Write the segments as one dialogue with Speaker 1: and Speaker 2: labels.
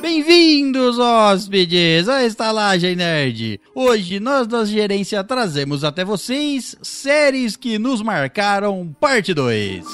Speaker 1: Bem-vindos, hóspedes, à Estalagem Nerd. Hoje nós da gerência trazemos até vocês séries que nos marcaram, parte 2.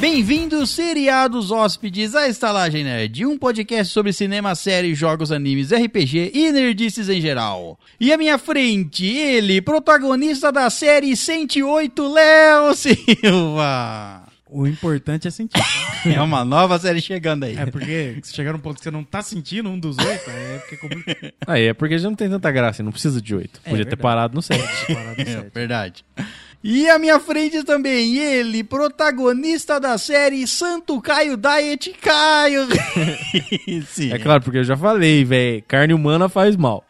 Speaker 1: Bem-vindos, seriados hóspedes, à Estalagem Nerd, um podcast sobre cinema, séries, jogos, animes, RPG e nerdices em geral. E à minha frente, ele, protagonista da série 108, Léo Silva.
Speaker 2: O importante é sentir.
Speaker 1: É uma nova série chegando aí.
Speaker 2: É porque se chegar num ponto que você não tá sentindo um dos oito, aí é porque é complicado.
Speaker 3: Aí é porque já não tem tanta graça, não precisa de oito. Podia ter
Speaker 2: verdade.
Speaker 3: parado no 7.
Speaker 2: Parado
Speaker 1: É,
Speaker 2: certo.
Speaker 1: verdade. E à minha frente também ele, protagonista da série Santo Caio Diet Caio. Sim,
Speaker 3: É claro, porque eu já falei, velho, carne humana faz mal.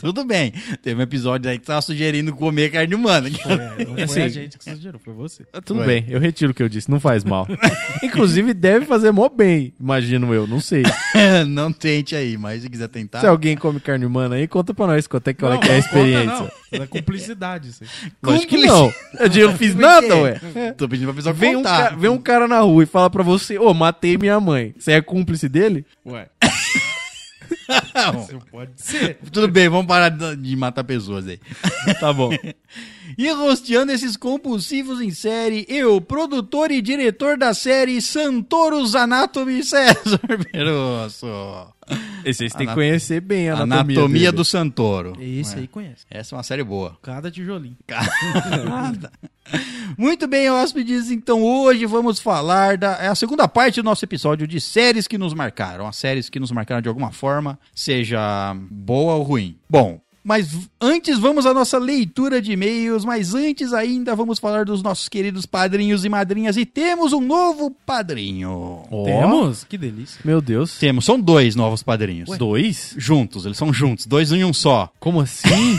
Speaker 1: tudo bem. Teve um episódio aí que tava sugerindo comer carne humana.
Speaker 2: É, não foi
Speaker 3: Assim.
Speaker 2: a gente que sugeriu, foi você.
Speaker 3: Ah, Tudo
Speaker 1: Ué.
Speaker 3: bem, eu retiro o que eu disse, não faz mal. Inclusive deve fazer mó bem, imagino eu, não sei.
Speaker 1: Não tente aí, mas se quiser tentar.
Speaker 3: Se alguém come carne humana aí, conta pra nós quanto é que, hora que é a
Speaker 2: não, conta
Speaker 3: experiência.
Speaker 2: não. É cumplicidade isso aí.
Speaker 3: Lógico que
Speaker 1: Cúmplice.
Speaker 3: não. Eu digo, eu fiz
Speaker 1: Por
Speaker 3: nada,
Speaker 1: quê?
Speaker 3: ué.
Speaker 1: Tô pedindo pra pessoa
Speaker 3: Vem um,
Speaker 1: contar.
Speaker 3: ca- vem um cara na rua e fala pra você, ô, matei minha mãe. Você é cúmplice dele?
Speaker 2: Ué,
Speaker 1: Não.
Speaker 2: você pode ser.
Speaker 1: Tudo bem, vamos parar de de matar pessoas aí.
Speaker 3: Tá bom.
Speaker 1: E rosteando esses compulsivos em série, eu, produtor e diretor da série Santoros Anatomy, César Perosso.
Speaker 3: E vocês têm
Speaker 1: Ana-
Speaker 3: que conhecer bem a
Speaker 1: Anatomia,
Speaker 3: anatomia, dele.
Speaker 1: do Santoro.
Speaker 2: Esse aí conhece.
Speaker 1: Essa é uma série boa.
Speaker 2: Cada tijolinho.
Speaker 1: Muito bem, hóspedes, então hoje vamos falar da é a segunda parte do nosso episódio de séries que nos marcaram, as séries que nos marcaram de alguma forma, seja boa ou ruim. Bom, mas v- antes vamos à nossa leitura de e-mails, mas antes ainda vamos falar dos nossos queridos padrinhos e madrinhas e temos um novo padrinho.
Speaker 3: Ó,
Speaker 2: Temos? Que delícia.
Speaker 3: Meu Deus.
Speaker 1: Temos, são dois novos padrinhos.
Speaker 3: Dois?
Speaker 1: Juntos, eles são juntos, dois em um só.
Speaker 3: Como assim?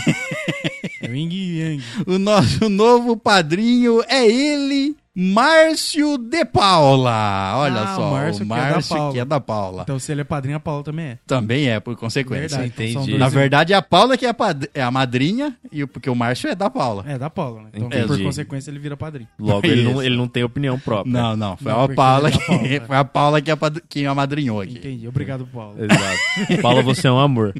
Speaker 2: É o Ying e Yang.
Speaker 1: O nosso novo padrinho é ele, Márcio de Paula. Olha
Speaker 2: Ah,
Speaker 1: só,
Speaker 2: o Márcio
Speaker 1: o
Speaker 2: que é da
Speaker 1: Márcio
Speaker 2: Paula.
Speaker 1: que é da Paula.
Speaker 2: Então se ele é padrinho, a Paula também é.
Speaker 1: Também é, por consequência.
Speaker 2: Verdade, então são
Speaker 3: entendi.
Speaker 2: dois
Speaker 1: Na
Speaker 2: e-
Speaker 1: verdade, é a Paula que é a, pad- é a madrinha, e o- porque o Márcio é da Paula.
Speaker 2: É, da Paula, né? Então,
Speaker 3: Entendi.
Speaker 2: por consequência, ele vira padrinho.
Speaker 3: Logo, ele
Speaker 1: Isso.
Speaker 3: não, ele não tem opinião própria.
Speaker 1: Não, não, foi, a,
Speaker 2: Não, porque
Speaker 1: Paula
Speaker 2: é da
Speaker 1: que,
Speaker 2: Paula, é.
Speaker 1: foi a Paula que, apad- que amadrinhou aqui.
Speaker 2: Entendi. Obrigado, Paula.
Speaker 3: Exato. Paula, você é um amor.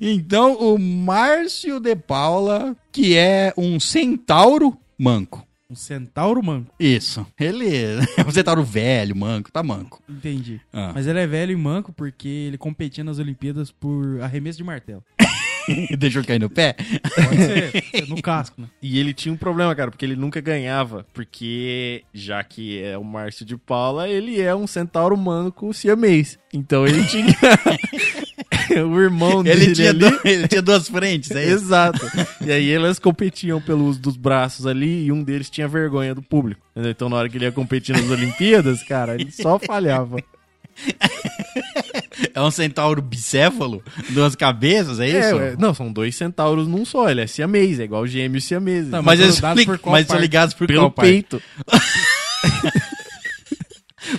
Speaker 1: Então, o Márcio de Paula, que é um centauro manco.
Speaker 2: Um centauro manco.
Speaker 1: Isso, ele é um centauro velho, manco, tá manco.
Speaker 2: Entendi.
Speaker 1: Ah.
Speaker 2: Mas ele é velho e manco porque ele competia nas Olimpíadas por arremesso de martelo.
Speaker 1: Deixou cair no pé.
Speaker 2: Pode ser no casco, né?
Speaker 3: E ele tinha um problema, cara, porque ele nunca ganhava. Porque, já que é o Márcio de Paula, ele é um centauro manco siamês. Então ele tinha. o irmão dele.
Speaker 1: Ele tinha,
Speaker 3: ali-
Speaker 1: du- ele tinha duas frentes, é isso?
Speaker 3: Exato. E aí elas competiam pelo uso dos braços ali e um deles tinha vergonha do público. entendeu? Então na hora que ele ia competir nas Olimpíadas, cara, ele só falhava.
Speaker 1: É um centauro bicéfalo? Duas cabeças, é
Speaker 3: É,
Speaker 1: isso?
Speaker 3: ué. não, são dois centauros num só. Ele é siamês, é igual gêmeo siamês.
Speaker 2: Não,
Speaker 1: mas
Speaker 2: mas
Speaker 1: eles
Speaker 2: grudado
Speaker 1: li-
Speaker 2: por qual
Speaker 1: mas são
Speaker 2: parte?
Speaker 1: ligados por
Speaker 3: pelo
Speaker 1: qual parte?
Speaker 3: peito.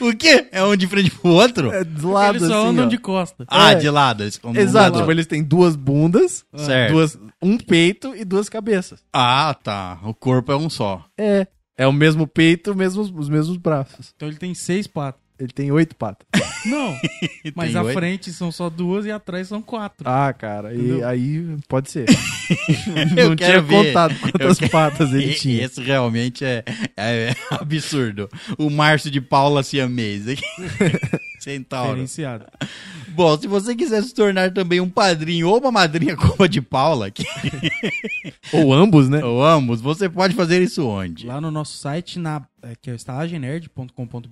Speaker 1: O quê? É um de frente pro outro?
Speaker 3: É, de lado,
Speaker 2: Eles só
Speaker 3: assim,
Speaker 2: andam
Speaker 3: ó.
Speaker 2: de costa.
Speaker 1: Ah,
Speaker 3: é.
Speaker 1: de lado. eles andam
Speaker 3: Exato,
Speaker 1: do
Speaker 3: tipo,
Speaker 1: lado.
Speaker 3: eles têm duas bundas,
Speaker 2: Ah.
Speaker 1: Certo.
Speaker 3: duas, um peito e duas cabeças.
Speaker 1: Ah, tá. O corpo é um só.
Speaker 3: É. É o mesmo peito, mesmos, os mesmos braços.
Speaker 2: Então ele tem seis patas.
Speaker 3: Ele tem oito patas.
Speaker 2: Não,
Speaker 1: E
Speaker 2: mas
Speaker 1: tem
Speaker 2: à
Speaker 1: oito.
Speaker 2: frente são só duas e atrás são quatro.
Speaker 3: Ah, cara, e
Speaker 2: Entendeu?
Speaker 3: aí pode ser.
Speaker 1: Eu
Speaker 3: Não tinha
Speaker 1: quero ver.
Speaker 3: contado quantas patas ele
Speaker 1: E-
Speaker 3: tinha.
Speaker 1: Esse realmente é, é absurdo. O Márcio de Paula Siamês. Centauro.
Speaker 2: Diferenciado.
Speaker 1: Bom, se você quiser se tornar também um padrinho ou uma madrinha como a de Paula, que
Speaker 3: Ou ambos, né?
Speaker 1: eu amo, você pode fazer isso onde?
Speaker 2: Lá no nosso site, na, é, que é o estalagenerd.com.br,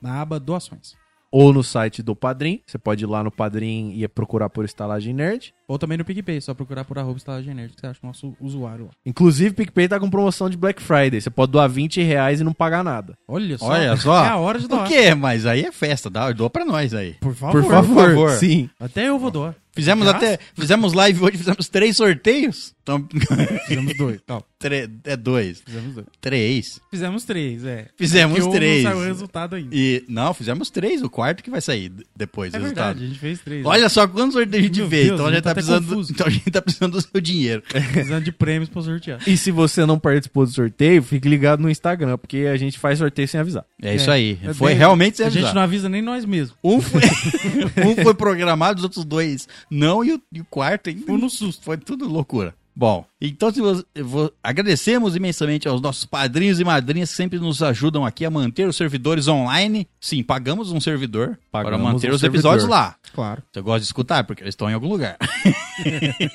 Speaker 2: na aba doações.
Speaker 3: Ou no site do Padrim. Você pode ir lá no Padrim e procurar por Estalagem Nerd.
Speaker 2: Ou também no PicPay, só procurar por arroba estalagenerd, que você acha o nosso usuário lá.
Speaker 3: Inclusive, o PicPay tá com promoção de Black Friday. Você pode doar 20 reais e não pagar nada.
Speaker 2: Olha só.
Speaker 1: Olha só.
Speaker 2: É a hora de
Speaker 1: O
Speaker 2: doar.
Speaker 1: quê? Mas aí é festa, dá, doa pra nós aí.
Speaker 2: Por favor.
Speaker 1: Por favor.
Speaker 3: Sim.
Speaker 2: Até eu vou doar.
Speaker 1: Fizemos
Speaker 2: Graças.
Speaker 1: até, fizemos live hoje, fizemos três sorteios. Então,
Speaker 2: Fizemos dois. Não,
Speaker 1: tre- é dois,
Speaker 2: fizemos dois.
Speaker 1: três.
Speaker 2: Fizemos três, é.
Speaker 1: Fizemos
Speaker 2: Porque um
Speaker 1: três.
Speaker 2: Não saiu o resultado ainda.
Speaker 1: E, não, fizemos três, o quarto que vai sair d- depois,
Speaker 2: É
Speaker 1: o
Speaker 2: verdade,
Speaker 1: resultado.
Speaker 2: a gente fez três.
Speaker 1: Olha só quantos sorteios a gente
Speaker 2: Meu
Speaker 1: vê,
Speaker 2: Deus,
Speaker 1: então, a
Speaker 2: a
Speaker 1: gente
Speaker 2: gente
Speaker 1: tá
Speaker 2: tá até
Speaker 1: precisando,
Speaker 2: confuso.
Speaker 1: então a gente tá precisando do seu dinheiro.
Speaker 2: Precisando de prêmios pra sortear.
Speaker 3: E se você não participou do sorteio, fique ligado no Instagram, porque a gente faz sorteio sem avisar.
Speaker 1: É isso aí,
Speaker 2: É,
Speaker 1: foi
Speaker 2: bem,
Speaker 1: realmente sem
Speaker 2: A gente
Speaker 1: avisar.
Speaker 2: não avisa nem nós mesmos.
Speaker 1: Um foi, um foi programado, os outros dois não, e o, e o quarto ainda.
Speaker 2: Foi no susto.
Speaker 1: Foi tudo loucura. Bom, então se você, eu vou- agradecemos imensamente aos nossos padrinhos e madrinhas que sempre nos ajudam aqui a manter os servidores online. Sim, pagamos um servidor para
Speaker 3: Pagamos
Speaker 1: manter
Speaker 3: um
Speaker 1: os episódios
Speaker 3: servidor.
Speaker 1: lá.
Speaker 2: Claro.
Speaker 1: Você gosta de escutar? Porque eles estão em algum lugar.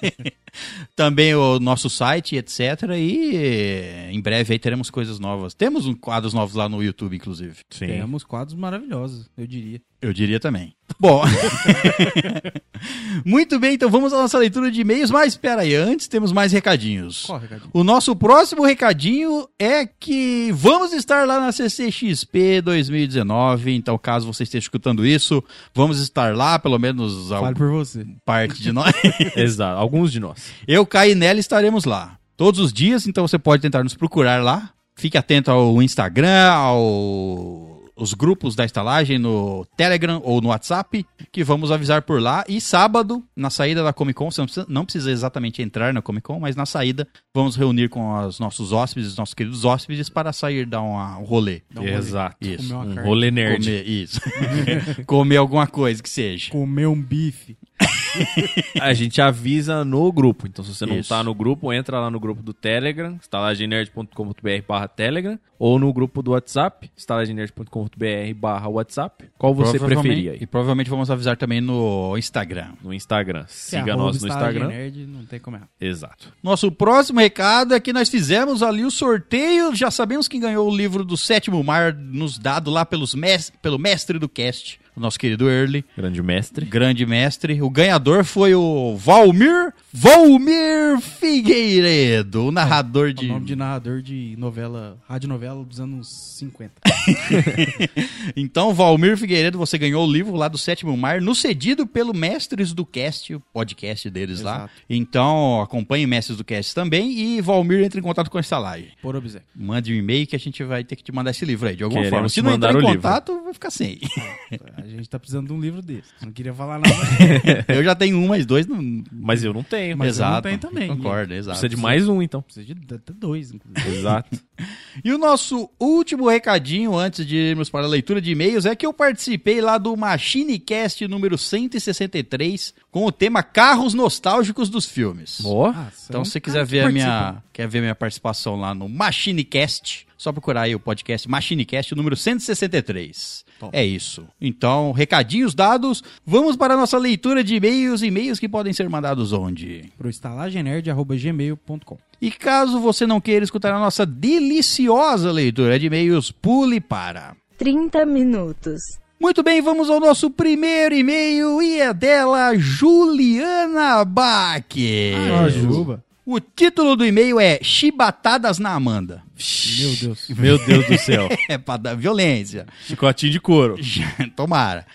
Speaker 1: Também o nosso site, etc. E eh, em breve aí teremos coisas novas. Temos um quadros novos lá no YouTube, inclusive.
Speaker 2: Temos quadros maravilhosos, eu diria.
Speaker 1: Eu diria também. Bom. Muito bem, então vamos à nossa leitura de e-mails, mas espera aí, antes temos mais recadinhos.
Speaker 2: Corre, Cadinho.
Speaker 1: O nosso próximo recadinho é que vamos estar lá na CCXP 2019, então caso você esteja escutando isso, vamos estar lá, pelo menos a
Speaker 2: Fale por você.
Speaker 1: parte de nós.
Speaker 3: Exato. Alguns de nós.
Speaker 1: Eu, Caio e Nelly estaremos lá. Todos os dias, então você pode tentar nos procurar lá. Fique atento ao Instagram, ao os grupos da estalagem no Telegram ou no WhatsApp, que vamos avisar por lá. E sábado, na saída da Comic Con, você não precisa, não precisa exatamente entrar na Comic Con, mas na saída vamos reunir com os nossos hóspedes, nossos queridos hóspedes, para sair dar uma- um rolê.
Speaker 2: Dá um rolê.
Speaker 1: Isso.
Speaker 2: Comer uma
Speaker 3: Um
Speaker 2: carne.
Speaker 3: rolê nerd.
Speaker 1: Comer, isso. Comer alguma coisa que seja.
Speaker 2: Comer um bife.
Speaker 3: A gente avisa no grupo. Então, se você não
Speaker 1: Isso.
Speaker 3: tá no grupo, entra lá no grupo do Telegram, estalagenerd.com.br barra Telegram, ou no grupo do WhatsApp, estalagenerd.com.br barra WhatsApp. Qual você
Speaker 1: Provavelmente-
Speaker 3: preferir aí?
Speaker 1: E provavelmente vamos avisar também no Instagram.
Speaker 3: No Instagram.
Speaker 2: Que é
Speaker 3: Siga
Speaker 2: arroba
Speaker 3: nós no
Speaker 2: Estalagem
Speaker 3: Instagram.
Speaker 2: Nerd, não tem como errar.
Speaker 3: Exato.
Speaker 1: Nosso próximo recado é que nós fizemos ali o sorteio. Já sabemos quem ganhou o livro do Sétimo Mar, nos dado lá pelos mes- pelo mestre do cast, o nosso querido Early,
Speaker 3: Grande mestre.
Speaker 1: grande mestre. O ganhador foi o Valmir Valmir Figueiredo, o narrador
Speaker 2: É o nome
Speaker 1: de.
Speaker 2: de narrador de novela, radionovela dos anos 50.
Speaker 1: Então, Valmir Figueiredo, você ganhou o livro lá do Sétimo Mar, no cedido pelo Mestres do Cast, o podcast deles lá.
Speaker 2: Exato.
Speaker 1: Então, acompanhe Mestres do Cast também e Valmir entre em contato com a estalagem.
Speaker 2: Por obséquio.
Speaker 1: Mande um e-mail que a gente vai ter que te mandar esse livro aí, de alguma
Speaker 3: Queremos
Speaker 1: forma. Se
Speaker 3: te
Speaker 1: não
Speaker 3: mandar
Speaker 1: entrar em
Speaker 3: o livro.
Speaker 1: contato, vai ficar sem.
Speaker 2: A gente tá precisando de um livro desse. Não queria falar nada.
Speaker 1: eu já tenho um, mas dois não.
Speaker 3: Mas eu não tenho.
Speaker 2: Mas-
Speaker 3: Mas
Speaker 1: exato.
Speaker 2: não tenho também.
Speaker 1: Concordo, exato.
Speaker 3: Precisa de mais um, então.
Speaker 2: Precisa de até dois, inclusive.
Speaker 3: Exato.
Speaker 1: E o nosso último recadinho antes de irmos para a leitura de e-mails é que eu participei lá do MachineCast número 163 com o tema Carros Nostálgicos dos Filmes.
Speaker 3: Ó.
Speaker 2: Nossa,
Speaker 1: Então,
Speaker 2: um
Speaker 1: se você quiser
Speaker 2: cara que
Speaker 1: ver a,
Speaker 2: participa.
Speaker 1: minha, quer ver a minha participação lá no MachineCast, só procurar aí o podcast MachineCast número 163.
Speaker 2: Top.
Speaker 1: É isso. Então, recadinhos dados, vamos para a nossa leitura de e-mails, e-mails que podem ser mandados onde?
Speaker 2: Pro estalagenerd.gmail.com.
Speaker 1: E caso você não queira escutar a nossa deliciosa leitura de e-mails, pule para.
Speaker 4: 30 minutos.
Speaker 1: Muito bem, vamos ao nosso primeiro e-mail e é dela Juliana Bach.
Speaker 2: Ah, Juba.
Speaker 1: O título do e-mail é Chibatadas na Amanda.
Speaker 2: Meu Deus.
Speaker 3: Meu Deus do céu.
Speaker 1: É pra dar violência.
Speaker 3: Chicotinho de couro.
Speaker 1: Tomara.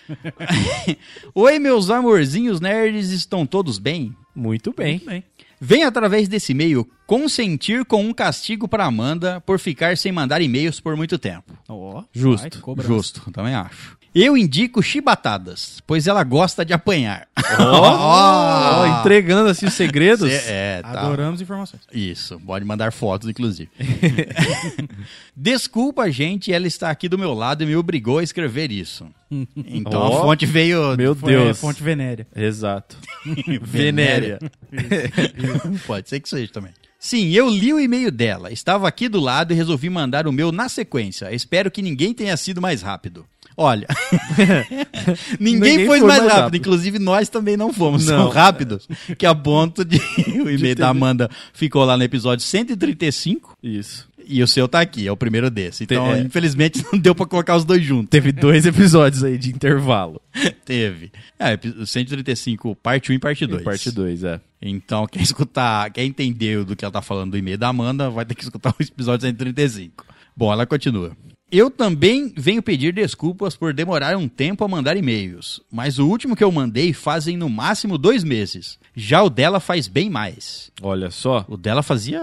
Speaker 1: Oi, meus amorzinhos nerds, estão todos bem?
Speaker 3: Muito bem.
Speaker 2: Muito bem.
Speaker 1: Venho através desse e-mail consentir com um castigo para Amanda por ficar sem mandar e-mails por muito tempo.
Speaker 2: Ó,
Speaker 3: Justo,
Speaker 2: vai, cobrança.
Speaker 1: Justo, também acho. Eu indico chibatadas, pois ela gosta de apanhar.
Speaker 2: Ah!
Speaker 3: Ó,
Speaker 1: Ó.
Speaker 3: entregando assim os segredos.
Speaker 1: É, é, tá.
Speaker 2: Adoramos informações.
Speaker 1: Isso, pode mandar fotos, inclusive. Desculpa, gente, ela está aqui do meu lado e me obrigou a escrever isso. Então a
Speaker 3: Ó,
Speaker 1: fonte veio.
Speaker 3: Meu
Speaker 2: Foi
Speaker 3: Deus.
Speaker 2: é, fonte venérea.
Speaker 3: Exato.
Speaker 1: Venérea. Pode ser que seja também. Sim, eu li o e-mail dela. Estava aqui do lado e resolvi mandar o meu na sequência. Espero que ninguém tenha sido mais rápido. Olha, ninguém,
Speaker 3: Ninguém
Speaker 1: foi,
Speaker 3: foi
Speaker 1: mais,
Speaker 3: mais
Speaker 1: rápido.
Speaker 3: rápido.
Speaker 1: Inclusive, nós também não fomos tão
Speaker 3: Não.
Speaker 1: rápidos que a ponto de o e-mail da
Speaker 3: ter-
Speaker 1: Amanda ficou lá no episódio 135
Speaker 3: Isso.
Speaker 1: e o seu tá aqui, é o primeiro desse.
Speaker 3: Te-
Speaker 1: Então,
Speaker 3: é.
Speaker 1: infelizmente, não deu pra colocar os dois juntos.
Speaker 3: Teve dois episódios aí de intervalo.
Speaker 1: Teve. É, epi- 135, parte 1 e parte 2.
Speaker 3: Parte 2, é.
Speaker 1: Então, quem escutar, quem entender do que ela tá falando do e-mail da Amanda, vai ter que escutar o episódio 135. Bom, ela continua. Eu também venho pedir desculpas por demorar um tempo a mandar e-mails, mas o último que eu mandei fazem no máximo dois meses. Já o dela faz bem mais.
Speaker 3: Olha só.
Speaker 1: O dela fazia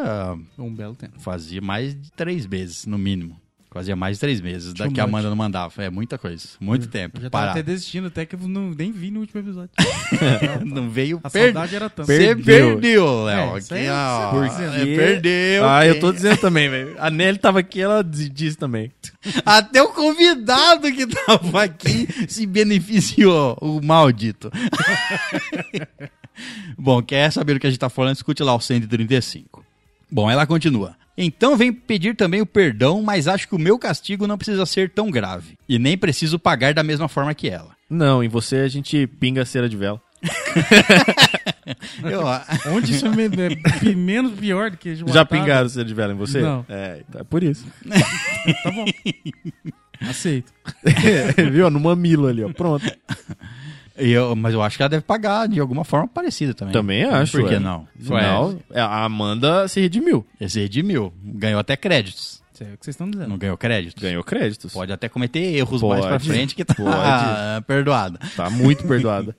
Speaker 2: Um belo tempo.
Speaker 1: fazia mais de três meses, no mínimo. Fazia mais de três meses,
Speaker 2: Too
Speaker 1: daqui a
Speaker 2: much.
Speaker 1: Amanda não mandava. É muita coisa, muito tempo.
Speaker 2: Eu já tava
Speaker 1: Parado.
Speaker 2: até desistindo, até que eu não, nem vi no último episódio.
Speaker 1: Não veio
Speaker 2: tá. A
Speaker 1: per-
Speaker 2: saudade era tanta.
Speaker 1: Você
Speaker 3: Perdeu.
Speaker 1: perdeu, Léo.
Speaker 2: É, isso
Speaker 1: Quem-
Speaker 2: aí
Speaker 1: ah,
Speaker 2: você
Speaker 3: tá
Speaker 1: é,
Speaker 3: dizendo.
Speaker 1: perdeu.
Speaker 3: ah, eu tô
Speaker 1: Quem-
Speaker 3: dizendo também, velho. A Nelly tava aqui, ela diz- disse também.
Speaker 1: Até o convidado que tava aqui se beneficiou, o maldito. Bom, quer saber o que a gente tá falando? Escute lá o 135. Bom, ela continua. Então vem pedir também o perdão, mas acho que o meu castigo não precisa ser tão grave. E nem preciso pagar da mesma forma que ela.
Speaker 3: Não, em você a gente pinga a cera de vela.
Speaker 1: Eu,
Speaker 2: Onde isso é, me- é pi- menos pior do que
Speaker 3: Já
Speaker 2: joatado?
Speaker 3: pingaram cera de vela em você?
Speaker 2: tá. Não.
Speaker 3: É, então é por isso.
Speaker 2: Tá bom. Aceito.
Speaker 3: Viu? No mamilo ali, ó. Pronto.
Speaker 1: eu- mas eu acho que ela deve pagar de alguma forma parecida também.
Speaker 3: Também acho.
Speaker 1: Por que
Speaker 3: é.
Speaker 1: não?
Speaker 3: Afinal, a Amanda se redimiu.
Speaker 1: Esse redimiu. Ganhou até créditos.
Speaker 2: Isso é o que vocês estão dizendo.
Speaker 1: Não ganhou créditos?
Speaker 3: Ganhou créditos.
Speaker 1: Pode até cometer erros mais pra
Speaker 3: Pode.
Speaker 1: frente que tá
Speaker 3: Pode.
Speaker 1: perdoada.
Speaker 3: Tá muito perdoada.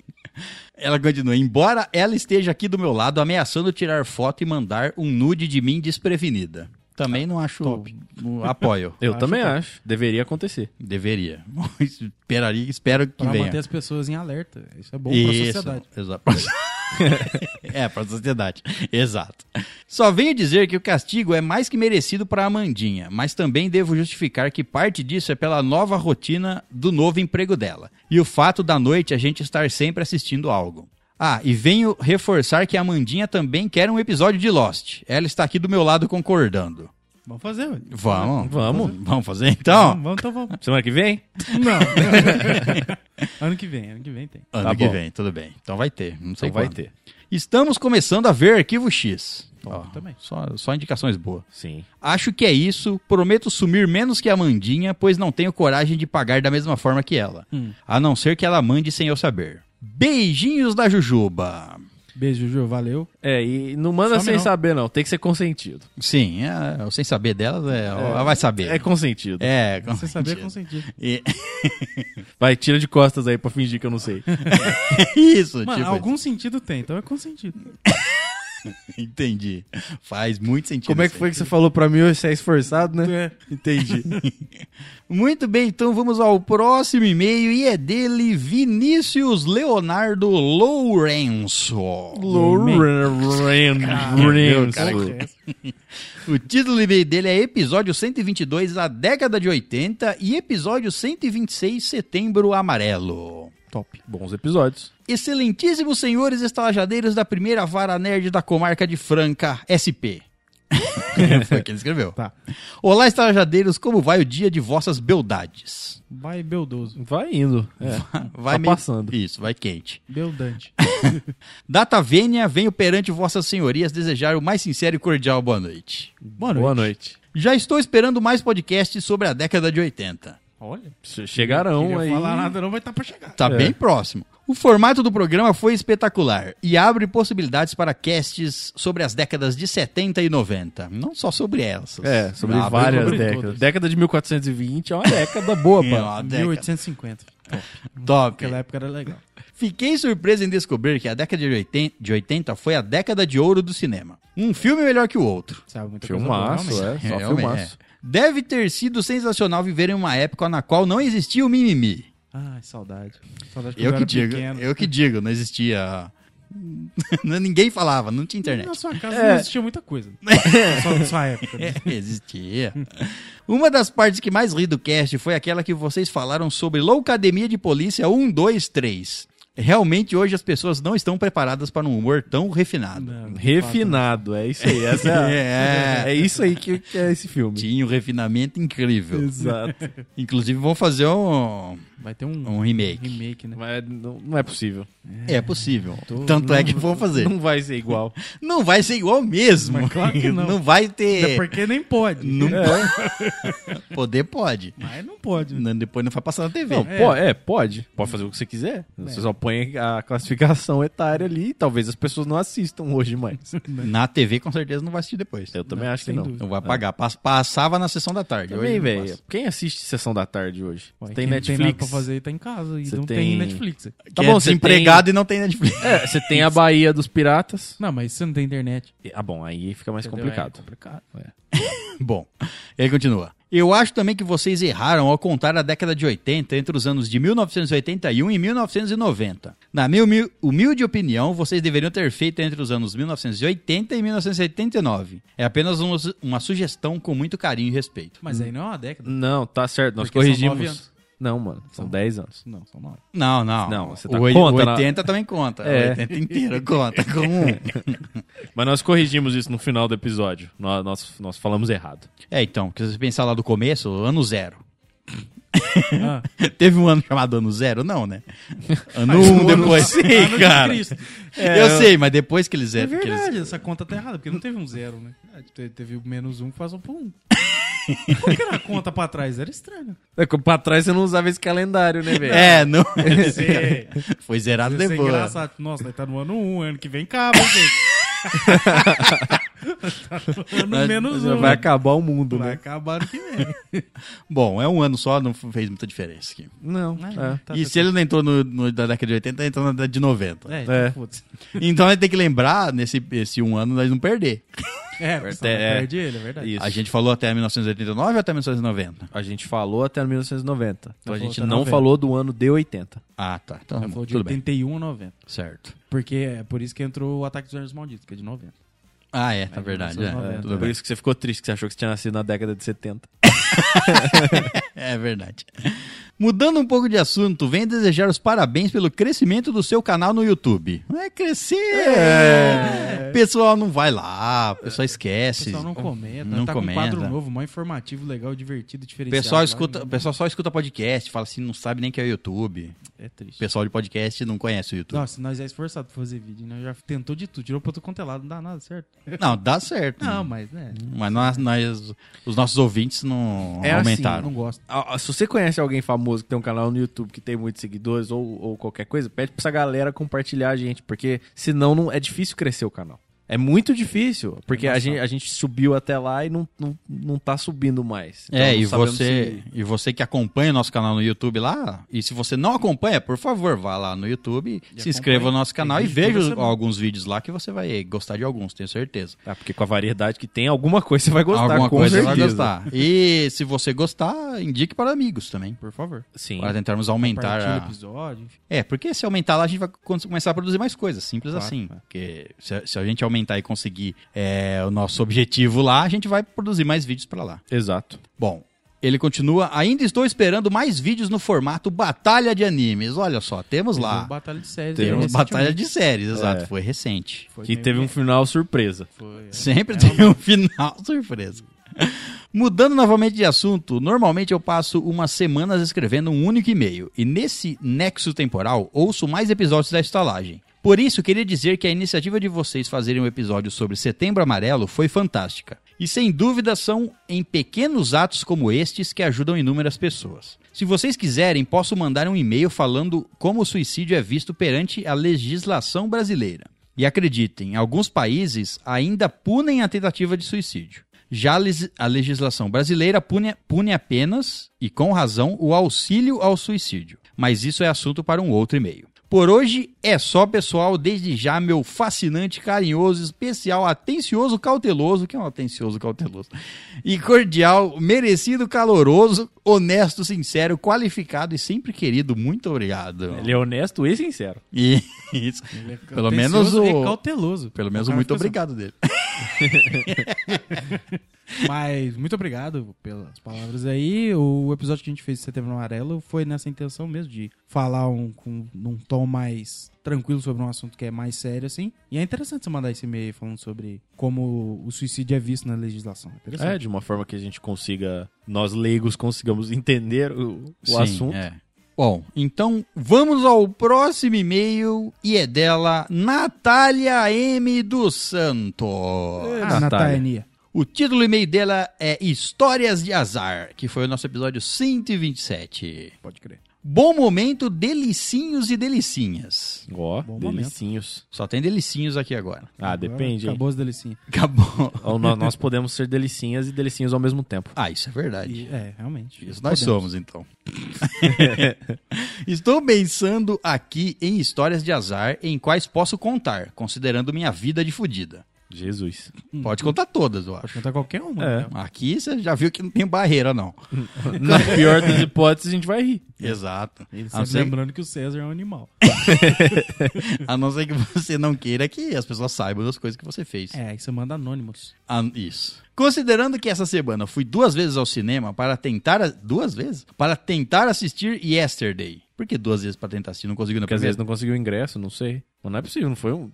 Speaker 1: Ela continua. Embora ela esteja aqui do meu lado ameaçando tirar foto e mandar um nude de mim desprevenida. Também não acho. não Apoio.
Speaker 3: Eu
Speaker 2: Acho
Speaker 3: também
Speaker 2: top.
Speaker 3: acho. Deveria acontecer.
Speaker 1: Deveria. Esperaria, espero que
Speaker 2: Pra manter
Speaker 1: venha.
Speaker 2: as pessoas em alerta. Isso é bom pra
Speaker 1: Isso,
Speaker 2: sociedade.
Speaker 1: Exato. é, pra sociedade. Exato. Só venho dizer que o castigo é mais que merecido pra Amandinha, mas também devo justificar que parte disso é pela nova rotina do novo emprego dela e o fato da noite a gente estar sempre assistindo algo. Ah, e venho reforçar que a Amandinha também quer um episódio de Lost. Ela está aqui do meu lado concordando.
Speaker 2: Vamos fazer, velho.
Speaker 1: Vamos.
Speaker 3: Vamos.
Speaker 1: Vamos fazer então?
Speaker 2: Vamos, vamos, então vamos.
Speaker 3: Semana que vem?
Speaker 2: Não. ano que vem, ano que vem tem.
Speaker 1: Ano
Speaker 3: Tá
Speaker 1: que
Speaker 3: bom.
Speaker 1: vem, tudo bem. Então vai ter. Não sei
Speaker 3: Então vai
Speaker 1: quando.
Speaker 3: ter.
Speaker 1: Estamos começando a ver Arquivo X. Ó,
Speaker 2: também.
Speaker 1: Só, só indicações boas.
Speaker 3: Sim.
Speaker 1: Acho que é isso. Prometo sumir menos que a Mandinha, pois não tenho coragem de pagar da mesma forma que ela.
Speaker 2: Hum.
Speaker 1: A não ser que ela mande sem eu saber. Beijinhos da Jujuba.
Speaker 2: Beijo, Ju, valeu.
Speaker 3: É, e não manda
Speaker 2: Some
Speaker 3: sem
Speaker 2: não.
Speaker 3: saber, não. Tem que ser consentido.
Speaker 1: Sim, é, eu sem saber dela, é, ela vai
Speaker 3: É
Speaker 1: saber.
Speaker 3: consentido.
Speaker 1: É,
Speaker 2: Você saber é consentido.
Speaker 1: E-
Speaker 3: Vai, tira de costas aí pra fingir que eu não sei.
Speaker 1: isso,
Speaker 2: Mano,
Speaker 1: tipo,
Speaker 2: algum sentido tem, então é consentido.
Speaker 1: entendi. Faz muito sentido.
Speaker 3: Como é
Speaker 1: isso
Speaker 3: que
Speaker 1: aí.
Speaker 3: foi que você falou pra mim hoje? Você é esforçado, né?
Speaker 2: É.
Speaker 3: Entendi.
Speaker 1: Muito bem, então vamos ao próximo e-mail e é dele Vinícius Leonardo Lourenço.
Speaker 3: Lourenço.
Speaker 1: O título do e-mail dele é Episódio 122, a década de 80 e Episódio 126, Setembro Amarelo.
Speaker 2: Top.
Speaker 3: Bons episódios.
Speaker 1: Excelentíssimos senhores estalajadeiros da primeira vara nerd da comarca de Franca, SP. Foi quem escreveu.
Speaker 2: Tá.
Speaker 1: Olá, estalajadeiros, como vai o dia de vossas beldades?
Speaker 2: Vai Beldoso.
Speaker 3: Vai indo. É.
Speaker 1: Vai
Speaker 3: Tá passando.
Speaker 1: Isso, vai quente.
Speaker 2: Beldante.
Speaker 1: Data Vênia, venho perante vossas senhorias desejar o mais sincero e cordial boa noite.
Speaker 2: Boa noite.
Speaker 3: Boa noite.
Speaker 1: Já estou esperando mais podcasts sobre a década de 80.
Speaker 2: Olha.
Speaker 3: Che- Chegarão
Speaker 2: Não
Speaker 3: aí.
Speaker 2: falar nada, não vai estar pra chegar.
Speaker 1: Tá
Speaker 3: É.
Speaker 1: bem próximo. O formato do programa foi espetacular e abre possibilidades para casts sobre as décadas de 70 e 90. Não só sobre essas.
Speaker 3: É, sobre
Speaker 1: Abre
Speaker 3: várias
Speaker 2: sobre
Speaker 3: décadas.
Speaker 2: todas.
Speaker 3: Década de 1420 é uma década boa,
Speaker 1: É,
Speaker 3: mano.
Speaker 1: uma década. É.
Speaker 2: 1850.
Speaker 1: Top.
Speaker 2: Aquela época era legal.
Speaker 1: Fiquei surpreso em descobrir que a década de 80, de 80 foi a década de ouro do cinema. Um filme melhor que o outro.
Speaker 2: Sabe muita coisa boa,
Speaker 3: Filmaço,
Speaker 2: realmente.
Speaker 3: é. Só
Speaker 1: Realmente,
Speaker 3: filmaço.
Speaker 1: é. Deve ter sido sensacional viver em uma época na qual não existia o mimimi.
Speaker 2: Ai, saudade. Saudade quando
Speaker 1: Eu
Speaker 2: era
Speaker 1: que digo,
Speaker 2: pequeno.
Speaker 1: eu que digo, não existia. Ninguém falava, não tinha internet.
Speaker 2: Na sua casa
Speaker 3: É.
Speaker 2: não existia muita coisa. Só na sua época. né?
Speaker 1: É, Existia. Uma das partes que mais ri do cast foi aquela que vocês falaram sobre Loucademia de Polícia 1, 2, 3. um, Realmente hoje as pessoas não estão preparadas para um humor tão refinado.
Speaker 3: É,
Speaker 2: Não, de
Speaker 3: Refinado, é isso aí. essa é, a-
Speaker 1: É.
Speaker 3: é isso aí que, que é esse filme.
Speaker 1: Tinha um refinamento incrível.
Speaker 3: Exato.
Speaker 1: Inclusive vão fazer um,
Speaker 2: fato. Vai ter um,
Speaker 1: um remake.
Speaker 2: remake, né?
Speaker 3: Mas não, não é possível.
Speaker 1: É possível.
Speaker 2: Tô-
Speaker 1: Tanto é que vão fazer.
Speaker 3: Não vai ser igual.
Speaker 1: Não vai ser igual mesmo.
Speaker 2: Mas claro que não.
Speaker 1: vai
Speaker 2: Até
Speaker 1: ter.
Speaker 2: porque nem pode.
Speaker 1: Não Poder pode.
Speaker 2: Mas não pode. né?
Speaker 1: Não, Depois não vai passar na TV.
Speaker 3: Não,
Speaker 2: É.
Speaker 3: po- é. pode. É. Pode fazer o que você quiser. Você só põe a classificação etária ali e talvez as pessoas não assistam hoje mais.
Speaker 1: Na TV com certeza não vai assistir depois.
Speaker 3: Eu também
Speaker 2: Não,
Speaker 3: acho que
Speaker 2: sem
Speaker 3: não.
Speaker 2: dúvida.
Speaker 1: Não vai pagar. Pas- Passava na sessão da tarde. Hoje
Speaker 3: Também,
Speaker 1: não
Speaker 3: velho.
Speaker 1: passa.
Speaker 3: Quem assiste Sessão da Tarde hoje?
Speaker 2: Ué,
Speaker 3: tem
Speaker 2: quem
Speaker 3: Netflix.
Speaker 2: Não tem nada pra fazer e tá em casa. E
Speaker 3: Você
Speaker 2: não tem...
Speaker 3: tem-
Speaker 2: Netflix.
Speaker 1: Tá
Speaker 3: Tá
Speaker 1: bom,
Speaker 3: bom,
Speaker 1: você
Speaker 3: você
Speaker 1: empregado e não tem Netflix.
Speaker 3: É, você tem a Bahia dos Piratas.
Speaker 2: Não, mas você não tem internet.
Speaker 3: Ah, bom, aí fica mais
Speaker 2: entendeu? É
Speaker 3: complicado.
Speaker 2: complicado.
Speaker 1: Bom, ele continua. Eu acho também que vocês erraram ao contar a década de 80 entre os anos de 1981 e 1990. Na minha humil- humilde opinião, vocês deveriam ter feito entre os anos 1980 e 1989. É apenas uma, su- uma sugestão com muito carinho e respeito.
Speaker 2: Mas aí não é uma década.
Speaker 3: Não, tá certo. Nós
Speaker 2: Porque são nove
Speaker 3: corrigimos.
Speaker 2: anos.
Speaker 3: Não, mano. São 10 anos.
Speaker 2: Não, são nove.
Speaker 1: Não, não.
Speaker 3: Não, você tá
Speaker 1: o, oi-
Speaker 3: conta,
Speaker 1: o 80 também conta.
Speaker 3: É.
Speaker 1: O 80 inteiro conta. Com um.
Speaker 3: Mas nós corrigimos isso no final do episódio. Nós, nós, nós falamos errado.
Speaker 1: É, então, porque se você pensar lá do começo, ano zero.
Speaker 2: Ah,
Speaker 1: Teve um ano chamado ano zero? Não, né? Ano
Speaker 2: mas
Speaker 1: um,
Speaker 2: o ano-
Speaker 1: depois.
Speaker 2: ano
Speaker 1: Sim,
Speaker 2: de
Speaker 1: cara.
Speaker 2: Tá Cristo.
Speaker 1: eu, sei, mas depois que eles
Speaker 2: É,
Speaker 1: eram. que eles-
Speaker 2: verdade, essa conta tá errada, porque não teve um zero, né? Ah, te- Teve o menos um que passou por um. Qual que era a conta pra trás? Era estranho.
Speaker 3: É que pra trás você não usava esse calendário, né, velho?
Speaker 1: É, não.
Speaker 2: Sim.
Speaker 1: Foi zerado
Speaker 2: Isso é
Speaker 1: depois.
Speaker 2: engraçado. Nossa, nós tá no ano 1, um, ano que vem acaba, hein, gente. tá no ano
Speaker 1: Mas-
Speaker 2: menos
Speaker 3: Já
Speaker 2: um.
Speaker 3: vai acabar o mundo,
Speaker 2: Vai
Speaker 3: né?
Speaker 2: acabar ano que vem.
Speaker 1: Bom, é um ano só, não fez muita diferença aqui.
Speaker 3: Não. é, né?
Speaker 2: Ah, tá,
Speaker 1: É. e
Speaker 2: tá,
Speaker 1: se ele não entrou no, no- da década de 80, ele entrou na década de 90.
Speaker 2: É, então,
Speaker 3: É.
Speaker 2: foda-se.
Speaker 1: Então a gente tem que lembrar, nesse esse um ano, nós não perder.
Speaker 2: É, você não
Speaker 3: É.
Speaker 2: perde ele, é verdade.
Speaker 3: Isso.
Speaker 1: A gente falou até 1989 ou até 1990?
Speaker 3: A gente falou até 1990. Então a
Speaker 2: Falou
Speaker 3: gente
Speaker 2: até
Speaker 3: não
Speaker 2: 90.
Speaker 3: falou do ano de 80.
Speaker 1: Ah, tá. Então,
Speaker 2: Ela falou de
Speaker 1: tudo bem.
Speaker 2: 81 a 90.
Speaker 1: Certo.
Speaker 2: Porque é por isso que entrou o Ataque dos Anjos Malditos, que é de 90.
Speaker 1: Ah, é, tá verdade. É,
Speaker 2: 1990.
Speaker 1: tudo
Speaker 3: Por
Speaker 1: bem.
Speaker 3: isso que você ficou triste, que você achou que você tinha nascido na década de 70.
Speaker 1: É verdade. Mudando um pouco de assunto, venho desejar os parabéns pelo crescimento do seu canal no YouTube. É crescer! O pessoal não vai lá, o pessoal
Speaker 2: É. O
Speaker 1: esquece.
Speaker 2: pessoal não comenta.
Speaker 1: não
Speaker 2: tá
Speaker 1: comenta.
Speaker 2: com um quadro novo, mó informativo, legal, divertido,
Speaker 1: O
Speaker 2: diferenciado.
Speaker 1: pessoal,
Speaker 2: lá,
Speaker 1: escuta,
Speaker 2: não-
Speaker 1: o pessoal só escuta podcast, fala assim, não sabe nem que é o YouTube.
Speaker 2: É
Speaker 1: O
Speaker 2: triste.
Speaker 1: pessoal de podcast não conhece o YouTube.
Speaker 2: Nossa, nós é esforçado pra fazer vídeo, né? Já tentou de tudo, tirou pra outro contelado, não dá nada, certo?
Speaker 1: Não, dá certo.
Speaker 2: Não, mas, né?
Speaker 1: Mas nós, nós- os nossos ouvintes não
Speaker 3: É assim,
Speaker 1: aumentaram.
Speaker 2: Não gosto.
Speaker 3: Ah, ah, Se você conhece alguém famoso que tem um canal no YouTube que tem muitos seguidores ou, ou qualquer coisa, pede pra essa galera compartilhar a gente, porque senão não, é difícil crescer o canal. É muito difícil, porque
Speaker 1: É
Speaker 3: a gente, a gente subiu até lá e não, não, não tá subindo mais. Então,
Speaker 1: é,
Speaker 3: não
Speaker 1: e
Speaker 3: sabemos
Speaker 1: você, e você que acompanha o nosso canal no YouTube lá, e se você não acompanha, por favor, vá lá no YouTube, se
Speaker 2: acompanha.
Speaker 1: inscreva no nosso canal e
Speaker 2: Tem vídeo
Speaker 1: veja
Speaker 2: toda
Speaker 1: os-
Speaker 2: semana.
Speaker 1: alguns vídeos lá que você vai gostar de alguns, tenho certeza.
Speaker 3: se- Ah, porque com a variedade que tem, alguma coisa você vai gostar,
Speaker 1: Alguma
Speaker 3: com
Speaker 1: coisa
Speaker 3: certeza.
Speaker 1: vai gostar. E se você gostar, indique para amigos também.
Speaker 2: Por favor.
Speaker 3: Sim.
Speaker 1: Para tentarmos aumentar
Speaker 2: Compartilha o
Speaker 1: a...
Speaker 2: episódio, enfim.
Speaker 1: É, porque se aumentar lá, a gente vai con- começar a produzir mais coisas, simples
Speaker 2: Claro,
Speaker 1: assim.
Speaker 2: é.
Speaker 1: Porque se a, se a gente aumentar e conseguir é, o nosso objetivo lá, a gente vai produzir mais vídeos para lá.
Speaker 3: Exato.
Speaker 1: Bom, ele continua. Ainda estou esperando mais vídeos no formato Batalha de Animes. Olha só, temos
Speaker 2: Teve
Speaker 1: lá.
Speaker 2: um Batalha de séries.
Speaker 1: Temos
Speaker 2: né,
Speaker 1: Batalha
Speaker 2: recentemente.
Speaker 1: de séries, exato.
Speaker 3: É.
Speaker 1: Foi recente.
Speaker 2: Foi
Speaker 3: Que
Speaker 2: meio
Speaker 3: teve um final surpresa.
Speaker 2: Foi, é.
Speaker 1: Sempre tem um final surpresa. Mudando novamente de assunto, normalmente eu passo umas semanas escrevendo um único e-mail, e nesse nexo temporal ouço mais episódios da estalagem. Por isso, queria dizer que a iniciativa de vocês fazerem um episódio sobre Setembro Amarelo foi fantástica. E sem dúvida são em pequenos atos como estes que ajudam inúmeras pessoas. Se vocês quiserem, posso mandar um e-mail falando como o suicídio é visto perante a legislação brasileira. E acreditem, alguns países ainda punem a tentativa de suicídio. Já a lis- a legislação brasileira pune, pune apenas, e com razão, o auxílio ao suicídio. Mas isso é assunto para um outro e-mail. Por hoje é só, pessoal. Desde já, meu fascinante, carinhoso, especial, atencioso, cauteloso, que é um atencioso, cauteloso, e cordial, merecido, caloroso, honesto, sincero, qualificado e sempre querido. Muito obrigado.
Speaker 3: Ele é honesto e sincero.
Speaker 1: E isso.
Speaker 2: Ele é
Speaker 1: Pelo
Speaker 2: atencioso
Speaker 1: menos o-
Speaker 2: E cauteloso.
Speaker 1: Pelo menos
Speaker 2: O
Speaker 1: o
Speaker 2: cara
Speaker 1: muito
Speaker 2: fica assim,
Speaker 1: obrigado dele.
Speaker 2: assim, Mas muito obrigado pelas palavras aí. O episódio que a gente fez de Setembro Amarelo foi nessa intenção mesmo de falar um, com, num tom tom mais tranquilo sobre um assunto que é mais sério, assim. E é interessante você mandar esse e-mail aí falando sobre como o suicídio é visto na legislação. É
Speaker 3: É,
Speaker 2: interessante.
Speaker 3: de uma forma que a gente consiga, nós leigos consigamos entender o, o
Speaker 1: Sim,
Speaker 3: assunto.
Speaker 1: é. Bom, então vamos ao próximo e-mail e é dela Natália M. dos Santos.
Speaker 2: Ah, Natania.
Speaker 1: O título do e-mail dela é Histórias de Azar, que foi o nosso episódio 127.
Speaker 2: Pode crer.
Speaker 1: Bom momento, delicinhos e delicinhas.
Speaker 3: Ó,
Speaker 2: Bom
Speaker 3: delicinhos.
Speaker 1: Só tem delicinhos aqui agora.
Speaker 3: Ah, depende. hein?
Speaker 2: Acabou as delicinhas.
Speaker 1: Acabou.
Speaker 3: Ou nó- nós podemos ser delicinhas e delicinhos ao mesmo tempo.
Speaker 1: Ah, isso é verdade.
Speaker 2: E- é, realmente.
Speaker 1: Isso nós
Speaker 2: Podemos.
Speaker 1: somos, então. Estou pensando aqui em histórias de azar em quais posso contar, considerando minha vida de fudida.
Speaker 3: Jesus.
Speaker 1: Pode contar todas, eu
Speaker 2: Pode
Speaker 1: acho.
Speaker 2: contar qualquer uma.
Speaker 3: É.
Speaker 2: né?
Speaker 1: Aqui você já viu que não tem barreira, não.
Speaker 3: Na pior das hipóteses, a gente vai rir.
Speaker 1: Exato.
Speaker 2: Ele
Speaker 1: A não
Speaker 2: sempre
Speaker 1: ser-
Speaker 2: lembrando que o César é um animal.
Speaker 1: a não ser que você não queira que as pessoas saibam das coisas que você fez.
Speaker 2: É, aí você manda anônimos.
Speaker 1: Ah, isso. Considerando que essa semana fui duas vezes ao cinema para tentar. a- Duas vezes? Para tentar assistir Yesterday. Por que duas vezes para tentar assistir? Não conseguiu na
Speaker 3: Porque às
Speaker 1: primeira?
Speaker 3: vezes não conseguiu o ingresso, não sei. Mas não é possível, não foi um.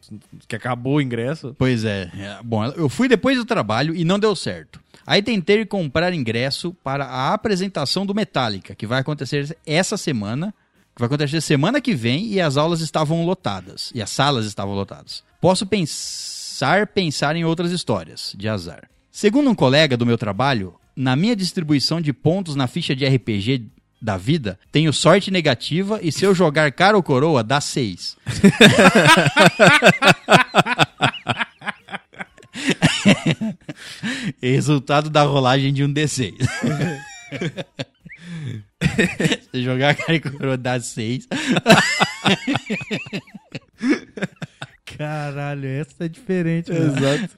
Speaker 3: Que acabou o ingresso.
Speaker 1: Pois é. é, Bom, eu fui depois do trabalho e não deu certo. Aí tentei comprar ingresso para a apresentação do Metallica, que vai acontecer essa semana. Que vai acontecer semana que vem e as aulas estavam lotadas. E as salas estavam lotadas. Posso pensar, pensar em outras histórias de azar. Segundo um colega do meu trabalho, na minha distribuição de pontos na ficha de RPG da vida, tenho sorte negativa e se eu jogar cara ou coroa, dá 6. Resultado da rolagem de um D6. Se jogar a cara e coroa dá 6.
Speaker 2: Caralho, essa é diferente.
Speaker 3: Exato.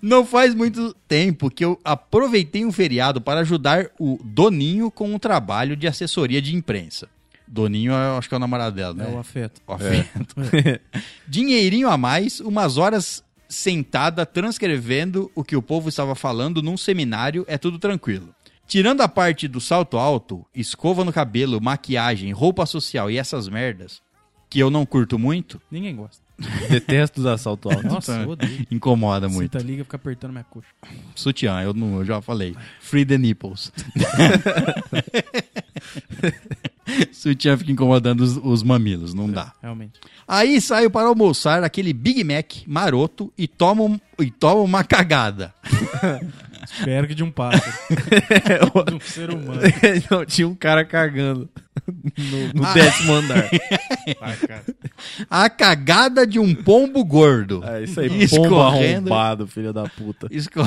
Speaker 1: Não faz muito tempo que eu aproveitei um feriado para ajudar o Doninho com um trabalho de assessoria de imprensa. Doninho, eu acho que é o namorado dela,
Speaker 2: É
Speaker 1: né?
Speaker 2: o afeto.
Speaker 1: O afeto. É. Dinheirinho a mais, umas horas sentada transcrevendo o que o povo estava falando num seminário, é tudo tranquilo. Tirando a parte do salto alto, escova no cabelo, maquiagem, roupa social e essas merdas, que eu não curto muito,
Speaker 2: Ninguém gosta.
Speaker 3: Detesto os assaltos altos.
Speaker 2: Nossa, eu odeio. tá-
Speaker 1: incomoda tá. muito.
Speaker 2: Cita liga, fica apertando minha coxa.
Speaker 1: Sutiã, eu, não, eu já falei. Free the nipples. Sutiã fica incomodando os, os mamilos,
Speaker 2: É.
Speaker 1: não dá.
Speaker 2: Realmente.
Speaker 1: Aí saio para almoçar aquele Big Mac maroto e tomo, um- e tomo uma cagada.
Speaker 2: Espero que de um pássaro. de um ser humano.
Speaker 3: não, tinha um cara cagando no, no décimo andar.
Speaker 1: A cagada de um pombo gordo.
Speaker 3: É isso aí, pombo
Speaker 1: Escorrendo.
Speaker 3: arrombado, filho da puta.
Speaker 1: Esco...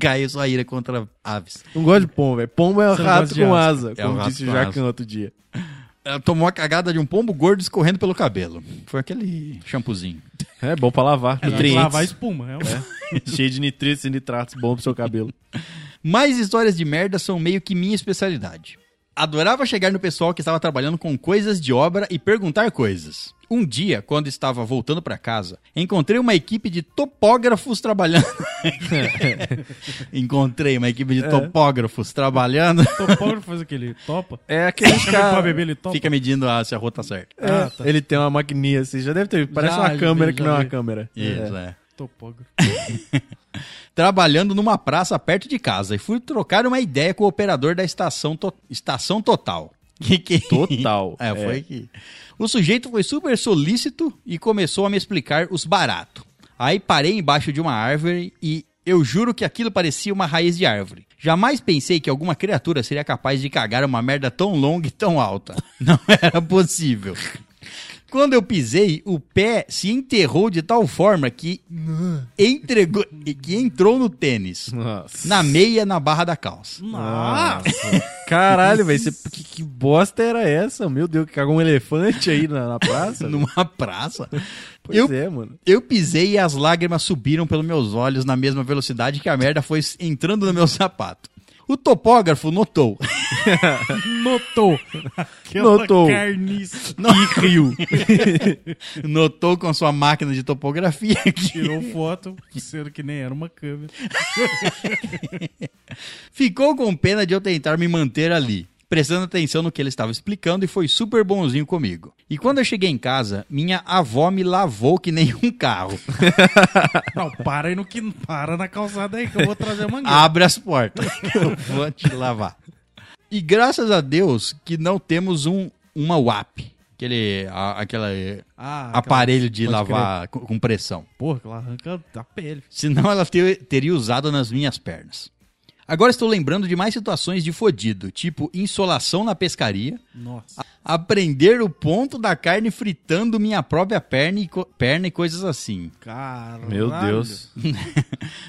Speaker 1: Caiu sua ira contra aves.
Speaker 3: Não gosto de pombo, velho. Pombo é
Speaker 2: Você não
Speaker 3: rato
Speaker 2: gosta de
Speaker 3: com
Speaker 2: asa.
Speaker 3: asa,
Speaker 1: É um
Speaker 3: como
Speaker 1: rato
Speaker 3: disse
Speaker 1: com
Speaker 3: o
Speaker 1: asa.
Speaker 3: Jacan outro dia.
Speaker 1: Ela tomou a cagada de um pombo gordo escorrendo pelo cabelo. Foi aquele shampoozinho.
Speaker 3: É bom pra lavar,
Speaker 2: Tem que
Speaker 3: nutrientes.
Speaker 2: Lavar espuma, realmente.
Speaker 3: É. Cheio de nitritos e nitratos, bom pro seu cabelo.
Speaker 1: Mas histórias de merda são meio que minha especialidade. Adorava chegar no pessoal que estava trabalhando com coisas de obra e perguntar coisas. Um dia, quando estava voltando para casa, encontrei uma equipe de topógrafos trabalhando. encontrei uma equipe de
Speaker 3: É.
Speaker 1: topógrafos trabalhando.
Speaker 2: Topógrafo faz aquele topa.
Speaker 3: É aquele
Speaker 2: Chama ele pra beber, ele topa.
Speaker 1: Fica medindo a- se a rua tá certa.
Speaker 2: Ah, tá.
Speaker 3: É. Ele tem uma maquininha assim, já deve ter. Parece
Speaker 2: Já,
Speaker 3: uma
Speaker 2: já
Speaker 3: câmera
Speaker 2: vi,
Speaker 3: que
Speaker 2: já
Speaker 3: não é uma
Speaker 2: vi.
Speaker 3: câmera.
Speaker 1: Isso, é.
Speaker 2: Topógrafo.
Speaker 1: Trabalhando numa praça perto de casa e fui trocar uma ideia com o operador da estação, to- estação total. Que que...
Speaker 3: Total.
Speaker 1: É, foi que. O sujeito foi super solícito e começou a me explicar os baratos. Aí parei embaixo de uma árvore e eu juro que aquilo parecia uma raiz de árvore. Jamais pensei que alguma criatura seria capaz de cagar uma merda tão longa e tão alta. Não era possível. Quando eu pisei, o pé se enterrou de tal forma que entregou que entrou no tênis,
Speaker 3: Nossa.
Speaker 1: na meia, na barra da calça.
Speaker 3: Nossa. Caralho, velho. você- Que, que bosta era essa? Meu Deus, que cagou um elefante aí na, na praça?
Speaker 1: Numa praça.
Speaker 3: Pois
Speaker 1: eu
Speaker 3: é, mano.
Speaker 1: Eu pisei e as lágrimas subiram pelos meus olhos na mesma velocidade que a merda foi entrando no meu sapato. O topógrafo notou.
Speaker 2: Notou. Aquela
Speaker 3: Notou.
Speaker 2: carniça.
Speaker 3: E riu.
Speaker 1: notou com sua máquina de topografia que
Speaker 2: Tirou foto, sendo que nem era uma câmera.
Speaker 1: ficou com pena de eu tentar me manter ali. prestando atenção no que ele estava explicando e foi super bonzinho comigo. E quando eu cheguei em casa, minha avó me lavou que nem um carro.
Speaker 2: Não, para aí no que para na calçada aí que eu vou trazer a
Speaker 3: Ah,
Speaker 2: mangueira.
Speaker 1: Abre as portas, que eu vou te lavar. E graças a Deus que não temos um, uma WAP, aquele, a- aquele
Speaker 2: Ah, aquela-
Speaker 1: aparelho de
Speaker 2: pode
Speaker 1: lavar com- com pressão.
Speaker 2: Porra, que ela arranca da pele.
Speaker 1: senão ela te- teria usado nas minhas pernas. Agora estou lembrando de mais situações de fodido, tipo insolação na pescaria,
Speaker 2: Nossa.
Speaker 3: Ah,
Speaker 1: aprender o ponto da carne fritando minha própria perna e, co- perna e coisas assim.
Speaker 2: Caralho.
Speaker 3: Meu Deus.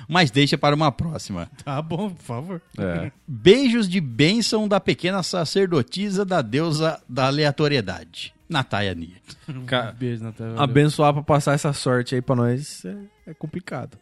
Speaker 1: Mas deixa para uma próxima.
Speaker 2: Tá bom, por favor.
Speaker 3: É.
Speaker 1: Beijos de bênção da pequena sacerdotisa da deusa da aleatoriedade, Natalia Nia.
Speaker 3: Ca-
Speaker 2: Um Beijo na tela.
Speaker 3: Abençoar pra passar essa sorte aí pra nós é, é complicado.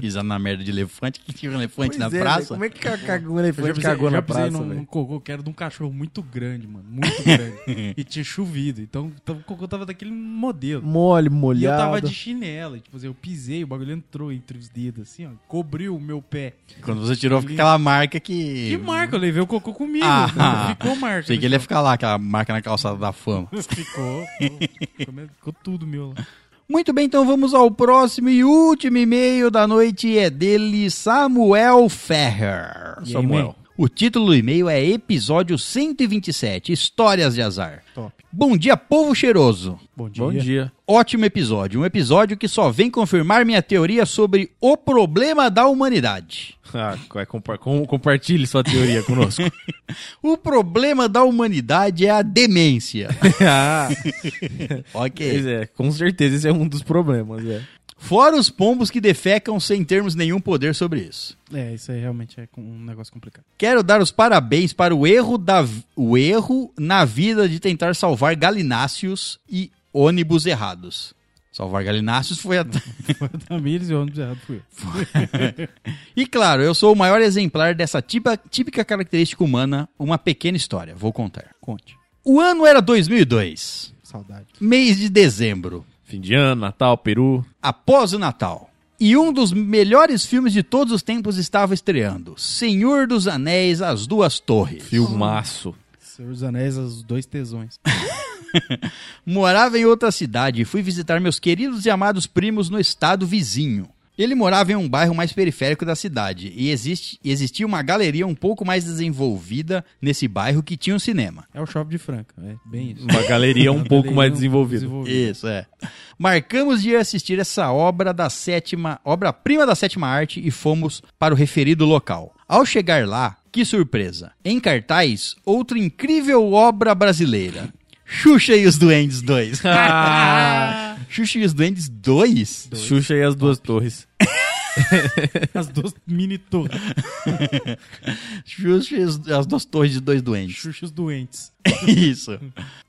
Speaker 1: Pisando na merda de elefante, que tinha um elefante na praça.
Speaker 3: Como é que um elefante
Speaker 2: Eu já cagou
Speaker 3: cagou na
Speaker 2: pisei
Speaker 3: praça,
Speaker 2: num, num
Speaker 3: velho?
Speaker 2: cocô que era de um cachorro muito grande, mano. Muito grande. e tinha chovido. Então, então o cocô tava daquele modelo.
Speaker 3: Mole,
Speaker 2: E eu tava
Speaker 3: molhado.
Speaker 2: de chinela. e, Tipo assim, eu pisei, o bagulho entrou entre os dedos, assim, ó. Cobriu o meu pé.
Speaker 1: Quando você tirou, fica aquela marca que...
Speaker 2: Que marca? Eu levei o cocô comigo.
Speaker 1: Ah,
Speaker 2: ficou marca.
Speaker 1: Achei que ele ia ficar lá, aquela marca na calçada da fama.
Speaker 2: Ficou. Ficou, ficou tudo meu lá.
Speaker 1: Muito bem, então vamos ao próximo e último e-mail da noite. É dele, Samuel Ferrer.
Speaker 2: E aí, man?
Speaker 1: O título do e-mail é Episódio 127 Histórias de Azar.
Speaker 2: Top.
Speaker 1: Bom dia, povo cheiroso.
Speaker 2: Bom dia.
Speaker 3: Bom dia.
Speaker 1: Ótimo episódio. Um episódio que só vem confirmar minha teoria sobre o problema da humanidade.
Speaker 3: Ah, é, compa- com- compartilhe sua teoria conosco.
Speaker 1: O problema da humanidade é a demência.
Speaker 3: ah,
Speaker 1: ok.
Speaker 3: pois é, com certeza esse é um dos problemas, é.
Speaker 1: Fora os pombos que defecam sem termos nenhum poder sobre isso.
Speaker 2: É, isso aí realmente é com- um negócio complicado.
Speaker 1: Quero dar os parabéns para o erro, da, o erro na vida de tentar salvar galináceos e ônibus errados. Salvar galináceos foi a...
Speaker 2: Tamires e o ônibus errado fui eu.
Speaker 1: E claro, eu sou o maior exemplar dessa típica, típica característica humana, uma pequena história, vou contar.
Speaker 2: Conte.
Speaker 1: O ano era 2002,
Speaker 2: Saudade.
Speaker 1: mês de dezembro,
Speaker 3: Fim de ano, Natal, Peru.
Speaker 1: após o Natal. E um dos melhores filmes de todos os tempos estava estreando, Senhor dos Anéis, As Duas Torres.
Speaker 3: Filmaço.
Speaker 2: Senhor dos Anéis, os dois tesões.
Speaker 1: Morava em outra cidade e fui visitar meus queridos e amados primos no estado vizinho. Ele morava em um bairro mais periférico da cidade e existe, e existia uma galeria um pouco mais desenvolvida nesse bairro que tinha um cinema.
Speaker 2: É o shopping de Franca, é bem isso. é
Speaker 3: Uma
Speaker 1: é
Speaker 3: galeria um pouco mais desenvolvida.
Speaker 1: Isso, é. Marcamos de ir assistir essa obra da sétima, obra-prima da sétima arte e fomos para o referido local. Ao chegar lá, que surpresa! Em cartaz, outra incrível obra brasileira. Xuxa e os Duendes 2.
Speaker 3: Ah,
Speaker 1: Xuxa e os Duendes 2?
Speaker 3: Xuxa e as duas torres.
Speaker 2: As duas mini torres.
Speaker 1: Xuxa e os- as duas torres de dois doentes.
Speaker 2: Xuxas doentes.
Speaker 1: Isso.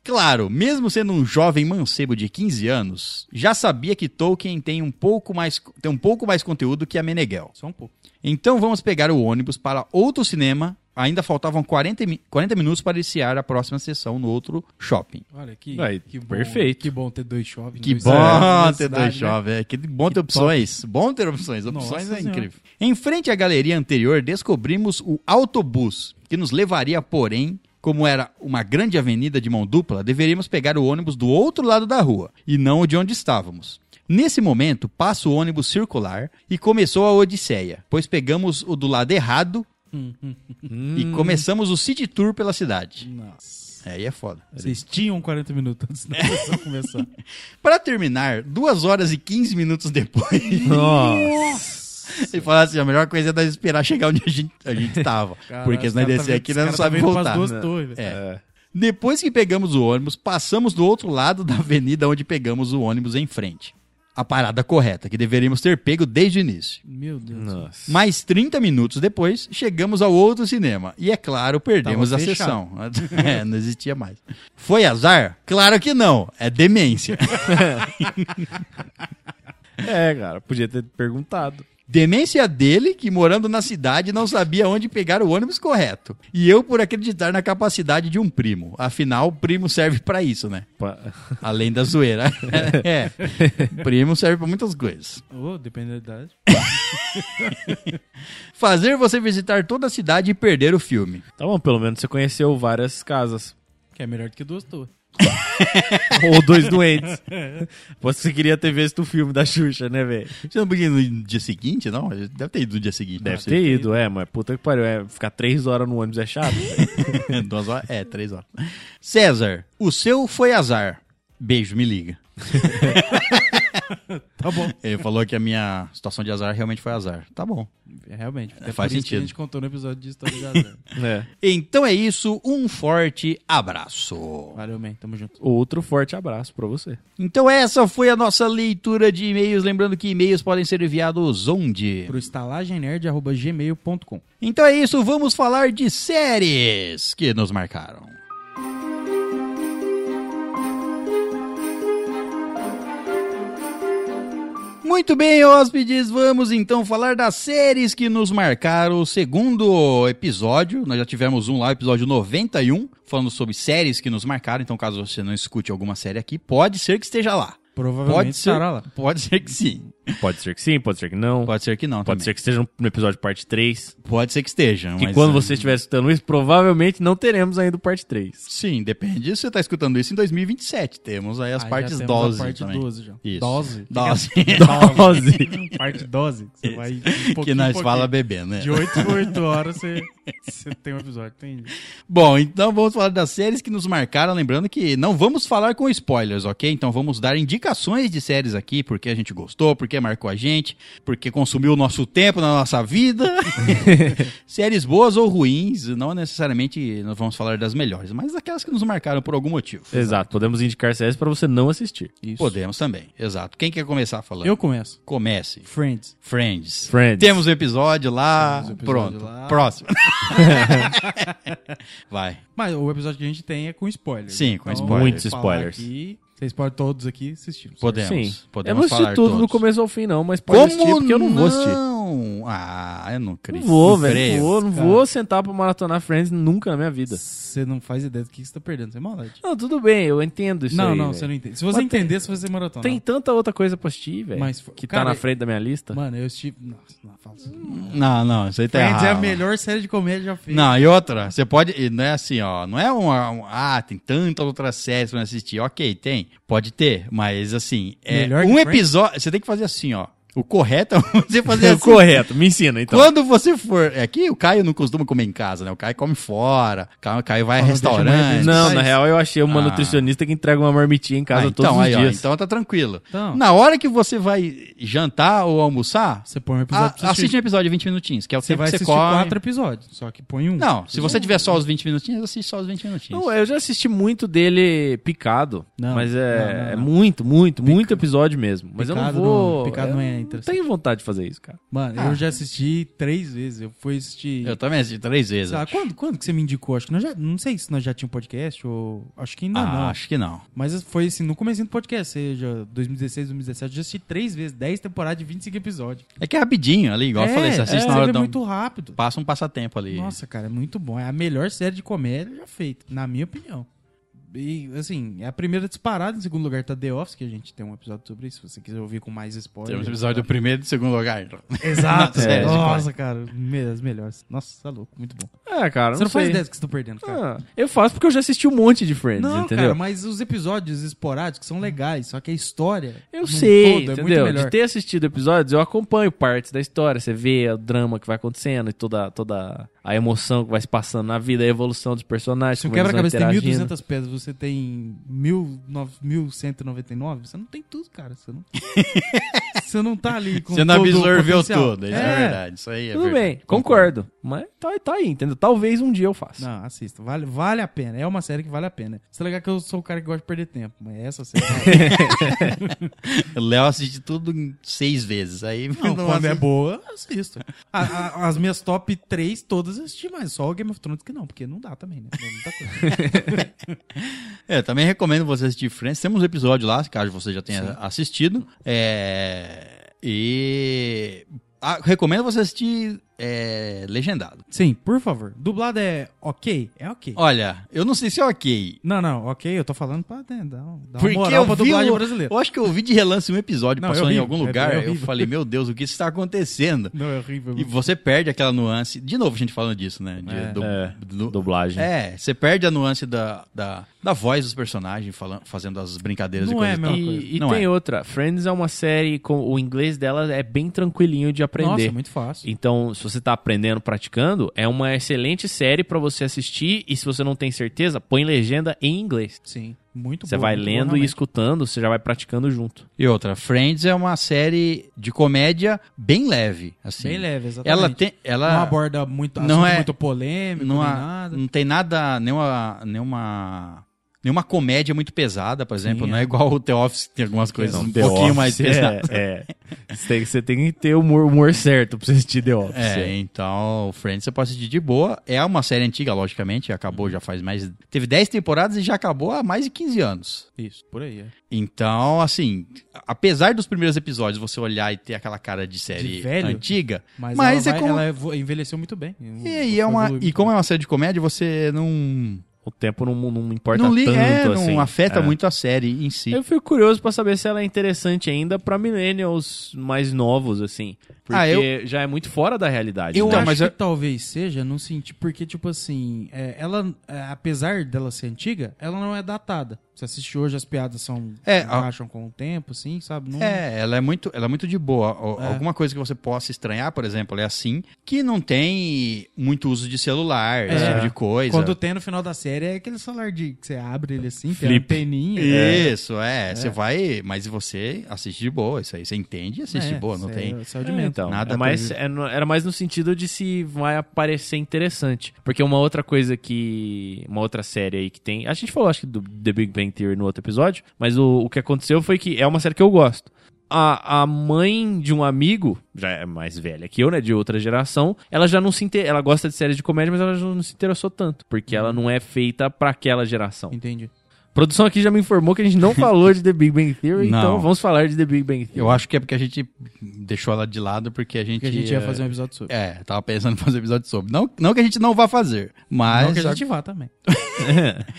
Speaker 1: Claro, mesmo sendo um jovem mancebo de 15 anos, já sabia que Tolkien tem um pouco mais, tem um pouco mais conteúdo que a Meneghel.
Speaker 2: Só um pouco.
Speaker 1: Então vamos pegar o ônibus para outro cinema. Ainda faltavam 40, mi- 40 minutos para iniciar a próxima sessão no outro shopping.
Speaker 2: Olha que,
Speaker 3: Aí,
Speaker 2: que bom.
Speaker 3: perfeito.
Speaker 2: Que bom ter dois shoppings.
Speaker 1: Que
Speaker 2: dois
Speaker 1: bom
Speaker 2: cinemas na
Speaker 1: ter
Speaker 2: cidade,
Speaker 1: dois
Speaker 2: né?
Speaker 1: jovens. é, Que bom ter opções. Bom ter opções. Opções
Speaker 2: Nossa
Speaker 1: é
Speaker 2: Senhora.
Speaker 1: incrível. Em frente à galeria anterior, descobrimos o autobus, que nos levaria, porém, como era uma grande avenida de mão dupla, deveríamos pegar o ônibus do outro lado da rua, e não o de onde estávamos. Nesse momento, passa o ônibus circular e começou a odisseia, pois pegamos o do lado errado e começamos o city tour pela cidade.
Speaker 2: Nossa.
Speaker 1: É, Aí é foda.
Speaker 2: Vocês tinham 40 minutos antes da sessão começar.
Speaker 1: Pra terminar, duas horas e 15 minutos depois,
Speaker 2: Nossa.
Speaker 1: Ele fala assim, a melhor coisa é nós esperar chegar onde a gente, a gente tava. porque se nós descer aqui,
Speaker 2: tá
Speaker 1: nós não sabemos voltar.
Speaker 2: duas
Speaker 1: né?
Speaker 2: torres, velho.
Speaker 1: É. Depois que pegamos o ônibus, passamos do outro lado da avenida onde pegamos o ônibus em frente. A parada correta, que deveríamos ter pego desde o início.
Speaker 2: Meu Deus.
Speaker 3: Nossa.
Speaker 1: Mais 30 minutos depois, chegamos ao outro cinema. E é claro, perdemos
Speaker 2: Tava
Speaker 1: a
Speaker 2: fechado.
Speaker 1: sessão. É, não existia mais. Foi azar? Claro que não. É demência.
Speaker 3: É, cara, podia ter perguntado.
Speaker 1: Demência dele, que morando na cidade não sabia onde pegar o ônibus correto. E eu por acreditar na capacidade de um primo. Afinal, primo serve pra isso, né?
Speaker 3: Pa-
Speaker 1: Além da zoeira. é. Primo serve pra muitas coisas.
Speaker 2: Ô, dependendo da idade.
Speaker 1: Fazer você visitar toda a cidade e perder o filme.
Speaker 3: Tá bom, pelo menos você conheceu várias casas.
Speaker 2: Que é melhor do que duas torres.
Speaker 3: Ou dois doentes. Você queria ter visto o filme da Xuxa, né, velho?
Speaker 1: Você não podia ir no dia seguinte, não? Deve ter ido no dia seguinte. né?
Speaker 3: Deve ter ido, é, mas puta que pariu. É, ficar três horas no ônibus é chato. velho.
Speaker 1: Duas horas? É, três horas. César, o seu foi azar. Beijo, me liga.
Speaker 2: Tá bom.
Speaker 1: Ele falou que a minha situação de azar realmente foi azar. Tá bom.
Speaker 2: É, Realmente. até
Speaker 1: faz
Speaker 2: por isso que
Speaker 1: sentido.
Speaker 2: a gente contou no episódio de História de Azar.
Speaker 3: é.
Speaker 1: Então é isso, um forte abraço.
Speaker 2: Valeu, man. Tamo junto.
Speaker 3: Outro forte abraço pra você.
Speaker 1: Então essa foi a nossa leitura de e-mails, lembrando que e-mails podem ser enviados onde?
Speaker 2: Pro estalagemnerd.gmail.com
Speaker 1: Então é isso, vamos falar de séries que nos marcaram. Muito bem, hóspedes, vamos então falar das séries que nos marcaram o segundo episódio. Nós já tivemos um lá, episódio 91, falando sobre séries que nos marcaram. Então, caso você não escute alguma série aqui, pode ser que esteja lá.
Speaker 2: Provavelmente
Speaker 1: Pode ser,
Speaker 2: estará lá.
Speaker 1: pode ser que sim.
Speaker 3: Pode ser que sim, pode ser que não. Pode,
Speaker 1: Pode ser que não também.
Speaker 3: ser que esteja no episódio parte 3.
Speaker 1: Pode ser que esteja.
Speaker 3: Que
Speaker 1: mas,
Speaker 3: quando
Speaker 1: eh,
Speaker 3: você estiver escutando isso, provavelmente não teremos ainda o parte 3.
Speaker 1: Sim, depende. Se você tá escutando isso em 2027, temos aí as
Speaker 2: Aí já
Speaker 1: partes
Speaker 2: temos a
Speaker 1: 12
Speaker 2: parte
Speaker 1: também.
Speaker 2: 12 já.
Speaker 1: Isso.
Speaker 2: 12?
Speaker 1: Dose.
Speaker 2: parte 12. que Você vai de pouquinho
Speaker 1: que
Speaker 2: em
Speaker 1: nós
Speaker 2: um pouquinho.
Speaker 1: fala bebendo, né?
Speaker 2: De um- 8 em 8 horas você, você tem um episódio. Entendi.
Speaker 1: Bom, então vamos falar das séries que nos marcaram, lembrando que não vamos falar com spoilers, ok? Então vamos dar indicações de séries aqui, porque a gente gostou, porque marcou a gente, porque consumiu o nosso tempo na nossa vida. séries boas ou ruins, não necessariamente nós vamos falar das melhores, mas daquelas que nos marcaram por algum motivo.
Speaker 3: Exato, podemos indicar séries pra você não assistir.
Speaker 2: Isso.
Speaker 1: Podemos também, exato. Quem quer começar falando?
Speaker 2: Eu começo.
Speaker 1: Comece.
Speaker 2: Friends.
Speaker 1: Friends.
Speaker 3: Friends.
Speaker 1: Temos um episódio lá.
Speaker 2: Temos um episódio
Speaker 1: Pronto.
Speaker 2: lá.
Speaker 1: Próximo. Vai.
Speaker 2: Mas o episódio que a gente tem é com spoiler.
Speaker 1: Sim, com
Speaker 2: Então,
Speaker 1: spoiler.
Speaker 3: Muitos
Speaker 2: falar
Speaker 3: spoilers.
Speaker 2: Aqui, vocês podem todos aqui assistir.
Speaker 1: Podemos.
Speaker 3: Sim. eu
Speaker 1: Podemos
Speaker 3: não assisti
Speaker 1: falar
Speaker 3: tudo
Speaker 1: todos.
Speaker 3: do começo ao fim, não, mas pode
Speaker 1: Como
Speaker 3: assistir porque eu não, vou assistir.
Speaker 1: não? Ah, eu não
Speaker 3: Não
Speaker 1: creio.
Speaker 3: vou, velho.
Speaker 1: Creio.
Speaker 3: Não vou, não
Speaker 2: cara.
Speaker 3: vou sentar pra maratonar Friends nunca na minha vida.
Speaker 2: Você não faz ideia do que você tá perdendo. Você é maldade.
Speaker 3: Não, tudo bem, eu entendo isso
Speaker 2: não,
Speaker 3: aí,
Speaker 2: não,
Speaker 3: velho.
Speaker 2: você não entende. Se você
Speaker 3: Mas tem-
Speaker 2: entender, você vai ser maratona.
Speaker 3: Tem tanta outra coisa pra assistir, velho,
Speaker 2: Mas,
Speaker 3: que
Speaker 2: cara,
Speaker 3: tá na frente da minha lista.
Speaker 2: Mano, eu estive. Nossa, não fala isso. Friends
Speaker 1: Não, não, isso aí Hum, tá errado.
Speaker 2: é a melhor série de comédia já feita.
Speaker 1: Não, e outra, você pode. e Não é assim, ó. Não é um. um- ah, tem tantas outras séries pra assistir. Ok, tem. Pode ter. Mas assim, é
Speaker 2: Melhor que
Speaker 1: um
Speaker 2: Friends?
Speaker 1: episódio. Você tem que fazer assim, ó. O correto é você fazer assim.
Speaker 3: Correto, me ensina, então.
Speaker 1: Quando você for. É que o Caio não costuma comer em casa, né? O Caio come fora. O Caio- o Caio vai a
Speaker 2: Ó, não deixa a mulher
Speaker 1: restaurante.
Speaker 2: ver
Speaker 3: Não,
Speaker 2: Mas-
Speaker 3: na real eu achei uma
Speaker 1: Ah.
Speaker 3: nutricionista que entrega uma marmitinha em casa
Speaker 1: Ah,
Speaker 3: todos
Speaker 1: então,
Speaker 3: os
Speaker 1: aí, ó,
Speaker 3: dias.
Speaker 1: então tá tranquilo.
Speaker 2: Então.
Speaker 1: Na hora que você vai jantar ou almoçar,
Speaker 2: Você põe um episódio
Speaker 1: a-
Speaker 2: pra você assistir.
Speaker 1: assiste um episódio de 20 minutinhos, que é o
Speaker 2: Você
Speaker 1: tempo
Speaker 2: vai
Speaker 1: que você
Speaker 2: assistir
Speaker 1: come.
Speaker 2: quatro episódios. Só que põe um.
Speaker 1: Não, se você tiver só os 20 minutinhos, assiste só os 20 minutinhos.
Speaker 2: é.
Speaker 3: Não, eu já assisti muito dele picado.
Speaker 2: Não,
Speaker 3: mas é,
Speaker 2: não, não,
Speaker 3: é
Speaker 2: não.
Speaker 3: muito, muito, muito episódio mesmo. Mas
Speaker 2: Picado
Speaker 3: eu não vou.
Speaker 2: não- picado
Speaker 3: eu
Speaker 2: não é
Speaker 3: Não
Speaker 2: interessante.
Speaker 3: tenho vontade de fazer isso, cara.
Speaker 2: Mano, eu já assisti três vezes. Eu fui assistir.
Speaker 1: Ah. Eu também assisti três vezes.
Speaker 2: Sei lá,
Speaker 1: acho.
Speaker 2: quando, quando que você me indicou? Acho que nós já. Não sei se nós já tínhamos podcast ou. Acho que ainda
Speaker 1: Ah,
Speaker 2: não.
Speaker 1: acho que não.
Speaker 2: Mas foi assim, no comecinho do podcast, seja 2016, 2017, eu já assisti três vezes, 10 temporadas de 25 episódios.
Speaker 1: É que é rapidinho ali, igual eu falei, você assiste
Speaker 2: é,
Speaker 1: na
Speaker 2: você
Speaker 1: hora
Speaker 2: vê
Speaker 1: do.
Speaker 2: muito rápido.
Speaker 1: Passa um passatempo ali.
Speaker 2: Nossa, cara, é muito bom. É a melhor série de comédia já feita, na minha opinião. E, assim, é a primeira disparada. Em segundo lugar tá The Office, que a gente tem um episódio sobre isso, se você quiser ouvir com mais spoiler.
Speaker 3: um
Speaker 1: Temos um episódio do primeiro e do segundo lugar.
Speaker 2: Exato.
Speaker 1: Na
Speaker 3: É,
Speaker 1: série de
Speaker 2: Nossa, cara, me- as melhores. Nossa, tá louco, muito bom.
Speaker 3: É, cara, não
Speaker 2: você não
Speaker 3: sei.
Speaker 2: faz ideia do que você tá perdendo, cara.
Speaker 3: Ah, eu faço porque eu já assisti um monte de Friends,
Speaker 2: Não,
Speaker 3: entendeu?
Speaker 2: cara, mas os episódios esporádicos são legais, só que a história.
Speaker 3: Eu
Speaker 2: num
Speaker 3: sei,
Speaker 2: todo É muito
Speaker 3: entendeu?
Speaker 2: melhor.
Speaker 3: de ter assistido episódios, eu acompanho partes da história. Você vê o drama que vai acontecendo e toda, toda a emoção que vai se passando na vida, a evolução dos personagens.
Speaker 2: Se um
Speaker 3: como eles vão
Speaker 2: quebra-cabeça tem
Speaker 3: interagindo.
Speaker 2: 1.200 pedras, você tem 1.199, você não tem tudo, cara. Você não, você não tá ali com
Speaker 1: Você não
Speaker 2: todo o
Speaker 1: absorveu
Speaker 2: potencial.
Speaker 1: tudo, isso é.
Speaker 2: É.
Speaker 1: verdade. Isso aí é
Speaker 3: Tudo
Speaker 1: verdade.
Speaker 3: bem, concordo. Mas tá, tá aí, entendeu? Talvez um dia eu faça.
Speaker 2: Não, assista. Vale, vale a pena. É uma série que vale a pena. Se ligar que eu sou o cara que gosta de perder tempo, mas essa série...
Speaker 1: O Léo assiste tudo em seis vezes. Aí assim,
Speaker 2: não, quando é
Speaker 1: assiste.
Speaker 2: boa, eu assisto. A- a- as minhas top 3 todas eu assisti, mas só o Game of Thrones que não, porque não dá também, né? É muita coisa.
Speaker 1: É, também recomendo você assistir Friends. Temos um episódio lá, caso você já tenha assistido. É... E Ah, recomendo você assistir é, legendado.
Speaker 2: Sim, por favor. Dublado é ok? É ok.
Speaker 1: Olha, eu não sei se é ok.
Speaker 2: Não, não, ok, eu tô falando pra né, dar um- dar uma
Speaker 1: Porque
Speaker 2: moral
Speaker 1: eu
Speaker 2: pra
Speaker 1: vi,
Speaker 2: dublagem
Speaker 1: o-
Speaker 2: brasileira.
Speaker 1: eu acho que eu vi de relance um episódio
Speaker 2: Não, é
Speaker 1: passando em
Speaker 2: horrível,
Speaker 1: algum
Speaker 2: é-
Speaker 1: lugar.
Speaker 2: é
Speaker 1: eu
Speaker 2: horrível.
Speaker 1: falei, meu Deus, o que está acontecendo?
Speaker 2: Não, é horrível.
Speaker 1: E você perde aquela nuance. De novo, a gente falando disso, né? De-
Speaker 2: É.
Speaker 1: do-
Speaker 3: É,
Speaker 1: do-
Speaker 3: dublagem.
Speaker 1: é, você perde a nuance da, da, da voz dos personagens falando, fazendo as brincadeiras e
Speaker 2: Não é
Speaker 1: coisas. e
Speaker 2: a
Speaker 1: tal.
Speaker 2: mesma coisa.
Speaker 3: E, e
Speaker 1: Não
Speaker 3: tem
Speaker 1: é.
Speaker 3: outra. Friends é uma série com o inglês dela é bem tranquilinho de aprender.
Speaker 2: Nossa, muito fácil.
Speaker 3: Então, se você tá aprendendo, praticando, é uma excelente série pra você assistir e se você não tem certeza, põe legenda em inglês.
Speaker 2: Sim, muito
Speaker 3: Você
Speaker 2: boa,
Speaker 3: vai
Speaker 2: muito
Speaker 3: lendo
Speaker 2: boa,
Speaker 3: e
Speaker 2: realmente.
Speaker 3: escutando, você já vai praticando junto.
Speaker 1: E outra, Friends é uma série de comédia bem leve, assim.
Speaker 2: Bem leve, exatamente.
Speaker 1: Ela tem, ela
Speaker 2: Não aborda muito,
Speaker 1: Não
Speaker 2: assunto
Speaker 1: é-
Speaker 2: muito polêmico,
Speaker 1: não,
Speaker 2: nem
Speaker 1: há-
Speaker 2: nada.
Speaker 1: não tem nada, nenhuma, nenhuma, nenhuma comédia muito pesada, por exemplo.
Speaker 2: Sim,
Speaker 1: não é.
Speaker 2: é.
Speaker 1: igual o The Office, que tem algumas coisas um
Speaker 3: The
Speaker 1: pouquinho
Speaker 3: Office
Speaker 1: mais
Speaker 3: é,
Speaker 1: pesadas.
Speaker 3: é. Você tem, você tem que ter o humor, humor certo pra você assistir The Office.
Speaker 1: É, então, Friends você pode assistir de boa. É uma série antiga, logicamente,
Speaker 2: Uhum.
Speaker 1: acabou já faz mais. Teve 10 temporadas e já acabou há mais de 15 anos.
Speaker 2: Isso, por aí. É.
Speaker 1: Então, assim, apesar dos primeiros episódios você olhar e ter aquela cara de série
Speaker 2: De velho?
Speaker 1: antiga,
Speaker 2: Mas,
Speaker 1: Mas
Speaker 2: ela,
Speaker 1: é
Speaker 2: vai-
Speaker 1: como-
Speaker 2: ela evo- envelheceu muito bem.
Speaker 1: e, aí é uma, e como é uma série de comédia, você não.
Speaker 3: O tempo não, não importa
Speaker 1: não li-
Speaker 3: tanto
Speaker 1: é, não
Speaker 3: assim.
Speaker 1: afeta
Speaker 3: É.
Speaker 1: muito a série em si.
Speaker 3: Eu fico curioso pra saber se ela é interessante ainda pra millennials mais novos, assim. Porque
Speaker 1: Ah,
Speaker 3: já é muito fora da realidade.
Speaker 2: Eu
Speaker 3: né?
Speaker 1: Então,
Speaker 2: acho
Speaker 1: mas
Speaker 2: que
Speaker 1: eu-
Speaker 2: talvez seja, não senti, porque, tipo assim, é, ela, é, apesar dela ser antiga, ela não é datada. Você assiste hoje, as piadas são.
Speaker 1: É, a-
Speaker 2: encaixam com o tempo, assim, sabe? Não,
Speaker 1: É, ela é muito, ela é muito de boa. O-
Speaker 2: É.
Speaker 1: Alguma coisa que você possa estranhar, por exemplo, é assim, que não tem muito uso de celular, esse
Speaker 2: É.
Speaker 1: tipo de coisa.
Speaker 2: Quando tem no final da série, é aquele celular de, que você abre ele assim, tem né? a
Speaker 3: Flip.
Speaker 2: anteninha.
Speaker 1: Isso, é, Você vai. Mas você assiste de boa, isso aí. Você entende e assiste de
Speaker 2: É,
Speaker 1: boa, não
Speaker 2: isso é-
Speaker 1: tem.
Speaker 2: isso é o de
Speaker 3: É,
Speaker 2: menos.
Speaker 3: então,
Speaker 1: Nada
Speaker 3: é mais-
Speaker 1: prejuízo.
Speaker 3: é no- era mais no sentido de se vai aparecer interessante. Porque uma outra coisa que. Uma outra série aí que tem. A gente falou, acho que, do The Big Bang Theory no outro episódio. Mas o, o que aconteceu foi que é uma série que eu gosto. A, a mãe de um amigo, já é mais velha que eu, né? De outra geração, ela já não se inte- Ela gosta de séries de comédia, mas ela já não se interessou tanto. Porque ela não é feita pra aquela geração.
Speaker 1: Então.
Speaker 2: Entendi.
Speaker 3: A produção aqui já me informou que a gente não falou de The Big Bang Theory,
Speaker 1: Não.
Speaker 3: então vamos falar de The Big Bang Theory.
Speaker 1: Eu acho que é porque a gente deixou ela de lado porque a gente.
Speaker 2: Porque a gente ia fazer um episódio sobre.
Speaker 1: É, tava pensando em fazer um episódio sobre. Não, não que a gente não vá fazer, mas.
Speaker 2: não que a gente vá também.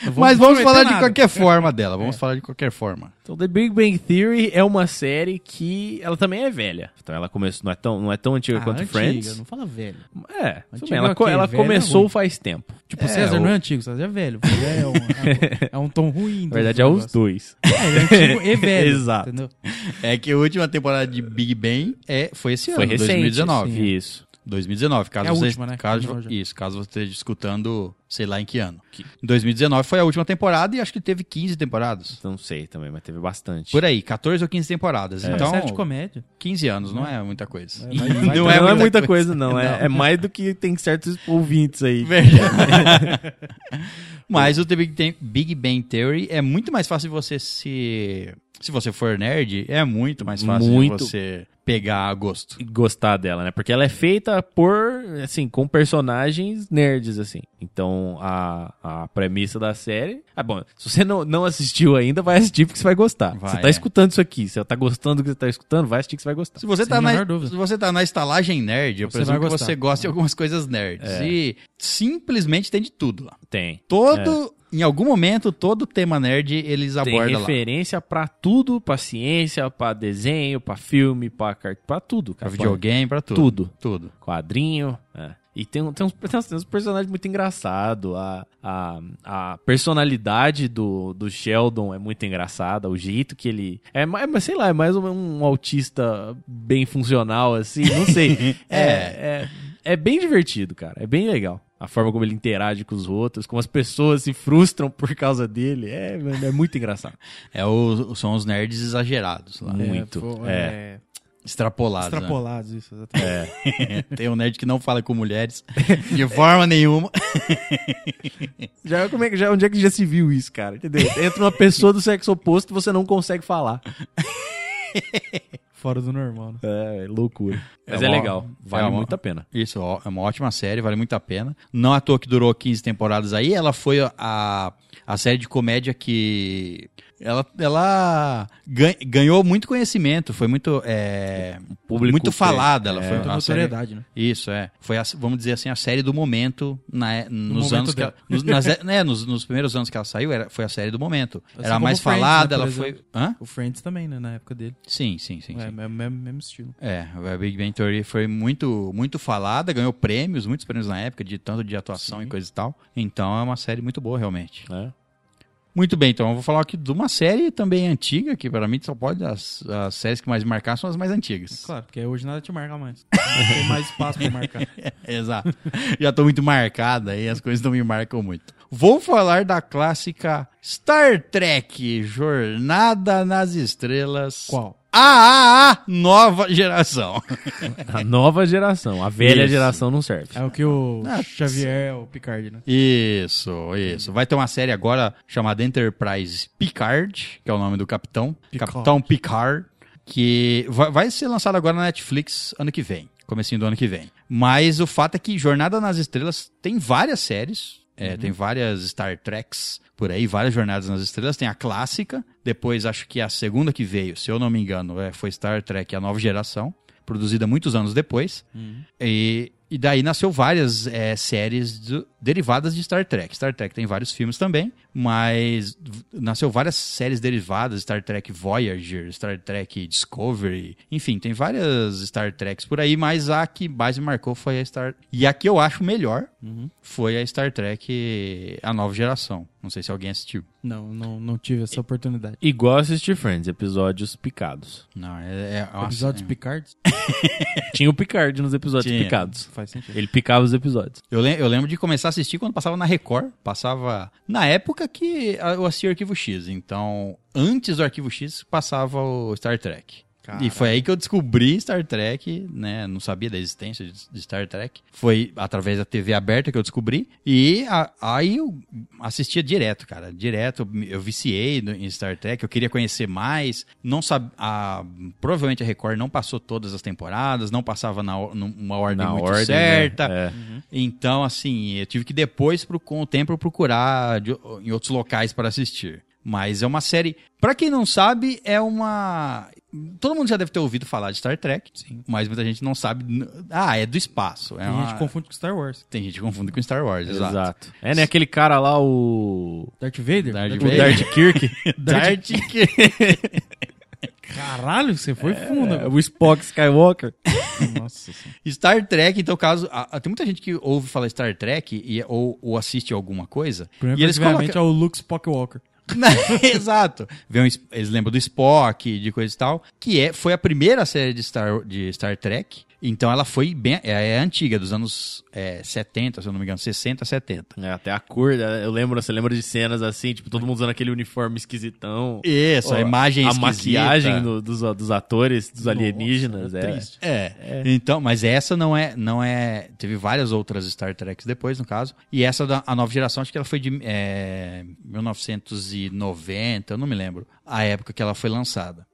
Speaker 2: Não
Speaker 1: Mas vamos
Speaker 2: prometer
Speaker 1: falar de
Speaker 2: nada. É.
Speaker 1: qualquer forma dela. Vamos falar de qualquer forma.
Speaker 3: Então, The Big Bang Theory é uma série que ela também é velha. Então, ela começou não é tão, não é tão antiga
Speaker 2: Ah,
Speaker 3: quanto
Speaker 2: antiga,
Speaker 3: Friends.
Speaker 2: Não fala velho.
Speaker 3: É, tudo
Speaker 2: Antiga
Speaker 3: bem, ela,
Speaker 2: ok,
Speaker 3: co- ela
Speaker 2: velha é
Speaker 3: começou
Speaker 2: ruim.
Speaker 3: faz tempo.
Speaker 2: Tipo,
Speaker 1: É,
Speaker 2: César
Speaker 1: o-
Speaker 2: não é antigo, César é velho. Velho é um, é um- é um tom ruim.
Speaker 3: Na verdade, é os dois.
Speaker 2: É, ele é antigo e velho.
Speaker 3: Exato.
Speaker 2: Entendeu?
Speaker 1: É que a última temporada de Big Bang é, foi esse
Speaker 3: Foi
Speaker 1: ano,
Speaker 3: recente.
Speaker 1: 2019.
Speaker 3: sim. Isso.
Speaker 1: 2019, caso
Speaker 2: É a
Speaker 1: você,
Speaker 2: última, né?
Speaker 1: caso-
Speaker 2: Terminou já.
Speaker 1: isso, caso você esteja escutando, sei lá em que ano.
Speaker 3: Que-
Speaker 1: Em 2019 foi a última temporada e acho que teve 15 temporadas.
Speaker 3: Não sei também, mas teve bastante.
Speaker 1: Por aí, 14 ou 15 temporadas.
Speaker 2: É uma
Speaker 1: Então,
Speaker 2: série de comédia.
Speaker 1: 15 anos não é muita coisa.
Speaker 2: É, vai- vai-
Speaker 3: Não, é, não é muita coisa, não. É, é mais do que tem certos ouvintes aí.
Speaker 1: Verdade. Mas o The Big, Tem- Big Bang Theory é muito mais fácil de você se. Se você for nerd, é muito mais fácil de
Speaker 3: Muito.
Speaker 1: você pegar a gosto.
Speaker 3: gostar dela, né? Porque ela é feita por, assim, com personagens nerds, assim. Então, a, a premissa da série... Ah, bom, se você não, não assistiu ainda, vai assistir porque você vai gostar.
Speaker 1: Vai,
Speaker 3: você tá
Speaker 1: é.
Speaker 3: escutando isso aqui, você tá gostando do que você tá escutando, vai assistir que você vai gostar.
Speaker 1: Se você,
Speaker 2: Sem
Speaker 1: tá
Speaker 2: a
Speaker 1: na,
Speaker 2: menor dúvida.
Speaker 1: se você tá na estalagem nerd, eu
Speaker 2: Você
Speaker 1: presumo que
Speaker 2: vai
Speaker 1: você
Speaker 2: gostar. É.
Speaker 1: gosta de algumas coisas nerds. E simplesmente tem de tudo lá.
Speaker 3: Tem.
Speaker 1: Todo,
Speaker 2: É.
Speaker 1: em algum momento, todo tema nerd eles
Speaker 3: Tem
Speaker 1: abordam lá.
Speaker 3: referência pra tudo, pra ciência, pra desenho, pra filme, pra, car- pra tudo.
Speaker 1: Pra
Speaker 3: Cara.
Speaker 1: videogame, pra
Speaker 3: Pra
Speaker 1: tudo.
Speaker 3: tudo.
Speaker 1: Tudo.
Speaker 3: quadrinho. é. E tem, um- tem, uns, tem, uns, tem uns personagens muito engraçados. A, a, a personalidade do, do Sheldon é muito engraçada. O jeito que ele. É, ma- é, mas sei lá, é mais um, um autista bem funcional, assim. Não sei. é, é, é bem divertido, cara. É bem legal. A forma como ele interage com os outros, como as pessoas se frustram por causa dele. É, mano, é muito engraçado.
Speaker 1: É o, são os nerds exagerados lá.
Speaker 3: Muito.
Speaker 2: pô,
Speaker 3: é.
Speaker 2: é,
Speaker 1: Extrapolados. né?
Speaker 2: Uhum. extrapolados, isso, exatamente.
Speaker 1: Tem um nerd que não fala com mulheres de forma nenhuma.
Speaker 3: Já, como é que, já, onde é que já se viu isso, cara? Entendeu? Entra uma pessoa do sexo oposto e você não consegue falar.
Speaker 2: Fora do normal. Né?
Speaker 3: É, loucura. Mas
Speaker 1: É
Speaker 3: é,
Speaker 1: uma-
Speaker 3: legal. Vale
Speaker 1: é uma-
Speaker 3: muito a pena.
Speaker 1: Isso, ó, é uma ótima série, vale muito a pena. Não à toa que durou 15 temporadas aí, ela foi a, a série de comédia que Ela, ela gan- ganhou muito conhecimento, foi muito, é,
Speaker 3: Público
Speaker 1: muito
Speaker 3: tem-
Speaker 1: falada. Ela
Speaker 3: é,
Speaker 1: foi
Speaker 2: Muita
Speaker 1: uma série-
Speaker 2: notoriedade, né?
Speaker 1: Isso, é. Foi, a, vamos dizer assim, a série do momento na, é, nos
Speaker 2: momento
Speaker 1: anos que ela,
Speaker 2: dela.
Speaker 1: nos, nas- né, nos, nos primeiros anos que ela saiu, era, foi a série do momento.
Speaker 2: Assim
Speaker 1: era a mais
Speaker 2: como Friends,
Speaker 1: falada,
Speaker 2: né,
Speaker 1: ela
Speaker 2: por
Speaker 1: foi. Hã?
Speaker 2: O Friends também, né? Na época dele.
Speaker 1: Sim, sim, sim.
Speaker 2: é,
Speaker 1: sim.
Speaker 2: mesmo, mesmo- mesmo estilo.
Speaker 1: É, a Big Bang Theory foi muito, muito falada, ganhou prêmios, muitos prêmios na época, de tanto de atuação e coisa e tal. Então é uma série muito boa, realmente.
Speaker 3: É.
Speaker 1: Muito bem, então eu vou falar aqui de uma série também antiga, que para mim só pode. As, as séries que mais marcaram são as mais antigas.
Speaker 2: Claro, porque hoje nada te marca mais. Não tem mais espaço pra marcar.
Speaker 1: Exato. Já tô muito marcada e as coisas não me marcam muito. Vou falar da clássica Star Trek Jornada nas Estrelas.
Speaker 2: Qual?
Speaker 1: A, a, a nova geração.
Speaker 3: A nova geração. A velha
Speaker 1: Isso.
Speaker 3: geração não serve.
Speaker 2: É o que o
Speaker 1: Ah,
Speaker 2: Xavier é o Picard, né?
Speaker 1: Isso, isso. Vai ter uma série agora chamada Enterprise Picard, que é o nome do capitão.
Speaker 2: Picard.
Speaker 1: Capitão Picard, que vai, vai ser lançado agora na Netflix ano que vem, comecinho do ano que vem. Mas o fato é que Jornada nas Estrelas tem várias séries, é,
Speaker 2: Uhum.
Speaker 1: tem várias Star Treks por aí, várias Jornadas nas Estrelas. Tem a clássica, depois acho que a segunda que veio, se eu não me engano, é, foi Star Trek A Nova Geração, produzida muitos anos depois. E, e daí nasceu várias é, séries do- derivadas de Star Trek. Star Trek tem vários filmes também, mas v- nasceu várias séries derivadas, Star Trek Voyager, Star Trek Discovery, enfim, tem várias Star Treks por aí, mas a que mais me marcou foi a Star... E a que eu acho melhor foi a Star Trek A Nova Geração. Não sei se alguém assistiu.
Speaker 2: Não, não, não tive essa oportunidade.
Speaker 3: Igual assistir Friends, episódios picados.
Speaker 1: Não, é... é nossa,
Speaker 2: Episódios
Speaker 1: é-
Speaker 2: Picard?
Speaker 3: Tinha o Picard nos episódios
Speaker 1: Tinha.
Speaker 3: picados.
Speaker 2: Faz sentido.
Speaker 3: Ele picava os episódios.
Speaker 1: Eu, lem- eu lembro de começar a assistir quando passava na Record. Passava na época que a- eu assistia o Arquivo X. Então, antes do Arquivo X, passava o Star Trek. E foi aí que eu descobri Star Trek, né? Não sabia da existência de de Star Trek. Foi através da TV aberta que eu descobri. E a- aí eu assistia direto, cara. Direto, me- eu viciei no- em Star Trek. Eu queria conhecer mais. Não sab... a- Provavelmente a Record não passou todas as temporadas, não passava na, or- numa ordem
Speaker 3: Na
Speaker 1: muito
Speaker 3: ordem, né?
Speaker 1: certa.
Speaker 3: É.
Speaker 1: Então, assim, eu tive que depois, pro- com o tempo, procurar de- em outros locais para assistir. Mas é uma série. Pra quem não sabe, é uma. Todo mundo já deve ter ouvido falar de Star Trek,
Speaker 2: Sim.
Speaker 1: mas muita gente não sabe. n- Ah, é do espaço. É
Speaker 2: Tem
Speaker 1: uma-
Speaker 2: gente que confunde com Star Wars.
Speaker 1: Tem gente que confunde com Star Wars,
Speaker 3: Exato.
Speaker 1: exato.
Speaker 3: É, né? Aquele cara lá, o.
Speaker 2: Darth Vader?
Speaker 1: Darth
Speaker 3: O
Speaker 1: Vader.
Speaker 3: Darth Kirk.
Speaker 1: Darth Vader.
Speaker 2: Caralho, você foi fundo
Speaker 3: É,
Speaker 2: agora.
Speaker 3: o Spock Skywalker.
Speaker 2: Nossa senhora.
Speaker 1: Star Trek, então, caso. ah, tem muita gente que ouve falar Star Trek e, ou, ou assiste alguma coisa.
Speaker 2: Primeiro
Speaker 1: e eles colocam.
Speaker 2: é o Luke Skywalker.
Speaker 1: Né? Exato. Vê um es- eles lembram do Spock, de coisa e tal, que é, foi a primeira série de Star, de Star Trek. Então ela foi bem. É, é antiga, dos anos é, 70, se eu não me engano, 60, 70.
Speaker 3: É, até a cor, eu lembro, você lembra de cenas assim, tipo, todo mundo usando aquele uniforme esquisitão.
Speaker 1: Isso, a
Speaker 3: Ó,
Speaker 1: imagem
Speaker 3: A
Speaker 1: esquisita.
Speaker 3: maquiagem do- dos, dos atores, dos alienígenas.
Speaker 2: Nossa,
Speaker 3: é.
Speaker 2: Triste.
Speaker 1: É. Então, mas essa não é, não é. Teve várias outras Star Treks depois, no caso. E essa da a nova geração, acho que ela foi de é, 1990, eu não me lembro a época que ela foi lançada.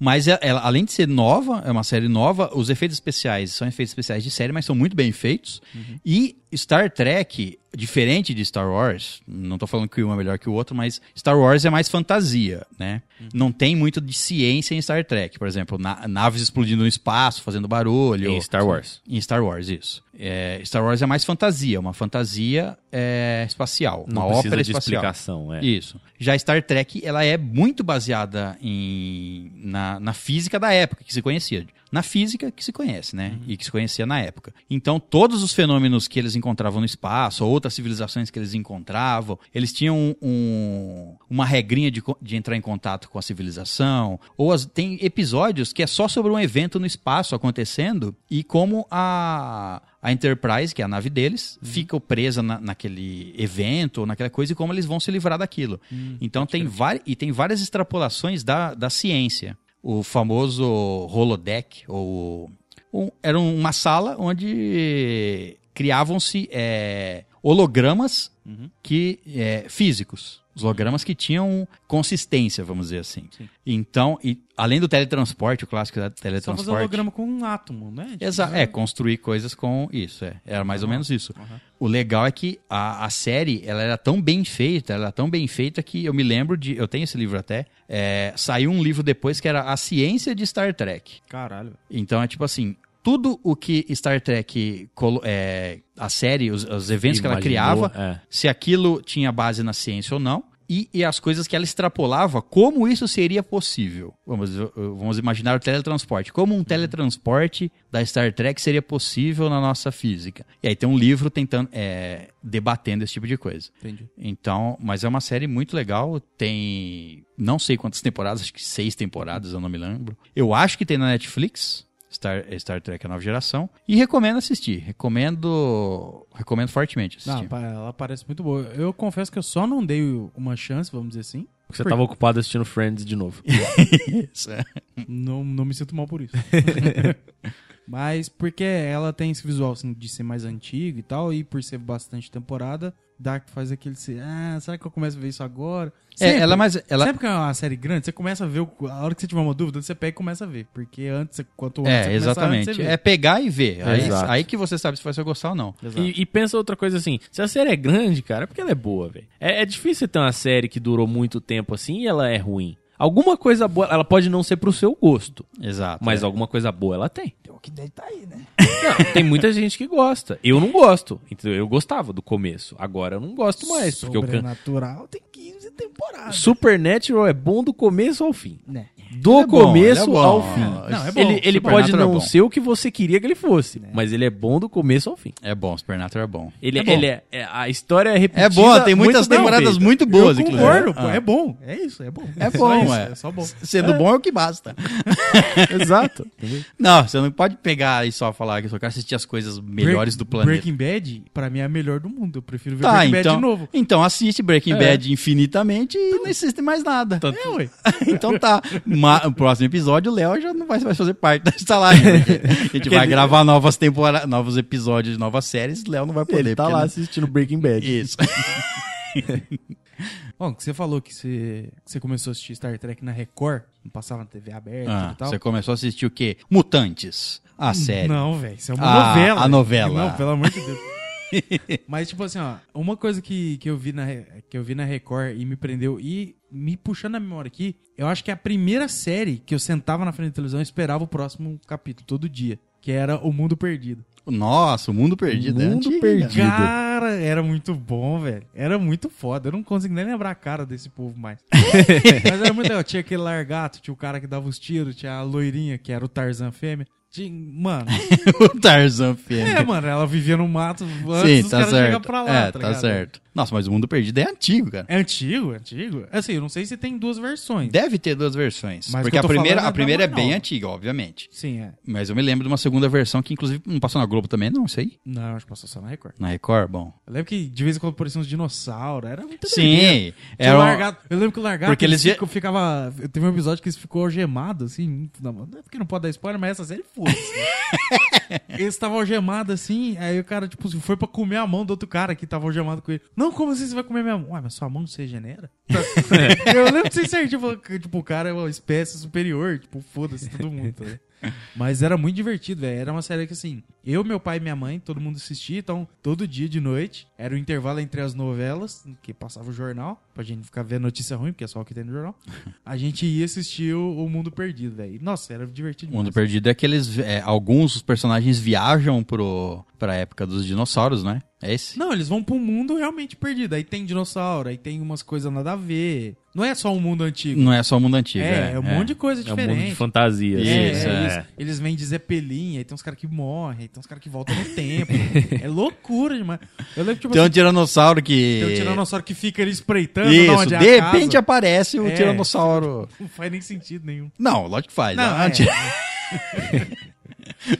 Speaker 1: Mas e- ela, além de ser nova, é uma série nova, os efeitos especiais são efeitos especiais de série, mas são muito bem feitos. E Star Trek, diferente de Star Wars, não tô falando que um é melhor que o outro, mas Star Wars é mais fantasia, né?
Speaker 3: Uhum.
Speaker 1: Não tem muito de ciência em Star Trek, por exemplo, na- naves explodindo no espaço, fazendo barulho.
Speaker 3: Em Star Wars.
Speaker 1: Em Star Wars, isso. É, Star Wars é mais fantasia, uma fantasia é, espacial,
Speaker 3: Não
Speaker 1: uma
Speaker 3: precisa
Speaker 1: ópera
Speaker 3: de
Speaker 1: espacial.
Speaker 3: explicação, é.
Speaker 1: Isso. Já Star Trek, ela é muito baseada em, na, na física da época que se conhecia. Na física que se conhece, né? E que se conhecia na época. Então, todos os fenômenos que eles encontravam no espaço, ou outras civilizações que eles encontravam, eles tinham um- uma regrinha de, co- de entrar em contato com a civilização. Ou as- tem episódios que é só sobre um evento no espaço acontecendo e como a, a Enterprise, que é a nave deles, fica presa na- naquele evento ou naquela coisa e como eles vão se livrar daquilo. então tem várias e tem várias extrapolações da, da ciência. O famoso holodeck ou um- era uma sala
Speaker 2: Uhum.
Speaker 1: onde criavam-se é, hologramas que é, físicos. Os hologramas que tinham consistência, vamos dizer assim.
Speaker 2: Sim.
Speaker 1: Então, e além do teletransporte, o clássico da
Speaker 2: Só
Speaker 1: teletransporte.
Speaker 2: fazer holograma com um átomo, né? Tipo,
Speaker 1: Exa-
Speaker 2: né?
Speaker 1: é, construir coisas com isso, é. Era mais ou menos isso.
Speaker 2: Tipo, Aham.
Speaker 1: O legal é que a, a série, ela era tão bem feita, ela era tão bem feita que eu me lembro de, eu tenho esse livro até, é, saiu um livro depois que era A Ciência de Star Trek.
Speaker 2: Caralho.
Speaker 1: Então é tipo assim, tudo o que Star Trek, colo- é, a série, os, os eventos que ela criava,
Speaker 3: É.
Speaker 1: se aquilo tinha base na ciência ou não, e, e as coisas que ela extrapolava, como isso seria possível. Vamos, eh, vamos imaginar o teletransporte. Como um teletransporte da Star Trek seria possível na nossa física. E aí tem um livro tentando eh, debatendo esse tipo de coisa.
Speaker 2: Entendi.
Speaker 1: Então, mas é uma série muito legal. Tem não sei quantas temporadas, acho que seis temporadas, eu não me lembro. Eu acho que tem na Netflix. Star, Star Trek a nova geração. E recomendo assistir. Recomendo. Recomendo fortemente assistir.
Speaker 2: Não, pa- ela parece muito boa. Eu confesso que eu só não dei uma chance, vamos dizer assim.
Speaker 3: Porque você tava ocupado assistindo Friends de novo.
Speaker 1: Isso, é.
Speaker 2: não, não me sinto mal por isso. Mas porque ela tem esse visual assim, de ser mais antigo e tal, e por ser bastante temporada, dá, faz aquele. se- Ah, será que eu começo a ver isso agora?
Speaker 1: É, ela mais. Ela,
Speaker 2: Sempre que é uma série grande, você começa a ver. o- A hora que você tiver uma dúvida, você pega e começa a ver. Porque antes, você- quanto antes
Speaker 1: é,
Speaker 2: né? você começar, antes
Speaker 1: exatamente.
Speaker 2: você vê.
Speaker 1: É pegar e ver. Aí,
Speaker 3: Exato.
Speaker 1: aí que você sabe se vai você gostar ou não.
Speaker 2: Exato.
Speaker 3: E, e pensa outra coisa assim, se a série é grande, cara, é porque ela é boa, velho. É, é difícil você ter uma série que durou muito tempo assim e ela é ruim. Alguma coisa boa, ela pode não ser pro seu gosto,
Speaker 1: Exato. É.
Speaker 3: mas alguma coisa boa ela tem.
Speaker 2: o que deve tá aí, né?
Speaker 3: Não, tem muita gente que gosta. Eu não gosto. Então eu gostava do começo, agora eu não gosto mais, porque eu can...
Speaker 2: Sobrenatural tem 15 temporadas.
Speaker 3: Supernatural é bom do começo ao fim.
Speaker 2: Né?
Speaker 3: Do
Speaker 1: É bom,
Speaker 3: começo
Speaker 1: ele é bom.
Speaker 3: ao fim.
Speaker 1: Não, é bom.
Speaker 3: Ele, ele
Speaker 1: Supernatural
Speaker 3: pode
Speaker 1: é
Speaker 3: não
Speaker 1: bom.
Speaker 3: ser o que você queria que ele fosse, mas ele é bom do começo ao fim.
Speaker 1: É bom, Supernatural é bom.
Speaker 3: Ele
Speaker 1: é
Speaker 3: é,
Speaker 1: bom.
Speaker 3: ele é, é- a história é repetida.
Speaker 1: É bom, tem muitas
Speaker 3: muito bem
Speaker 1: temporadas
Speaker 3: feita.
Speaker 1: muito boas,
Speaker 2: eu
Speaker 1: inclusive.
Speaker 2: concordo, pô,
Speaker 1: Ah.
Speaker 2: é bom. É isso, é bom.
Speaker 1: É
Speaker 2: só
Speaker 1: bom,
Speaker 2: isso,
Speaker 1: é.
Speaker 2: é só bom.
Speaker 1: Sendo bom é o que basta.
Speaker 3: Exato.
Speaker 1: Não, você não pode pegar e só falar que eu só quero assistir as coisas melhores
Speaker 2: Break-
Speaker 1: do planeta.
Speaker 2: Breaking Bad, pra mim, é a melhor do mundo. Eu prefiro ver
Speaker 1: Tá,
Speaker 2: Breaking Bad
Speaker 1: então,
Speaker 2: de novo.
Speaker 1: então assiste Breaking
Speaker 3: É.
Speaker 1: Bad infinitamente e não assiste mais nada.
Speaker 2: É, ué.
Speaker 1: então tá. Ma- o próximo episódio, o Léo já não vai mais fazer parte da estalagem. porque A gente vai gravar novas temporadas, novos episódios de novas séries, o Léo não vai poder.
Speaker 3: Ele tá
Speaker 1: porque
Speaker 3: lá
Speaker 1: não-
Speaker 3: assistindo Breaking Bad.
Speaker 1: Isso.
Speaker 2: Bom, que você falou que você, que você começou a assistir Star Trek na Record, não passava na TV aberta
Speaker 1: Ah,
Speaker 2: e tal.
Speaker 1: Você começou a assistir o quê? Mutantes. A série.
Speaker 2: Hum, Não, velho, isso é uma
Speaker 1: Ah,
Speaker 2: novela.
Speaker 1: a novela.
Speaker 2: Não, pelo amor de Deus. Mas, tipo assim, ó, uma coisa que, que, eu vi na, Re- que eu vi na Record e me prendeu, e me puxando a memória aqui, eu acho que é a primeira série que eu sentava na frente da televisão e esperava o próximo capítulo todo dia, que era O Mundo Perdido.
Speaker 1: Nossa, o Mundo Perdido. é
Speaker 3: Mundo
Speaker 1: antiga.
Speaker 3: Perdido. Digo.
Speaker 2: Cara, era muito bom, velho. Era muito foda. Eu não consigo nem lembrar a cara desse povo mais. Mas era muito legal. Tinha aquele largato, tinha o cara que dava os tiros, tinha a loirinha, que era o Tarzan fêmea. Tinha- Mano,
Speaker 1: né? o Tarzan
Speaker 2: é,
Speaker 1: Fêmea.
Speaker 2: mano, ela vivia no mato É, antes
Speaker 1: Sim,
Speaker 2: dos
Speaker 1: tá
Speaker 2: caras chegar
Speaker 1: certo.
Speaker 2: pra lá,
Speaker 1: é, tá,
Speaker 2: ligado?
Speaker 1: certo. Nossa, mas o Mundo Perdido é antigo, cara.
Speaker 2: É antigo, é antigo. Assim, eu não sei se tem duas versões.
Speaker 1: Deve ter duas versões.
Speaker 2: Mas
Speaker 1: porque
Speaker 2: que
Speaker 1: a
Speaker 2: eu tô
Speaker 1: primeira,
Speaker 2: falando é
Speaker 1: a
Speaker 2: da
Speaker 1: primeira é
Speaker 2: mais
Speaker 1: bem
Speaker 2: nova.
Speaker 1: antiga, obviamente.
Speaker 2: Sim, é.
Speaker 1: Mas eu me lembro de uma segunda versão que, inclusive, não passou na Globo também, não, isso aí?
Speaker 2: Não, acho que passou só na Record.
Speaker 1: Na Record, bom.
Speaker 2: Eu lembro que de vez em quando apareciam uns dinossauros. Era muito doideira.
Speaker 1: Sim,
Speaker 2: Tinha
Speaker 1: era
Speaker 2: o
Speaker 1: um-
Speaker 2: largato. Eu lembro que o largato
Speaker 1: Porque eles
Speaker 2: ficam- ficava. Teve um episódio que eles ficou algemado, assim. na- não é Porque não pode dar spoiler, mas essa série foda. eles estavam algemados assim, aí o cara, tipo, foi pra comer a mão do outro cara que tava algemado com ele. Não, como assim você vai comer minha mão? Ué, mas sua mão não se regenera? eu lembro de ser tipo, que, tipo, o cara é uma espécie superior, tipo, foda-se todo mundo, tá ligado? Mas era muito divertido, velho. Era uma série que, assim, eu, meu pai e minha mãe, todo mundo assistia, então, todo dia de noite, era o intervalo entre as novelas, que passava o jornal, pra gente não ficar vendo notícia ruim, porque é só o que tem no jornal. A gente ia assistir o, o Mundo Perdido, velho. Nossa, era divertido
Speaker 1: O Mundo
Speaker 2: demais.
Speaker 1: Perdido é que eles. é, alguns dos personagens viajam pro, pra época dos dinossauros, né? É esse?
Speaker 2: Não, eles vão pra um mundo realmente perdido. Aí tem dinossauro, aí tem umas coisas nada a ver. Não é só um mundo antigo.
Speaker 1: Não é só o mundo antigo.
Speaker 2: é, é, um monte de coisa
Speaker 3: É um mundo de
Speaker 2: diferente.
Speaker 3: fantasia.
Speaker 1: Isso,
Speaker 2: É, é,
Speaker 1: é.
Speaker 2: Eles, eles vêm de Zeppelin, aí tem uns caras que morrem, aí tem uns caras que voltam no tempo. é loucura demais. Eu lembro, tipo,
Speaker 1: Tem um
Speaker 2: assim,
Speaker 1: tiranossauro que.
Speaker 2: tem um tiranossauro que fica ali espreitando da
Speaker 1: é. Isso,
Speaker 2: onde é
Speaker 1: de
Speaker 2: a casa.
Speaker 1: repente aparece o
Speaker 2: É.
Speaker 1: tiranossauro.
Speaker 2: Não faz nem sentido nenhum.
Speaker 1: Não, lógico que faz.
Speaker 2: Não,
Speaker 1: né?
Speaker 2: é.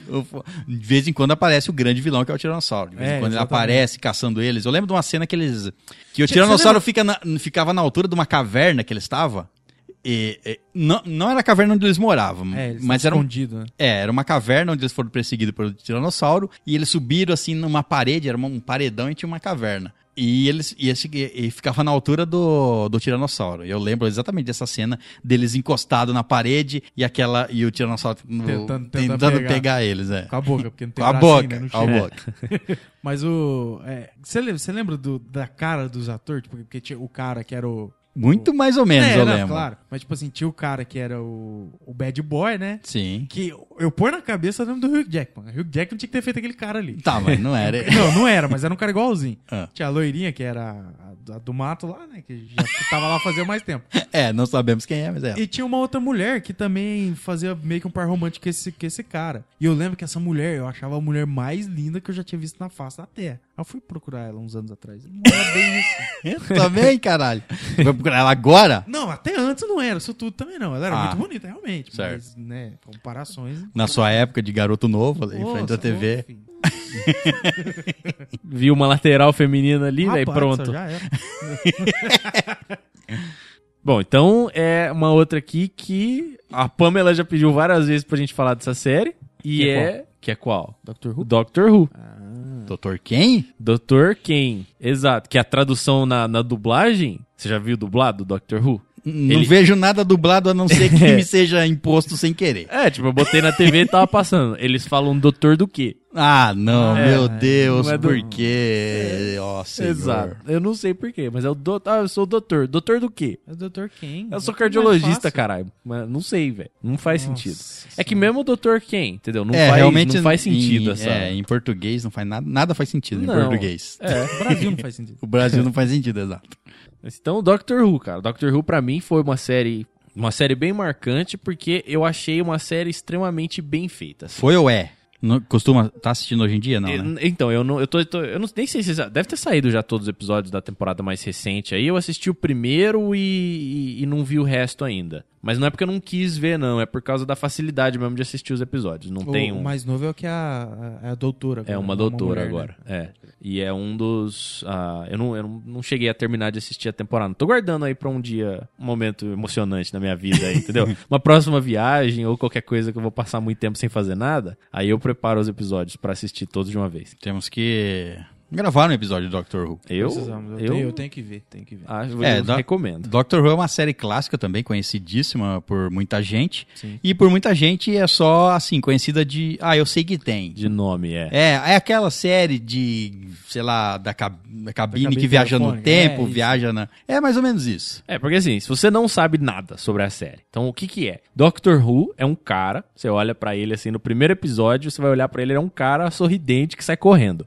Speaker 1: Eu fo- De vez em quando aparece o grande vilão, que é o Tiranossauro. De vez em
Speaker 2: É,
Speaker 1: quando ele
Speaker 2: exatamente.
Speaker 1: aparece caçando eles. Eu lembro de uma cena que eles. Que o
Speaker 2: Você
Speaker 1: Tiranossauro fica na- ficava na altura de uma caverna que ele estava. E, e- não, não era a caverna onde eles moravam,
Speaker 2: É, eles
Speaker 1: mas
Speaker 2: estão
Speaker 1: era, um-
Speaker 2: escondido, né?
Speaker 1: é, era uma caverna onde eles foram perseguidos pelo Tiranossauro. E eles subiram assim numa parede, era um um paredão e tinha uma caverna. E eles e esse- e- e ficava na altura do, do tiranossauro. E Eu lembro exatamente dessa cena deles encostados na parede e aquela e o tiranossauro no- tentando,
Speaker 2: Tentando- tentando
Speaker 1: pegar.
Speaker 2: pegar.
Speaker 1: eles, é.
Speaker 2: Com a boca, porque não
Speaker 1: Com
Speaker 2: tem
Speaker 1: a
Speaker 2: bracinho,
Speaker 1: boca,
Speaker 2: né? Não
Speaker 1: com a
Speaker 2: chega.
Speaker 1: boca.
Speaker 2: Mas o. é, Você lembra, você lembra do- da cara dos atores? Tipo, Porque tinha o cara que era o.
Speaker 1: Muito mais ou menos,
Speaker 2: é,
Speaker 1: eu
Speaker 2: não,
Speaker 1: lembro.
Speaker 2: claro. Mas, tipo assim, tinha o cara que era o, o bad boy, né?
Speaker 1: Sim.
Speaker 2: Que eu- eu pôr na cabeça o nome do Hugh Jackman. O Hugh Jackman tinha que ter feito aquele cara ali.
Speaker 1: Tá, mas não era.
Speaker 3: É.
Speaker 2: Não, não era, mas era um cara igualzinho.
Speaker 1: Ah.
Speaker 2: Tinha a loirinha, que era a, do- a do mato lá, né? Que já que tava lá fazia mais tempo.
Speaker 1: é, não sabemos quem é, mas é.
Speaker 2: E tinha uma outra mulher que também fazia meio que um par romântico com esse, com esse cara. E eu lembro que essa mulher, eu achava a mulher mais linda que eu já tinha visto na face da Terra. Aí eu fui procurar ela uns anos atrás. Não era bem isso.
Speaker 1: Também, Tá caralho. Vai procurar ela agora?
Speaker 2: Não, até antes não era, isso tudo também não. Ela era
Speaker 1: Ah.
Speaker 2: muito bonita, realmente.
Speaker 1: Certo.
Speaker 2: Mas, né, comparações. é
Speaker 1: Na sua época de garoto novo, ali, em frente da
Speaker 2: Nossa,
Speaker 1: TV.
Speaker 2: enfim.
Speaker 3: Viu uma lateral feminina ali, daí
Speaker 2: Rapaz,
Speaker 3: pronto.
Speaker 2: já era.
Speaker 3: Bom, então é uma outra aqui que a Pamela já pediu várias vezes pra gente falar dessa série. E
Speaker 2: Que é
Speaker 3: é. Que é qual?
Speaker 2: Dr. Who?
Speaker 3: Doctor Who.
Speaker 1: Doutor quem?
Speaker 3: Doutor quem? Exato. Que é a tradução na, na dublagem. Você já viu dublado Doctor Who?
Speaker 1: Não
Speaker 3: Ele-
Speaker 1: vejo nada dublado a não ser que me seja imposto sem querer.
Speaker 3: É, tipo, eu botei na TV e tava passando. Eles falam doutor do quê?
Speaker 1: Ah, não,
Speaker 2: É,
Speaker 1: meu Deus,
Speaker 3: não é
Speaker 1: por
Speaker 3: do- É,
Speaker 1: quê? Ó, senhor.
Speaker 3: Eu não sei porquê, mas é o doutor. Ah, eu sou o doutor. Doutor do quê?
Speaker 2: É o Dr. Ken.
Speaker 3: Eu
Speaker 2: muito
Speaker 3: sou
Speaker 2: mais
Speaker 3: cardiologista,
Speaker 2: fácil.
Speaker 3: caralho. Mas não sei, velho. Não faz
Speaker 2: Nossa
Speaker 3: sentido. É
Speaker 2: Senhora.
Speaker 3: que mesmo o doutor quem, entendeu? Não,
Speaker 1: é,
Speaker 3: faz,
Speaker 1: realmente
Speaker 3: não faz
Speaker 1: em-
Speaker 3: sentido essa.
Speaker 1: É, em português não faz nada, nada faz sentido
Speaker 3: Não.
Speaker 1: em português.
Speaker 3: É.
Speaker 2: O Brasil não faz sentido.
Speaker 1: O Brasil não faz sentido, exato.
Speaker 3: Então, Doctor Who, cara. Doctor Who pra mim foi uma série, uma série bem marcante porque eu achei uma série extremamente bem feita. assim.
Speaker 1: Foi ou é? Não- costuma tá assistindo hoje em dia, não,
Speaker 3: E-
Speaker 1: né?
Speaker 3: Então, eu não, eu tô, eu tô- eu não nem sei se já- deve ter saído já todos os episódios da temporada mais recente. Aí eu assisti o primeiro e, e- e não vi o resto ainda. Mas não é porque eu não quis ver, não. É por causa da facilidade mesmo de assistir os episódios. Não
Speaker 2: O
Speaker 3: tem um.
Speaker 2: mais novo é o que é a, a, a doutora.
Speaker 3: É
Speaker 2: agora,
Speaker 3: uma
Speaker 2: mulher,
Speaker 3: doutora
Speaker 2: né?
Speaker 3: agora. É. E é um dos. ah, eu não, eu não, não cheguei a terminar de assistir a temporada. Tô guardando aí pra um dia, um momento emocionante na minha vida aí, entendeu? Uma próxima viagem ou qualquer coisa que eu vou passar muito tempo sem fazer nada. Aí eu preparo os episódios pra assistir todos de uma vez.
Speaker 1: Temos que gravar um episódio do Doctor Who.
Speaker 3: Eu.
Speaker 2: Precisamos, eu,
Speaker 3: eu,
Speaker 2: tenho, eu tenho que ver, tenho que ver.
Speaker 3: acho-
Speaker 1: É,
Speaker 3: eu
Speaker 1: dá-
Speaker 3: recomendo.
Speaker 1: Doctor Who é uma série clássica também, conhecidíssima por muita gente.
Speaker 2: Sim.
Speaker 1: E por muita gente é só, assim, conhecida de... Ah, eu sei que tem.
Speaker 3: De nome, é.
Speaker 1: É, é aquela série de, sei lá, da, cab- da cabine
Speaker 2: cabine
Speaker 1: que viaja no
Speaker 2: telefônica,
Speaker 3: né?
Speaker 1: tempo,
Speaker 2: é, isso.
Speaker 1: viaja na... É mais ou menos isso.
Speaker 3: É, porque assim, se você não sabe nada sobre a série, então o que que é? Doctor Who é um cara, você olha pra ele assim, no primeiro episódio, você vai olhar pra ele, ele é um cara sorridente que sai correndo.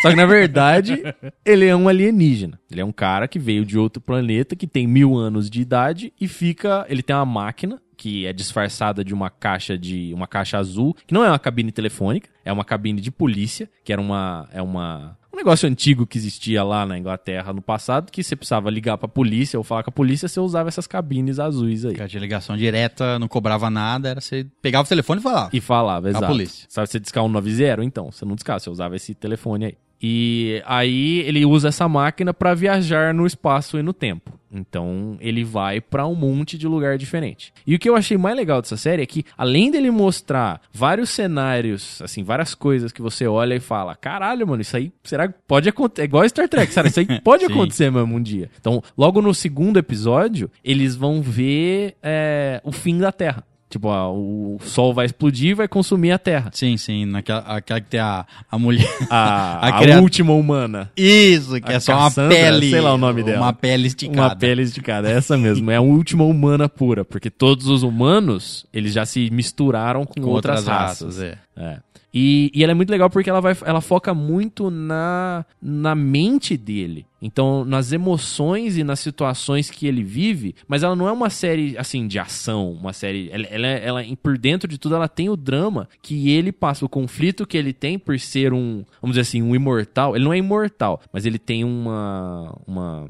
Speaker 3: Só que na verdade, ele é um alienígena. Ele é um cara que veio de outro planeta, que tem mil anos de idade e fica. Ele tem uma máquina que é disfarçada de uma caixa de uma caixa azul, que não é uma cabine telefônica, é uma cabine de polícia, que era uma é uma um negócio antigo que existia lá na Inglaterra no passado, que você precisava ligar pra polícia ou falar com a polícia, você usava essas cabines azuis aí.
Speaker 1: Porque a ligação direta não cobrava nada, era você pegava o telefone e falava.
Speaker 3: E falava, exato.
Speaker 1: polícia.
Speaker 3: Sabe você discar 190? Então, você não discava, você usava esse telefone aí. E aí ele usa essa máquina pra viajar no espaço e no tempo. Então ele vai pra um monte de lugar diferente. E o que eu achei mais legal dessa série é que além dele mostrar vários cenários, assim, várias coisas que você olha e fala, caralho, mano, isso aí será que pode acontecer? É igual Star Trek, sabe? Isso aí pode
Speaker 1: Sim.
Speaker 3: acontecer acontecer mesmo um dia. Então, logo no segundo episódio, eles vão ver é, o fim da Terra. Tipo, ó, o sol vai explodir e vai consumir a Terra.
Speaker 1: Sim, sim, naquela aquela que tem a, a mulher...
Speaker 3: A,
Speaker 1: A
Speaker 3: a
Speaker 1: cria-
Speaker 3: última humana.
Speaker 1: Isso, que
Speaker 3: A
Speaker 1: é só
Speaker 3: Cassandra,
Speaker 1: uma pele.
Speaker 3: sei lá o nome dela.
Speaker 1: Uma pele esticada.
Speaker 3: Uma pele esticada, é essa mesmo. É a última humana pura, porque todos os humanos, eles já se misturaram com,
Speaker 1: com
Speaker 3: outras, raças.
Speaker 1: é.
Speaker 3: É. E, e ela é muito legal porque ela, vai, ela foca muito na, na mente dele. Então, nas emoções e nas situações que ele vive, mas ela não é uma série, assim, de ação, uma série... Ela, ela, ela, em- por dentro de tudo, ela tem o drama que ele passa, o conflito que ele tem por ser um, vamos dizer assim, um imortal. Ele não é imortal, mas ele tem uma... uma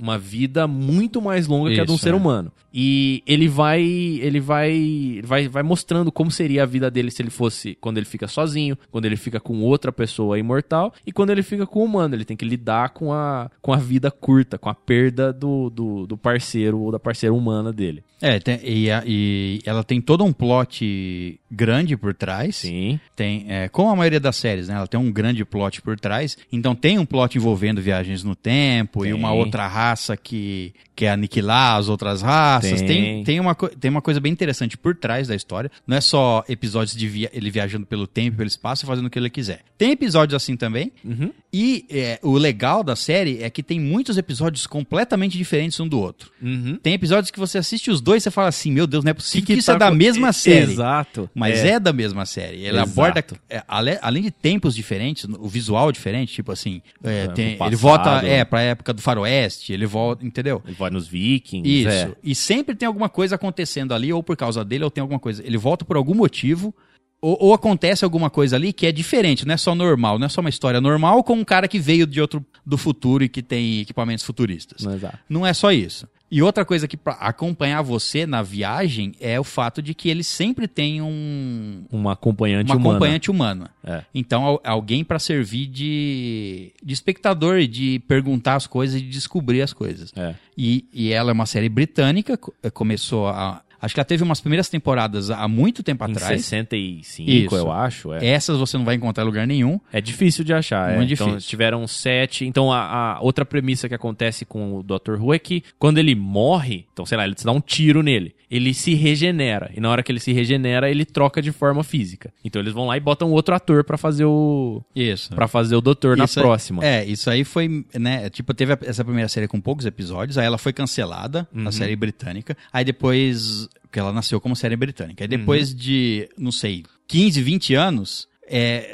Speaker 3: uma vida muito mais longa que a de um
Speaker 1: Isso,
Speaker 3: ser
Speaker 1: é.
Speaker 3: humano. E ele vai, ele vai, ele vai, vai mostrando como seria a vida dele se ele fosse quando ele fica sozinho, quando ele fica com outra pessoa imortal e quando ele fica com o humano. Ele tem que lidar com a, com a vida curta, com a perda do, do, do parceiro ou da parceira humana dele.
Speaker 1: É, tem- e, a- e ela tem todo um plot grande por trás.
Speaker 3: Sim.
Speaker 1: Tem, é, como a maioria das séries, né? Ela tem um grande plot por trás. Então tem um plot envolvendo viagens no tempo e
Speaker 3: Tem.
Speaker 1: uma outra raça que quer aniquilar as outras raças. Tem,
Speaker 3: Tem.
Speaker 1: tem, uma, co- tem uma coisa bem interessante por trás da história. Não é só episódios de via- ele viajando pelo tempo, pelo espaço, e fazendo o que ele quiser. Tem episódios assim também.
Speaker 3: Uhum.
Speaker 1: E é, o legal da série é que tem muitos episódios completamente diferentes um do outro.
Speaker 3: Uhum.
Speaker 1: Tem episódios que você assiste os dois e você fala assim: Meu Deus, não é possível que, isso
Speaker 3: tá
Speaker 1: é da
Speaker 3: acon-
Speaker 1: mesma série.
Speaker 3: Exato.
Speaker 1: Mas é. da mesma série. Ela
Speaker 3: Exato.
Speaker 1: aborda, é, ale- além de tempos diferentes, o visual diferente, tipo assim, é,
Speaker 3: É,
Speaker 1: tem-
Speaker 3: pro
Speaker 1: ele volta
Speaker 3: passado.
Speaker 1: é, pra época do faroeste, ele volta, entendeu?
Speaker 3: Ele vai nos vikings.
Speaker 1: Isso.
Speaker 3: é.
Speaker 1: E sempre tem alguma coisa acontecendo ali, ou por causa dele, ou tem alguma coisa. Ele volta por algum motivo, ou, ou acontece alguma coisa ali que é diferente, não é só normal, não é só uma história normal com um cara que veio de outro do futuro e que tem equipamentos futuristas.
Speaker 3: Mas, ah,
Speaker 1: Não é só isso. E outra coisa que pra acompanhar você na viagem é o fato de que ele sempre tem um
Speaker 3: Uma acompanhante
Speaker 1: uma
Speaker 3: humana.
Speaker 1: acompanhante humana.
Speaker 3: É.
Speaker 1: Então, al- alguém pra servir de, de espectador e de perguntar as coisas e de descobrir as coisas.
Speaker 3: É.
Speaker 1: E, e ela é uma série britânica, co- eh, começou a. Acho que ela teve umas primeiras temporadas há muito tempo
Speaker 3: Em
Speaker 1: atrás.
Speaker 3: 65,
Speaker 1: Isso.
Speaker 3: eu acho. É.
Speaker 1: Essas você não vai encontrar em lugar nenhum.
Speaker 3: É difícil de achar, é.
Speaker 1: Muito
Speaker 3: Então,
Speaker 1: difícil.
Speaker 3: tiveram sete. Então, a, a outra premissa que acontece com o Dr. Who é que quando ele morre, então, sei lá, ele te dá um tiro nele, ele se regenera. E na hora que ele se regenera, ele troca de forma física. Então, eles vão lá e botam outro ator pra fazer o
Speaker 1: Isso.
Speaker 3: para fazer o doutor na
Speaker 1: Isso aí-
Speaker 3: próxima.
Speaker 1: É, isso aí foi, né? Tipo, teve a- essa primeira série com poucos episódios, aí ela foi cancelada, a série britânica. Aí depois. Porque ela nasceu como série britânica. Aí depois de, não sei, 15, 20 anos. É,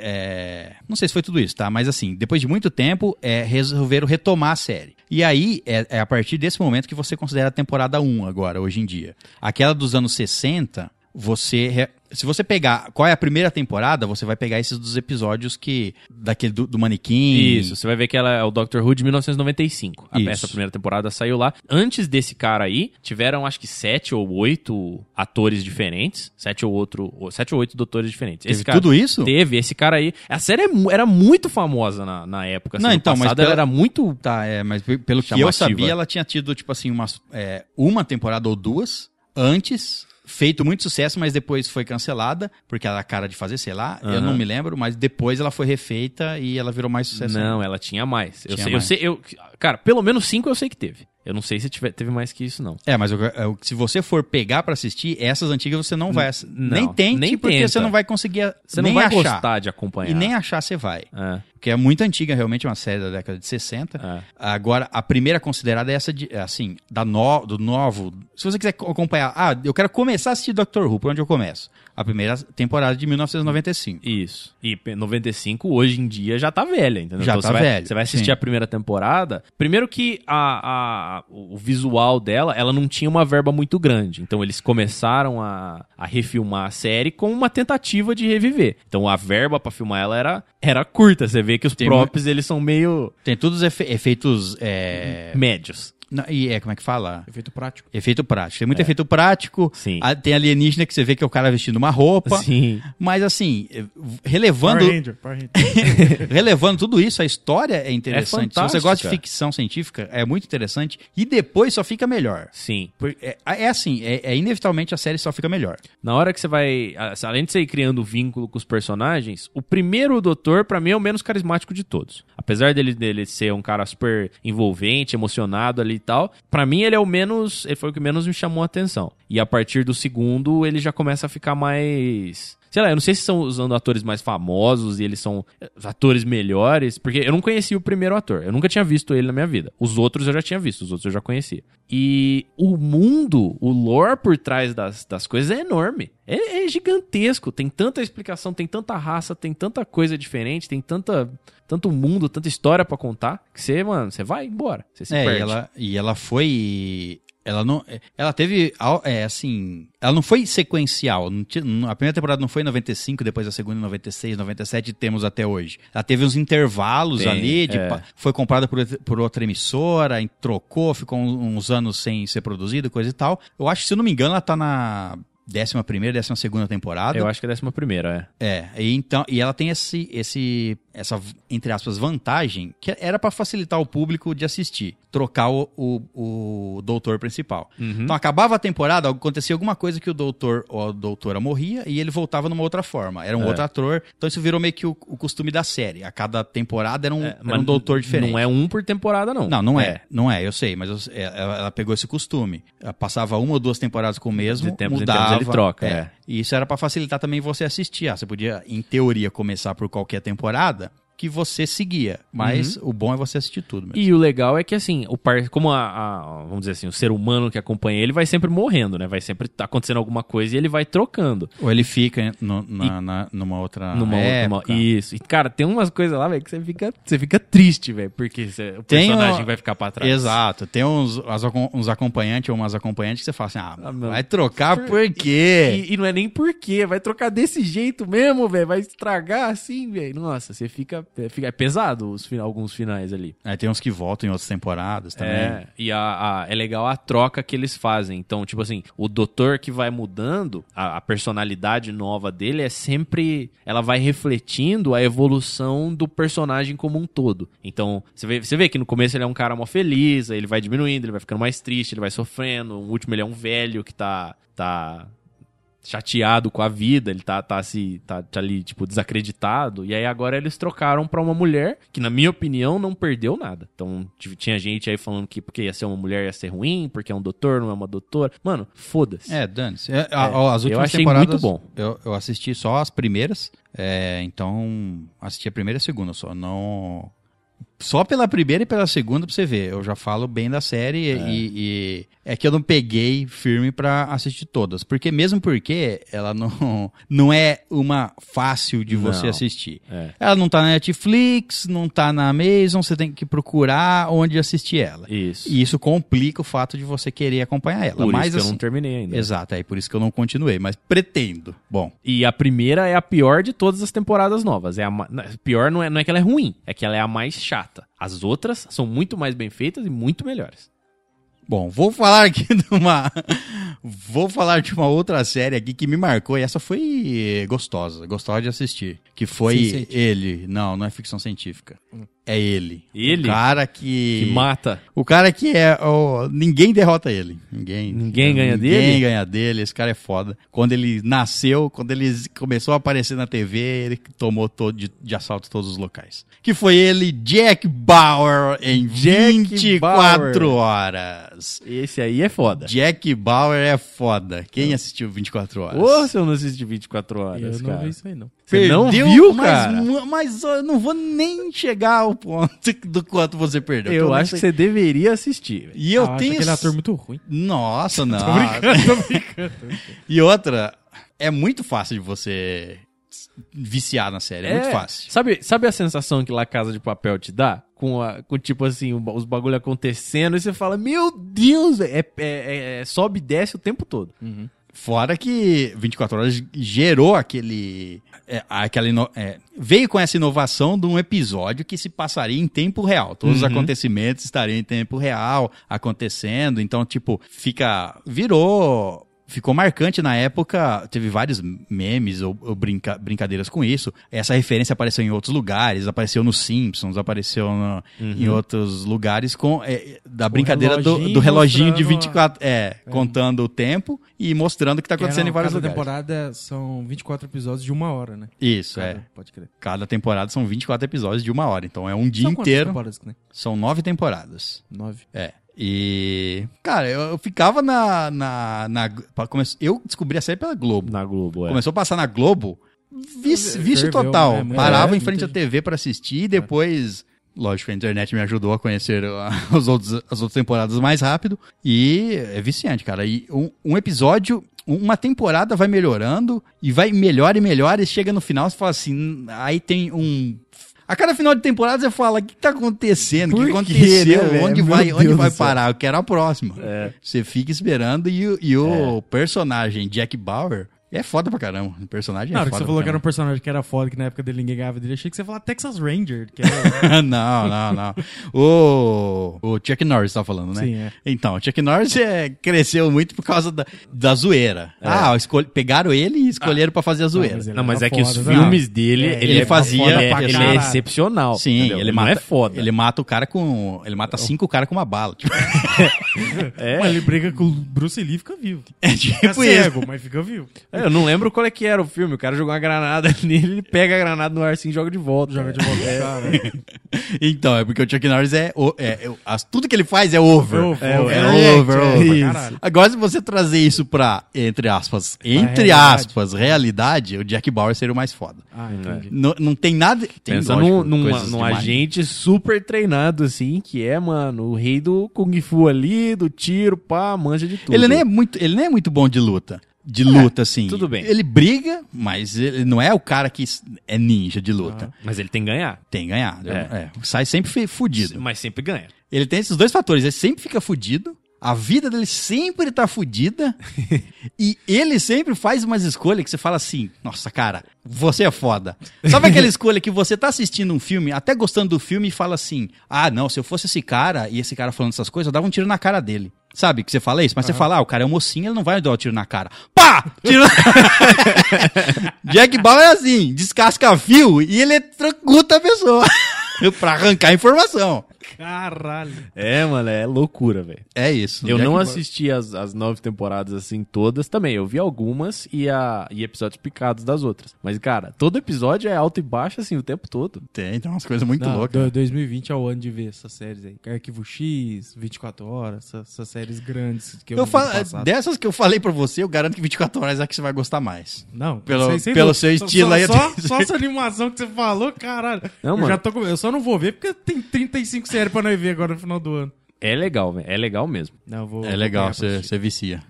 Speaker 1: é, não sei se foi tudo isso, tá? Mas assim, depois de muito tempo, é, resolveram retomar a série. E aí, é, é a partir desse momento que você considera a temporada 1 agora, hoje em dia. Aquela dos anos 60, você. re- Se você pegar qual é a primeira temporada, você vai pegar esses dos episódios que. Daquele do, do manequim.
Speaker 3: Isso, você vai ver que ela é o Doctor Who de 1995. A
Speaker 1: Isso.
Speaker 3: peça primeira temporada saiu lá. Antes desse cara aí, tiveram acho que sete ou oito atores diferentes. Sete ou outro. ou- Sete ou oito doutores diferentes.
Speaker 1: Teve
Speaker 3: Esse cara,
Speaker 1: tudo isso?
Speaker 3: Teve, esse cara aí. A série é mu- era muito famosa na, na época. assim,
Speaker 1: Não,
Speaker 3: no
Speaker 1: então, mas
Speaker 3: passado
Speaker 1: pela-
Speaker 3: ela era muito.
Speaker 1: Tá, é, mas pe- pelo que eu
Speaker 3: Chamativa.
Speaker 1: sabia, ela tinha tido, tipo assim, umas, é, uma temporada ou duas antes, feito muito sucesso, mas depois foi cancelada, porque ela era cara de fazer, sei lá, eu
Speaker 3: Aham.
Speaker 1: não me lembro, mas depois ela foi refeita e ela virou mais sucesso.
Speaker 3: Não, ela tinha mais. Eu
Speaker 1: Tinha
Speaker 3: sei,
Speaker 1: mais.
Speaker 3: eu sei, eu. Cara, pelo menos cinco eu sei que teve. Eu não sei se tiver, teve mais que isso, não.
Speaker 1: É, mas eu- eu- se você for pegar pra assistir, essas antigas você não vai. ass-
Speaker 3: não,
Speaker 1: nem tente,
Speaker 3: nem
Speaker 1: porque
Speaker 3: tenta.
Speaker 1: você não vai conseguir.
Speaker 3: Você
Speaker 1: nem
Speaker 3: não vai
Speaker 1: achar.
Speaker 3: gostar de acompanhar.
Speaker 1: E nem achar você vai.
Speaker 3: É,
Speaker 1: Porque é muito antiga, realmente, uma série da década de 60.
Speaker 3: é.
Speaker 1: Agora, a primeira considerada é essa, de, assim, da no- do novo. Se você quiser co- acompanhar, ah, eu quero começar a assistir Doctor Who, por onde eu começo? A primeira temporada de 1995.
Speaker 3: Isso. E pe- 95 hoje em dia já tá velha, entendeu?
Speaker 1: Já tá
Speaker 3: você vai,
Speaker 1: velho,
Speaker 3: Você vai assistir
Speaker 1: sim.
Speaker 3: a primeira temporada. Primeiro que a, a- o visual dela, ela não tinha uma verba muito grande. Então eles começaram a, a refilmar a série com uma tentativa de reviver. Então a verba pra filmar ela era, era curta. Você vê que os
Speaker 1: Tem
Speaker 3: props, eles são meio
Speaker 1: Tem todos os efe- efeitos. É,
Speaker 3: médios.
Speaker 1: não, e é, como é que fala?
Speaker 2: Efeito prático.
Speaker 1: Efeito prático. Tem muito efeito prático.
Speaker 3: É. Sim.
Speaker 1: Ah, Tem alienígena que você vê que é o cara vestindo uma roupa.
Speaker 3: Sim.
Speaker 1: Mas, assim, eh, relevando.
Speaker 2: Power Ranger, Power Ranger.
Speaker 1: relevando tudo isso, a história é interessante. Se você
Speaker 3: fantástica.
Speaker 1: gosta de ficção científica, é muito interessante. E depois só fica melhor.
Speaker 3: Sim.
Speaker 1: Por- É, é assim, é, é inevitavelmente a série só fica melhor.
Speaker 3: Na hora que você vai. a- Além de você ir criando vínculo com os personagens, o primeiro doutor, pra mim, é o menos carismático de todos. Apesar dele, dele ser um cara super envolvente, emocionado ali e tal, pra mim ele é o menos. Ele foi o que menos me chamou a atenção. E a partir do segundo, ele já começa a ficar mais. Sei lá, eu não sei se são usando atores mais famosos e eles são eh, atores melhores, porque eu não conhecia o primeiro ator, eu nunca tinha visto ele na minha vida. Os outros eu já tinha visto, os outros eu já conhecia. E o mundo, o lore por trás das, das coisas é enorme. É, é gigantesco. Tem tanta explicação, tem tanta raça, tem tanta coisa diferente, tem tanta, tanto mundo, tanta história pra contar, que você, mano, você vai embora. Você se
Speaker 1: é,
Speaker 3: perde.
Speaker 1: E, ela, e ela foi. Ela não. é, Ela teve. al- É, assim. Ela não foi sequencial. não ti- não- a primeira temporada não foi em 95, depois a segunda em 96, 97 temos até hoje. Ela teve uns intervalos
Speaker 3: Tem,
Speaker 1: ali. de
Speaker 3: é.
Speaker 1: pa- Foi comprada por, outra- por outra emissora, e trocou, ficou um- uns anos sem ser produzido, coisa e tal. Eu acho, que, se eu não me engano, ela tá na. 11 primeira, 12 segunda temporada.
Speaker 3: Eu acho que é a décima primeira, é.
Speaker 1: É, e então, e ela tem esse, esse, essa, entre aspas, vantagem, que era pra facilitar o público de assistir, trocar o, o, o doutor principal.
Speaker 3: Hum.
Speaker 1: Então acabava a temporada, acontecia alguma coisa que o doutor ou a doutora morria e ele voltava numa outra forma. Era um
Speaker 3: É.
Speaker 1: outro ator. Então isso virou meio que o, o costume da série. A cada temporada era um, era um doutor diferente.
Speaker 3: É, Não é um por temporada, não.
Speaker 1: Não, não é. Não é, eu sei, mas eu- é, ela ela pegou esse costume. Ela passava uma ou duas temporadas com o mesmo,
Speaker 3: De tempos em
Speaker 1: mudava.
Speaker 3: tempos ele troca, é.
Speaker 1: E isso era pra facilitar também você assistir. Ah, você podia, em teoria, começar por qualquer temporada que você seguia. Mas o bom é você assistir tudo mesmo.
Speaker 3: Uhum. E o legal é que, assim, o par... como a, a- vamos dizer assim, o ser humano que acompanha ele vai sempre morrendo, né? Vai sempre tá acontecendo alguma coisa e ele vai trocando.
Speaker 1: Ou ele fica no- na- na- numa outra
Speaker 3: numa
Speaker 1: época.
Speaker 3: última. Isso. E, cara, tem umas coisas lá, velho, que você fica, você fica triste, velho, porque você- o
Speaker 1: Tem
Speaker 3: personagem
Speaker 1: o-
Speaker 3: vai ficar pra trás.
Speaker 1: Exato. Tem uns, as acom- uns acompanhantes ou umas acompanhantes que você fala assim, ah,
Speaker 3: Ah, meu-
Speaker 1: vai trocar por quê?
Speaker 3: E, e não é nem por quê, vai trocar desse jeito mesmo, velho, vai estragar assim, velho. Nossa, você fica, fica é pesado os fina- alguns finais ali.
Speaker 1: Aí tem uns que voltam em outras temporadas também.
Speaker 3: É, e a, a- é legal a troca que eles fazem. Então, tipo assim, o doutor que vai mudando, a, a personalidade nova dele é sempre. Ela vai refletindo a evolução do personagem como um todo. Então, você vê, você vê que no começo ele é um cara mó feliz, aí ele vai diminuindo, ele vai ficando mais triste, ele vai sofrendo. No último, ele é um velho que tá. tá chateado com a vida, ele tá, tá, se, tá, tá ali, tipo, desacreditado. E aí agora eles trocaram pra uma mulher que, na minha opinião, não perdeu nada. Então, tive- tinha gente aí falando que porque ia ser uma mulher ia ser ruim, porque é um doutor, não é uma doutora. Mano, foda-se.
Speaker 1: É, dane-se. É, a- a- as últimas
Speaker 3: achei
Speaker 1: temporadas,
Speaker 3: muito bom.
Speaker 1: Eu, eu assisti só as primeiras, é, então assisti a primeira e a segunda só, não... Só pela primeira e pela segunda pra você ver, eu já falo bem da série e, e é que eu não peguei firme pra assistir todas, porque mesmo porque ela não, não é uma fácil de você
Speaker 3: Não.
Speaker 1: assistir.
Speaker 3: É.
Speaker 1: Ela não tá na Netflix, não tá na Amazon, você tem que procurar onde assistir ela.
Speaker 3: Isso.
Speaker 1: E isso complica o fato de você querer acompanhar ela.
Speaker 3: Por
Speaker 1: mas
Speaker 3: isso que eu
Speaker 1: assim,
Speaker 3: não terminei ainda.
Speaker 1: Exato, é por isso que eu não continuei, mas pretendo. Bom,
Speaker 3: E a primeira é a pior de todas as temporadas novas. É a ma- não, pior não é, não é que ela é ruim, é que ela é a mais chata. As outras são muito mais bem feitas e muito melhores.
Speaker 1: bom, vou falar aqui de uma vou falar de uma outra série aqui que me marcou e essa foi gostosa, gostosa de assistir, que
Speaker 2: Sim,
Speaker 1: foi
Speaker 2: científica.
Speaker 1: ele. Não, não é ficção científica. É ele.
Speaker 3: Ele?
Speaker 1: O cara que,
Speaker 3: Que mata.
Speaker 1: O cara que é. o- ninguém derrota ele. Ninguém.
Speaker 3: Ninguém ganha dele?
Speaker 1: Ninguém ganha dele. Esse cara é foda. Quando ele nasceu, quando ele começou a aparecer na TV, ele tomou todo de, de assalto todos os locais. Que foi ele, Jack Bauer, em
Speaker 3: Jack
Speaker 1: 24
Speaker 3: Bauer.
Speaker 1: horas.
Speaker 3: Esse aí é foda.
Speaker 1: Jack Bauer é foda. Quem assistiu 24 horas?
Speaker 3: Ô, se eu não assisti 24 horas,
Speaker 2: Eu não
Speaker 3: cara.
Speaker 2: vi isso aí, não.
Speaker 3: Você não
Speaker 1: Perdeu,
Speaker 3: viu,
Speaker 1: mas-
Speaker 3: cara?
Speaker 1: Mas, ó, eu não vou nem chegar ao ponto do quanto você perdeu.
Speaker 3: Eu
Speaker 1: não
Speaker 3: acho que
Speaker 1: sei.
Speaker 3: você deveria assistir. velho.
Speaker 1: E eu
Speaker 2: Ah, acho
Speaker 1: tenho.
Speaker 3: é
Speaker 1: Ah,
Speaker 2: aquele ator muito ruim.
Speaker 1: Nossa, não.
Speaker 2: Tô brincando, tô brincando. tô brincando.
Speaker 1: E outra, é muito fácil de você viciar na série, é, muito fácil.
Speaker 3: Sabe, sabe a sensação que lá Casa de Papel te dá? Com, a, com tipo assim, o ba- os bagulho acontecendo e você fala, meu Deus, velho." é, é- é- é sobe e desce o tempo todo.
Speaker 1: Fora que 24 horas gerou aquele. é, aquela ino- é, veio com essa inovação de um episódio que se passaria em tempo real. Todos os acontecimentos estariam em tempo real acontecendo. Então, tipo, fica. Virou. Ficou marcante na época, teve vários memes ou, ou brinca- brincadeiras com isso. Essa referência apareceu em outros lugares, apareceu nos Simpsons, apareceu no-
Speaker 3: Uhum.
Speaker 1: em outros lugares com é, da brincadeira do,
Speaker 2: reloginho
Speaker 1: do reloginho de
Speaker 2: mostrando a-
Speaker 1: 24 é, contando o tempo e mostrando o que tá acontecendo
Speaker 2: Era-
Speaker 1: em vários
Speaker 2: cada
Speaker 1: lugares.
Speaker 2: temporada são 24 episódios de uma hora, né?
Speaker 1: Isso, é.
Speaker 2: Cada- Pode crer.
Speaker 1: Cada temporada são 24 episódios de uma hora. Então é um dia
Speaker 2: São quantas
Speaker 1: inteiro.
Speaker 2: temporadas que tem?
Speaker 1: São nove temporadas.
Speaker 2: Nove.
Speaker 1: É. E. Cara, eu, eu ficava na. na, na pra come- Eu descobri a série pela Globo.
Speaker 3: Na Globo, é.
Speaker 1: Começou a passar na Globo. Vício,
Speaker 2: Ferveu,
Speaker 1: vício total.
Speaker 2: né? Muito-
Speaker 1: Parava
Speaker 2: é,
Speaker 1: em frente à
Speaker 2: muita
Speaker 1: TV pra assistir e depois. Lógico, a internet me ajudou a conhecer a- os outros, as outras temporadas mais rápido. E é viciante, cara. E um, um episódio, um- uma temporada vai melhorando e vai melhor e melhor. E chega no final, você fala assim. "Hum", Aí tem um. A cada final de temporada você fala: o que tá acontecendo? O
Speaker 3: Por
Speaker 1: que
Speaker 3: quê,
Speaker 1: aconteceu?
Speaker 3: né, velho?
Speaker 1: onde
Speaker 3: Meu
Speaker 1: vai,
Speaker 3: Deus
Speaker 1: onde
Speaker 3: do
Speaker 1: vai
Speaker 3: céu."
Speaker 1: parar? Eu quero a próxima. Você fica esperando e, o- e o personagem Jack Bauer É foda pra caramba. O personagem
Speaker 2: Na
Speaker 1: é
Speaker 2: hora que
Speaker 1: foda.
Speaker 2: você falou
Speaker 1: pra
Speaker 2: que era um
Speaker 1: caramba.
Speaker 2: personagem que era foda, que na época dele ninguém ganhava dele, achei que você ia falar Texas Ranger, que é, era... um
Speaker 1: não, não, não. O, o Chuck Norris tá falando, né?
Speaker 2: Sim, é.
Speaker 1: Então, o Chuck Norris é, cresceu muito por causa da, da zoeira. Ah, escol- pegaram ele e escolheram pra fazer a zoeira.
Speaker 2: mas ele
Speaker 3: Não, mas
Speaker 2: era
Speaker 3: é que os
Speaker 2: foda, né?
Speaker 3: filmes dele,
Speaker 2: É,
Speaker 3: ele,
Speaker 1: ele
Speaker 3: é
Speaker 1: fazia-
Speaker 3: foda
Speaker 1: é,
Speaker 3: pra
Speaker 1: ele
Speaker 3: ele
Speaker 2: é
Speaker 3: é excepcional.
Speaker 1: Sim,
Speaker 3: entendeu?
Speaker 1: ele, mata.
Speaker 3: não é foda.
Speaker 1: Ele mata o cara com. Ele mata cinco caras com uma bala. Tipo,
Speaker 3: É.
Speaker 2: Mas ele briga com o Bruce Lee e fica vivo.
Speaker 1: é tipo
Speaker 2: Fica
Speaker 1: isso.
Speaker 2: cego, mas fica vivo.
Speaker 3: É, eu não lembro qual é que era o filme. O cara jogou uma granada nele, ele pega a granada no ar assim e joga de volta.
Speaker 2: Joga de volta, cara.
Speaker 1: Então, é porque o Chuck Norris é. o- é- é- as- tudo que ele faz é over.
Speaker 2: É over,
Speaker 1: É,
Speaker 2: over,
Speaker 1: é over,
Speaker 2: é,
Speaker 1: over.
Speaker 2: isso.
Speaker 1: Caralho. Agora, se você trazer isso pra, entre aspas, entre
Speaker 2: realidade.
Speaker 1: aspas, realidade, o Jack Bauer seria o mais foda.
Speaker 2: Ah, entendi.
Speaker 1: Não, não tem nada. Tem,
Speaker 3: Pensa
Speaker 1: lógico,
Speaker 3: num, num-
Speaker 1: coisas
Speaker 3: num
Speaker 1: demais.
Speaker 3: agente super treinado, assim, que é, mano, o rei do Kung Fu ali, do tiro, pá, manja de tudo. É,
Speaker 1: Ele nem é muito, ele nem é muito bom de luta. De luta, assim.
Speaker 3: tudo bem.
Speaker 1: Ele briga, mas ele não é o cara que s- é ninja de luta.
Speaker 3: Mas ele tem que ganhar.
Speaker 1: Tem ganhado.
Speaker 3: Ah. É.
Speaker 1: é, sai sempre fe- fudido.
Speaker 3: Mas sempre ganha.
Speaker 1: Ele tem esses dois fatores. Ele sempre fica fudido. A vida dele sempre tá fudida. e ele sempre faz umas escolhas que você fala assim: Nossa, cara, você é foda. Sabe aquela escolha que você tá assistindo um filme, até gostando do filme, e fala assim: Ah, não, se eu fosse esse cara e esse cara falando essas coisas, eu dava um tiro na cara dele. Sabe que você fala isso? Mas você fala: Ah, o cara é um mocinho, ele não vai dar um tiro na cara. Pá! Tiro na... Jack Bauer é assim: descasca fio e eletrocuta a pessoa pra arrancar informação.
Speaker 2: Caralho.
Speaker 3: É, mano, é loucura, velho.
Speaker 1: É isso.
Speaker 3: Eu
Speaker 1: Jack
Speaker 3: não
Speaker 1: Bauer.
Speaker 3: assisti as, as nove temporadas assim todas também. Eu vi algumas e, a, e episódios picados das outras. Mas, cara, todo episódio é alto e baixo, assim, o tempo todo.
Speaker 1: Tem, tem umas coisas muito
Speaker 2: Não,
Speaker 1: loucas.
Speaker 2: do- 2020 é o ano de ver essas séries aí. Arquivo X, 24 Horas, essas, essas séries grandes que eu, é,
Speaker 1: Eu
Speaker 2: vi
Speaker 1: falo-
Speaker 2: passado.
Speaker 1: dessas que eu falei pra você, eu garanto que 24 horas é que você vai gostar mais.
Speaker 2: Não,
Speaker 1: Pelo-
Speaker 2: sem- sem
Speaker 1: pelo
Speaker 2: dúvida.
Speaker 1: seu
Speaker 2: Só-
Speaker 1: estilo
Speaker 2: só,
Speaker 1: aí, é eu
Speaker 2: Só,
Speaker 1: tenho-
Speaker 2: só essa animação que você falou, caralho.
Speaker 3: Não,
Speaker 2: eu,
Speaker 3: mano.
Speaker 2: já tô com- eu só não vou ver porque tem 35 séries pra nós ver agora no final do ano.
Speaker 3: É legal, velho. É legal mesmo.
Speaker 2: Não, eu vou.
Speaker 1: É
Speaker 2: vou
Speaker 1: legal,
Speaker 2: pegar pra
Speaker 1: você
Speaker 2: assistir.
Speaker 1: você vicia.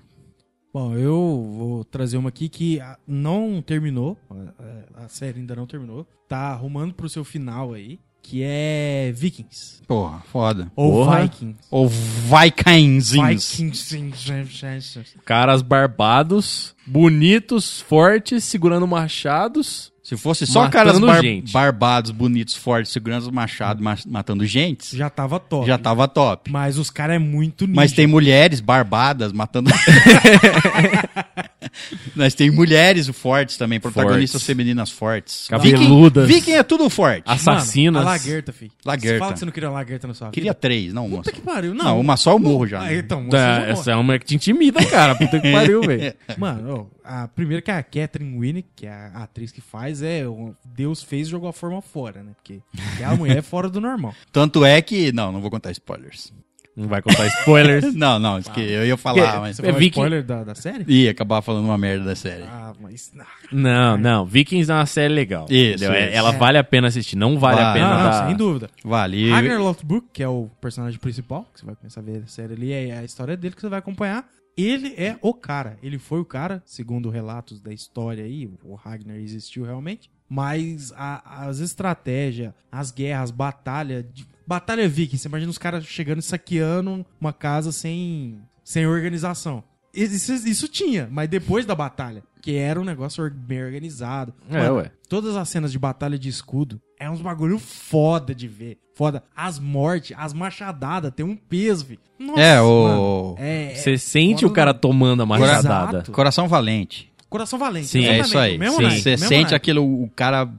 Speaker 2: Bom, eu vou trazer uma aqui que ah, não terminou. a- A a série ainda não terminou. Tá arrumando pro seu final aí. Que é Vikings.
Speaker 1: Porra, foda.
Speaker 2: Ou
Speaker 3: Porra.
Speaker 2: Vikings.
Speaker 1: Ou Vikingzinhos.
Speaker 2: Vikings. sim, sim, sim, sim.
Speaker 3: Caras barbados, bonitos, fortes, segurando machados.
Speaker 1: Se fosse só
Speaker 3: Matando
Speaker 1: caras bar-
Speaker 3: gente.
Speaker 1: barbados, bonitos, fortes, segurança machado, ma- matando gente,
Speaker 2: Já tava top.
Speaker 1: já tava top.
Speaker 2: Mas os caras é muito ninja.
Speaker 1: Mas tem mulheres barbadas matando. Mas tem mulheres fortes também, protagonistas
Speaker 3: Fortes.
Speaker 1: femininas fortes.
Speaker 3: Cabeludas.
Speaker 1: Viking, Viking é tudo forte.
Speaker 3: As-
Speaker 2: Mano,
Speaker 3: assassinas.
Speaker 2: a laguerta, filho.
Speaker 1: Laguerta.
Speaker 2: Você fala que você não queria uma laguerta na sua
Speaker 1: Queria
Speaker 2: vida.
Speaker 1: três, não uma.
Speaker 2: Puta
Speaker 1: só.
Speaker 2: que pariu. Não,
Speaker 1: Não, uma só eu morro já.
Speaker 2: Ah, então, você já
Speaker 3: Da-
Speaker 2: morre.
Speaker 3: essa é uma que te intimida, cara. Puta que pariu, velho.
Speaker 2: Mano, ó, a primeira que é a Catherine Winnick, que é a atriz que faz, é o Deus fez e jogou a forma fora, né? Porque aquela mulher é fora do normal.
Speaker 1: Tanto é que. Não, não vou contar spoilers.
Speaker 3: Não vai contar spoilers.
Speaker 1: Não, não, isso que eu ia falar,
Speaker 3: Que-
Speaker 1: Ah, mas.
Speaker 2: Você
Speaker 3: É
Speaker 2: falou
Speaker 3: Viking.
Speaker 2: spoiler da, da série?
Speaker 1: Ia acabar falando uma merda da série.
Speaker 2: Ah, mas... ah,
Speaker 3: não, não. Vikings é uma série legal.
Speaker 1: Isso,
Speaker 3: entendeu? É-
Speaker 1: isso.
Speaker 3: Ela vale a pena assistir. Não vale
Speaker 1: Vale.
Speaker 3: a pena
Speaker 2: Não, não,
Speaker 3: dar...
Speaker 2: sem dúvida.
Speaker 1: Vale.
Speaker 2: Ragnar Lothbrok, que é o personagem principal, que você vai começar a ver a série ali, é a história dele que você vai acompanhar. Ele é o cara. Ele foi o cara, segundo relatos da história aí, o Ragnar existiu realmente. Mas a- as estratégias, as guerras, batalha. de- batalha viking, você imagina os caras chegando e saqueando uma casa sem, sem organização. Isso, isso tinha, mas depois da batalha, que era um negócio or- bem organizado.
Speaker 3: É,
Speaker 2: Mano,
Speaker 3: ué.
Speaker 2: Todas as cenas de batalha de escudo é uns bagulho foda de ver. Foda. As mortes, as machadadas, tem um peso, vi. Nossa,
Speaker 1: É,
Speaker 2: mano.
Speaker 1: o.
Speaker 2: É, é
Speaker 3: Você sente o
Speaker 2: Bora
Speaker 3: cara
Speaker 2: lá.
Speaker 3: tomando a machadada.
Speaker 2: Exato.
Speaker 1: Coração Valente.
Speaker 2: coração valente.
Speaker 3: Sim,
Speaker 1: É
Speaker 2: exatamente,
Speaker 1: isso aí.
Speaker 2: o Mesmo
Speaker 3: sim.
Speaker 2: naipe,
Speaker 1: Você
Speaker 2: o mesmo
Speaker 1: sente
Speaker 2: naipe.
Speaker 1: aquilo, o cara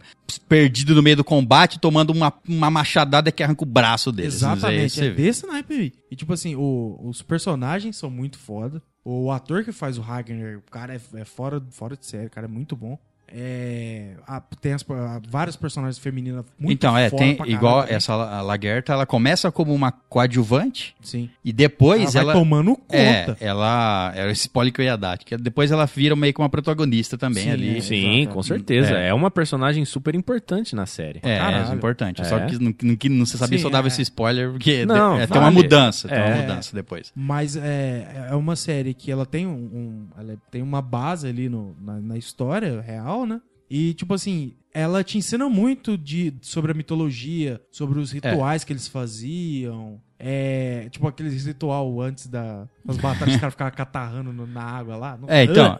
Speaker 1: perdido no meio do combate, tomando uma, uma machadada que arranca o braço dele. É isso
Speaker 2: Exatamente,
Speaker 1: aí
Speaker 2: é
Speaker 1: você vê.
Speaker 2: desse naipe. vi. E tipo assim, o- os personagens são muito foda. O ator que faz o Ragnar, o cara é, é fora, fora de série, o cara é muito bom. É, a- tem as- a- várias personagens femininas muito
Speaker 1: Então, é,
Speaker 2: foda
Speaker 1: tem
Speaker 2: pra caralho
Speaker 1: igual
Speaker 2: também.
Speaker 1: essa La- a Laguerta, ela começa como uma coadjuvante
Speaker 2: Sim.
Speaker 1: e depois
Speaker 2: ela
Speaker 1: ela.
Speaker 2: vai tomando conta.
Speaker 1: é, ela. Era esse spoiler que eu ia dar. que depois ela vira meio que uma protagonista também
Speaker 2: Sim,
Speaker 1: ali.
Speaker 2: é.
Speaker 3: Sim,
Speaker 2: Exato.
Speaker 3: com certeza. É. uma personagem super importante na série.
Speaker 1: É,
Speaker 2: Caralho.
Speaker 1: é importante.
Speaker 3: É.
Speaker 1: Só que não, não, que não se sabia
Speaker 2: Sim,
Speaker 1: se eu dava
Speaker 2: é.
Speaker 1: esse spoiler, porque
Speaker 3: Não,
Speaker 1: de- é, tem
Speaker 3: vale.
Speaker 1: uma mudança. Tem
Speaker 3: É.
Speaker 1: uma mudança depois.
Speaker 2: Mas é, é uma série que ela tem um, um- ela tem uma base ali no, na, na história real, né? E tipo assim, ela te ensina muito de, sobre a mitologia, sobre
Speaker 1: É.
Speaker 2: os rituais que eles faziam. É, tipo aquele ritual antes da, das batalhas, os caras ficavam catarrando no- na água lá. Não-
Speaker 1: É, então.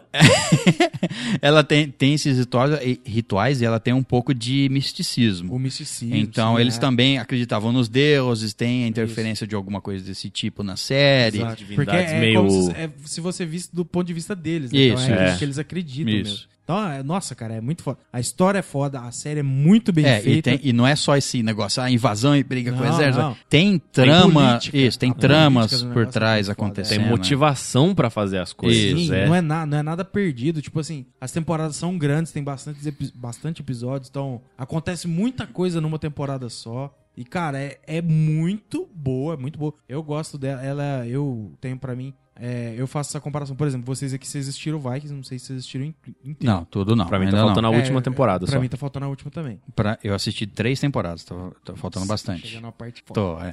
Speaker 1: ela tem, tem esses rituais, e- rituais e ela tem um pouco de misticismo.
Speaker 2: O misticismo.
Speaker 1: Então,
Speaker 2: né?
Speaker 1: eles também acreditavam nos deuses, tem a interferência de alguma coisa desse tipo na série.
Speaker 2: Exato, Porque
Speaker 3: Divindades
Speaker 2: é
Speaker 3: meio-
Speaker 2: como se, é- se você visse do ponto de vista deles, né?
Speaker 1: Isso,
Speaker 2: então é,
Speaker 3: é.
Speaker 2: isso que eles acreditam
Speaker 1: Isso.
Speaker 2: mesmo. Então, é- nossa, cara, é muito foda. A história é foda, a série é muito bem
Speaker 1: É, e,
Speaker 2: feita.
Speaker 1: tem- e não é só esse negócio, ah, invasão e briga com o
Speaker 2: Não,
Speaker 1: exército.
Speaker 2: não.
Speaker 1: Tem trama,
Speaker 2: política.
Speaker 1: isso, tem
Speaker 2: A
Speaker 1: tramas
Speaker 2: política do
Speaker 1: por
Speaker 2: negócio é
Speaker 1: trás
Speaker 2: muito foda,
Speaker 1: acontecendo.
Speaker 3: Tem
Speaker 1: né?
Speaker 3: motivação pra fazer as coisas,
Speaker 2: Sim,
Speaker 3: é.
Speaker 2: não, é na, não é nada perdido. Tipo assim, as temporadas são grandes, tem bastante, epi- bastante episódios, então acontece muita coisa numa temporada só. E, cara, é, é muito boa, é muito boa. Eu gosto dela, ela, eu tenho pra mim, é, eu faço essa comparação. Por exemplo, vocês aqui, vocês assistiram Vikings, não sei se vocês assistiram in- inteiro.
Speaker 1: Não, tudo não.
Speaker 3: Pra mim
Speaker 1: ainda
Speaker 3: tá faltando
Speaker 1: não.
Speaker 3: a
Speaker 2: É,
Speaker 3: última temporada
Speaker 2: Pra
Speaker 3: só.
Speaker 2: mim tá faltando a última também.
Speaker 1: Pra- eu assisti três temporadas, tô, tô faltando bastante.
Speaker 2: Chegando a parte foda.
Speaker 1: Tô, é.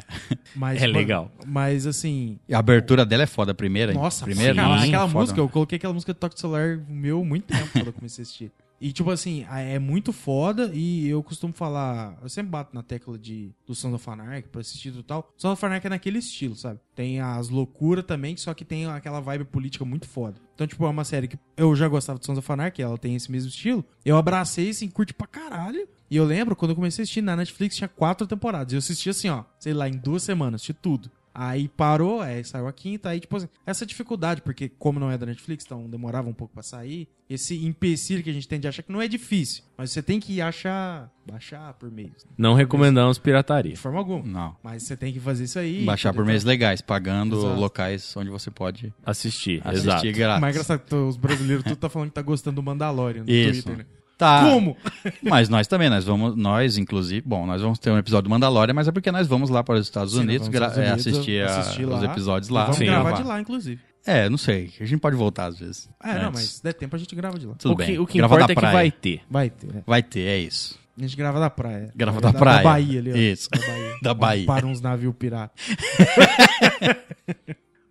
Speaker 2: Mas,
Speaker 3: É
Speaker 2: mano,
Speaker 3: legal.
Speaker 2: Mas, assim...
Speaker 1: E A abertura dela é foda, a primeira. hein?
Speaker 2: Nossa,
Speaker 1: primeira,
Speaker 2: cara,
Speaker 1: hein?
Speaker 2: aquela
Speaker 1: Foda.
Speaker 2: música, eu coloquei aquela música do toque de celular meu muito tempo quando eu comecei a assistir. E, tipo assim, a- é muito foda e eu costumo falar... Eu sempre bato na tecla de, do Sons of Anarchy pra assistir e tal. Sons of Anarchy é naquele estilo, sabe? Tem as loucuras também, só que tem aquela vibe política muito foda. Então, tipo, é uma série que eu já gostava de Sons of Anarchy, ela tem esse mesmo estilo. Eu abracei, assim, curte pra caralho. E eu lembro, quando eu comecei a assistir na Netflix, tinha quatro temporadas. E eu assisti assim, ó, sei lá, em duas semanas, assisti tudo. Aí parou, aí saiu a quinta, aí tipo assim, essa dificuldade, porque como não é da Netflix, então demorava um pouco pra sair, esse empecilho que a gente tem de achar que não é difícil, mas você tem que achar, baixar por meios,
Speaker 3: Não recomendamos pirataria.
Speaker 2: de forma alguma.
Speaker 1: Não.
Speaker 2: Mas você tem que fazer isso aí.
Speaker 1: Baixar por
Speaker 2: entendeu?
Speaker 1: meios legais, pagando
Speaker 2: Exato.
Speaker 1: locais onde você pode
Speaker 3: Assistir, exato.
Speaker 1: assistir grátis.
Speaker 2: Mas é engraçado que os brasileiros tudo tá falando que tá gostando do Mandalorian no
Speaker 1: Isso.
Speaker 2: Twitter, né?
Speaker 1: Tá.
Speaker 2: Como?
Speaker 1: Mas nós também, nós vamos, nós inclusive, bom, nós vamos ter um episódio do Mandalorian, mas é porque nós vamos lá para os Estados
Speaker 2: Sim, nós
Speaker 1: Unidos,
Speaker 2: vamos aos
Speaker 1: gra- é,
Speaker 2: Estados Unidos,
Speaker 1: assistir, a-
Speaker 2: assistir
Speaker 1: os
Speaker 2: lá.
Speaker 1: episódios lá.
Speaker 2: Vamos
Speaker 3: Sim.
Speaker 2: gravar de lá, inclusive.
Speaker 1: É, não sei, a gente pode voltar às vezes.
Speaker 2: É, não,
Speaker 1: Antes.
Speaker 2: mas se der tempo a gente grava de lá.
Speaker 1: Tudo
Speaker 3: o que,
Speaker 1: bem.
Speaker 3: o que
Speaker 1: Gravar
Speaker 3: importa
Speaker 1: da
Speaker 3: é que
Speaker 1: praia.
Speaker 3: vai ter.
Speaker 2: Vai ter, é.
Speaker 1: Vai ter, é isso.
Speaker 2: A gente grava da praia.
Speaker 1: Grava da
Speaker 2: da
Speaker 1: praia.
Speaker 2: Da É, Bahia ali, ó.
Speaker 1: Isso.
Speaker 2: Da Bahia.
Speaker 1: Da
Speaker 2: Onde
Speaker 1: Bahia.
Speaker 2: Para uns navios pirata.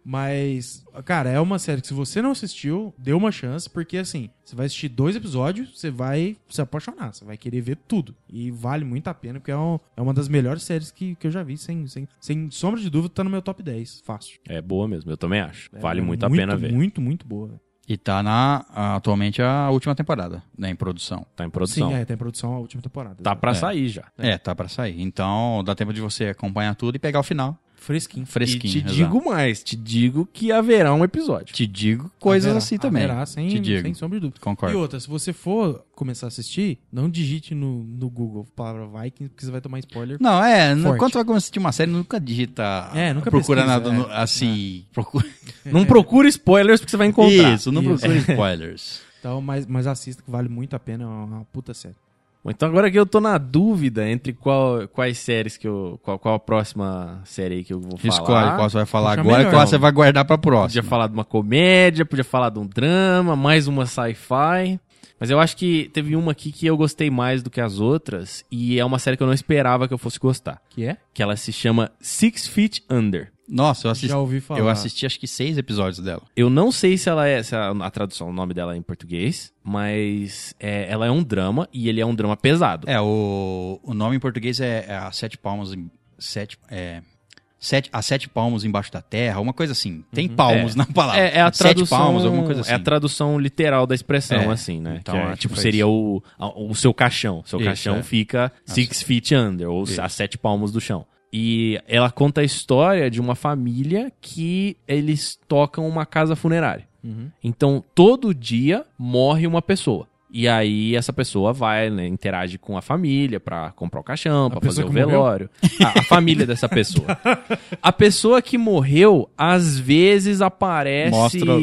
Speaker 2: Mas, cara, é uma série que se você não assistiu, dê uma chance, porque assim, você vai assistir dois episódios, você vai se apaixonar, você vai querer ver tudo. E vale muito a pena, porque é, um- é uma das melhores séries que, que eu já vi, sem, sem, sem sombra de dúvida, tá no meu top 10, fácil.
Speaker 3: É boa mesmo, eu também acho.
Speaker 2: É
Speaker 3: vale muito, a pena ver.
Speaker 2: Muito, muito boa. velho.
Speaker 1: E tá na atualmente a última temporada, né, em produção.
Speaker 3: Tá em produção.
Speaker 2: Sim, é, tá em produção a última temporada.
Speaker 3: Tá pra
Speaker 1: É.
Speaker 3: sair já.
Speaker 1: É, tá pra sair. Então, dá tempo de você acompanhar tudo e pegar o final
Speaker 2: Fresquinho.
Speaker 1: fresquinho.
Speaker 3: e te
Speaker 1: exato.
Speaker 3: digo mais, te digo que haverá um episódio.
Speaker 1: te digo coisas
Speaker 2: Haverá-
Speaker 1: assim também.
Speaker 2: haverá, sem,
Speaker 1: te digo.
Speaker 2: sem sombra de dúvida. E
Speaker 1: Concordo.
Speaker 2: outra, se você for começar a assistir, não digite no, no Google a palavra Vikings, porque você vai tomar spoiler.
Speaker 1: Não, é, no-
Speaker 2: Forte.
Speaker 1: quando você vai começar a assistir uma série, nunca digita.
Speaker 2: É, nunca
Speaker 1: procura
Speaker 2: pesquisa,
Speaker 1: nada
Speaker 2: é.
Speaker 1: no- assim. Procura...
Speaker 3: Não procura spoilers porque você vai encontrar.
Speaker 1: Isso, não
Speaker 2: Isso.
Speaker 1: procura spoilers.
Speaker 2: Então, mas, mas assista que vale muito a pena, é uma puta série.
Speaker 3: Bom, Então agora que eu tô na dúvida entre qual, quais séries que eu. Qual, qual a próxima série aí que eu vou falar.
Speaker 1: Escolhe qual você vai falar
Speaker 2: Puxa,
Speaker 1: agora e
Speaker 2: melhor.
Speaker 1: qual você vai guardar pra
Speaker 3: Podia
Speaker 1: próxima.
Speaker 3: falar de uma comédia, podia falar de um drama, mais uma sci-fi. Mas eu acho que teve uma aqui que eu gostei mais do que as outras, e é uma série que eu não esperava que eu fosse gostar.
Speaker 2: Que é?
Speaker 3: Que ela se chama Six Feet Under.
Speaker 1: Nossa, eu assisti,
Speaker 2: Já ouvi falar.
Speaker 1: eu assisti acho que seis episódios dela.
Speaker 3: Eu não sei se ela é se a, a tradução, o nome dela é em português, mas é, ela é um drama e ele é um drama pesado.
Speaker 1: É, o, o nome em português é, é a Sete Palmas. em- Sete, é, sete, a Sete Palmos embaixo da terra, uma coisa assim. Tem palmos na palavra.
Speaker 3: Uhum. É, é a tradução,
Speaker 1: Sete palmos, alguma coisa assim.
Speaker 3: É a tradução literal da expressão,
Speaker 1: É,
Speaker 3: assim, né?
Speaker 1: então
Speaker 3: Que é,
Speaker 1: acho que
Speaker 3: tipo,
Speaker 1: foi
Speaker 3: seria o, a- o seu caixão. Seu
Speaker 1: Isso,
Speaker 3: caixão
Speaker 1: é.
Speaker 3: fica six feet under, ou
Speaker 1: Isso.
Speaker 3: a sete palmos do chão. E ela conta a história de uma família que eles tocam uma casa funerária.
Speaker 2: Uhum.
Speaker 3: Então, todo dia morre uma pessoa. E aí essa pessoa vai, né, interage com a família pra comprar o caixão,
Speaker 2: A
Speaker 3: pra fazer
Speaker 2: pessoa
Speaker 3: o
Speaker 2: que morreu?
Speaker 3: velório. Ah, A, a família dessa pessoa. A pessoa que morreu, às vezes aparece...
Speaker 1: Mostra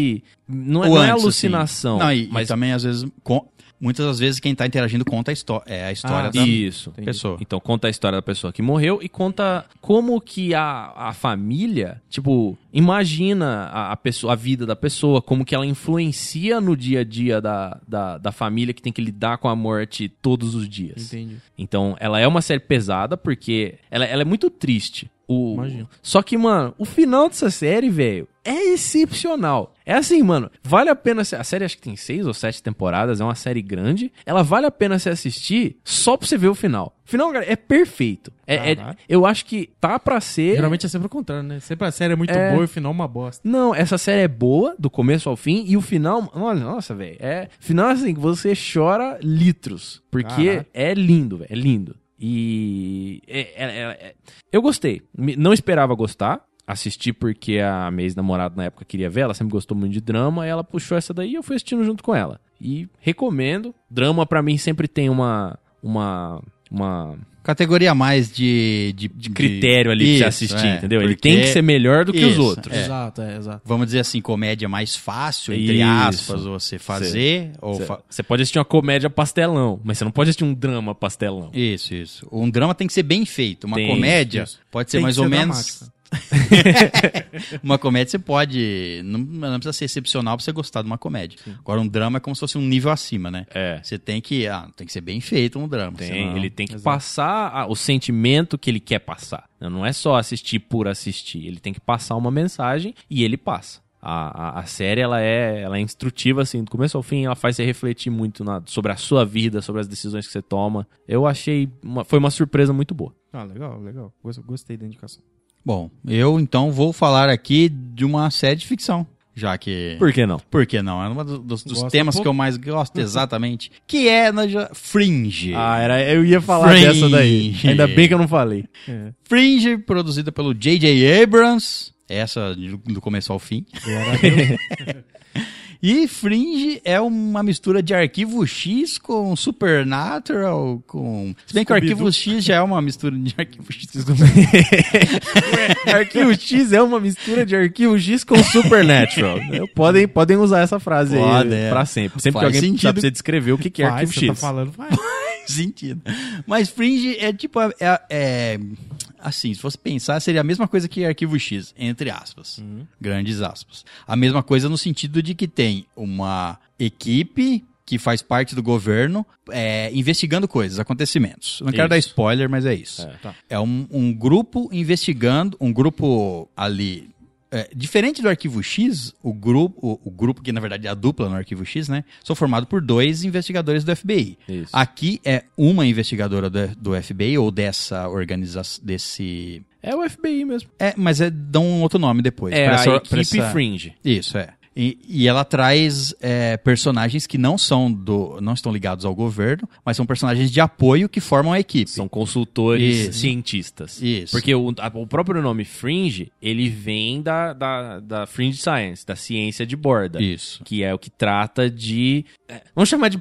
Speaker 3: Não é,
Speaker 1: O
Speaker 3: não é
Speaker 1: antes, assim.
Speaker 3: alucinação.
Speaker 1: Não, e, e
Speaker 3: mas
Speaker 1: também, às vezes, com- muitas das vezes quem tá interagindo conta a, histó é a história
Speaker 2: Ah,
Speaker 1: da
Speaker 3: Isso.
Speaker 2: Entendi.
Speaker 1: pessoa.
Speaker 3: Então conta a história da pessoa que morreu e conta como que a, a família, tipo, imagina a, a pessoa, a vida da pessoa, como que ela influencia no dia a dia da, da, da família que tem que lidar com a morte todos os dias.
Speaker 2: Entendi.
Speaker 3: Então, ela é uma série pesada porque ela, ela é muito triste. O- O...
Speaker 2: Imagino.
Speaker 3: Só que, mano, o final dessa série, velho, é excepcional. É assim, mano, vale a pena ser... A série acho que tem seis ou sete temporadas, é uma série grande. Ela vale a pena se assistir só pra você ver o final. O final, cara, é perfeito. É, é-
Speaker 2: Caraca.
Speaker 3: eu acho que tá pra ser...
Speaker 2: Geralmente é sempre o contrário, né? Sempre a série é muito
Speaker 3: É.
Speaker 2: boa e o final é uma bosta.
Speaker 3: Não, essa série é boa, do começo ao fim, e o final, olha, nossa, velho, é final assim que você chora litros, porque
Speaker 2: Caraca.
Speaker 3: é lindo, velho, é lindo. E é- é- é- é- eu gostei, Me- não esperava gostar, assisti porque a minha ex-namorada na época queria ver, ela sempre gostou muito de drama, e ela puxou essa daí e eu fui assistindo junto com ela. E recomendo, drama pra mim sempre tem uma uma uma
Speaker 1: Categoria a mais de, de, de-
Speaker 3: critério ali pra você
Speaker 1: Isso,
Speaker 3: assistir,
Speaker 1: é.
Speaker 3: entendeu? Ele
Speaker 1: Porque-
Speaker 3: tem que ser melhor do que os
Speaker 1: Isso,
Speaker 3: outros.
Speaker 1: É.
Speaker 2: Exato, é, exato.
Speaker 1: Vamos dizer assim, comédia mais fácil, entre
Speaker 3: Isso.
Speaker 1: aspas, você fazer. Ou
Speaker 3: Você
Speaker 1: fa-
Speaker 3: pode assistir uma comédia pastelão, mas você não pode assistir um drama pastelão.
Speaker 1: Isso, isso. Um drama tem que ser bem feito. Uma
Speaker 3: Tem,
Speaker 1: comédia
Speaker 2: isso.
Speaker 1: pode ser
Speaker 2: Tem que
Speaker 1: mais ou menos.
Speaker 2: dramático.
Speaker 1: Uma comédia você pode. Não, não precisa ser excepcional pra você gostar de uma comédia. Agora, um drama é como se fosse um nível acima, né?
Speaker 3: É.
Speaker 1: Você tem que. Ah, tem que ser bem feito um drama. senão-
Speaker 3: ele tem que
Speaker 2: Exato.
Speaker 3: passar ah, o sentimento que ele quer passar. Não é só assistir por assistir. Ele tem que passar uma mensagem e ele passa. A, a- a série ela é, ela é instrutiva, assim, do começo ao fim, ela faz você refletir muito na- sobre a sua vida, sobre as decisões que você toma. Eu achei. uma- foi uma surpresa muito boa.
Speaker 2: Ah, legal, legal. Gost- Gostei da indicação.
Speaker 1: Bom, eu então vou falar aqui de uma série de ficção. Já que.
Speaker 3: Por que não?
Speaker 1: Por que não? É um dos, dos
Speaker 2: Gosta
Speaker 1: temas
Speaker 2: um
Speaker 1: que
Speaker 2: pouco.
Speaker 1: eu mais gosto, exatamente. que é na jo- Fringe.
Speaker 3: era, eu ia
Speaker 1: falar dessa daí. Ainda bem que
Speaker 3: eu não falei.
Speaker 2: É.
Speaker 1: Fringe, produzida pelo J.J. Abrams. Essa do do começo ao fim.
Speaker 2: É.
Speaker 1: E Fringe é uma mistura de Arquivo X com Supernatural, com... Se bem que o Arquivo X já é uma mistura de Arquivo X.
Speaker 3: Arquivo X é uma mistura de Arquivo X com Supernatural. Eu- podem, podem usar essa frase
Speaker 1: Pode,
Speaker 3: aí
Speaker 1: é.
Speaker 3: pra sempre. Sempre
Speaker 1: Faz
Speaker 3: que alguém precisar
Speaker 1: sentido.
Speaker 3: pra você descrever o que, que é
Speaker 2: Faz,
Speaker 3: Arquivo
Speaker 2: você
Speaker 3: X.
Speaker 2: tá falando, vai.
Speaker 1: sentido. Mas Fringe é tipo... a- É, é- assim, se fosse pensar, seria a mesma coisa que Arquivo X, entre aspas. Grandes aspas. A mesma coisa no sentido de que tem uma equipe que faz parte do governo é, investigando coisas, acontecimentos. Não quero
Speaker 3: Isso.
Speaker 1: dar spoiler, mas é isso.
Speaker 3: É.
Speaker 2: Tá.
Speaker 1: É um, um grupo investigando, um grupo ali. é, diferente do arquivo X, o grupo, o, o grupo que na verdade é a dupla no arquivo X, né? São formado por dois investigadores do FBI.
Speaker 3: Isso.
Speaker 1: Aqui é uma investigadora do, do FBI ou dessa organização, desse.
Speaker 3: É o FBI mesmo.
Speaker 1: É, mas é, dão um outro nome depois.
Speaker 3: É
Speaker 1: pra essa-
Speaker 3: a
Speaker 1: pra
Speaker 3: equipe
Speaker 1: essa-
Speaker 3: Fringe.
Speaker 1: Isso é. E, e ela traz é, personagens que não são do, não estão ligados ao governo, mas são personagens de apoio que formam a equipe.
Speaker 3: São consultores
Speaker 1: Isso.
Speaker 3: cientistas.
Speaker 1: Isso.
Speaker 3: Porque o, a- o próprio nome Fringe, ele vem da, da, da Fringe Science, da ciência de borda.
Speaker 1: Isso.
Speaker 3: que é o que trata de. é, Vamos chamar de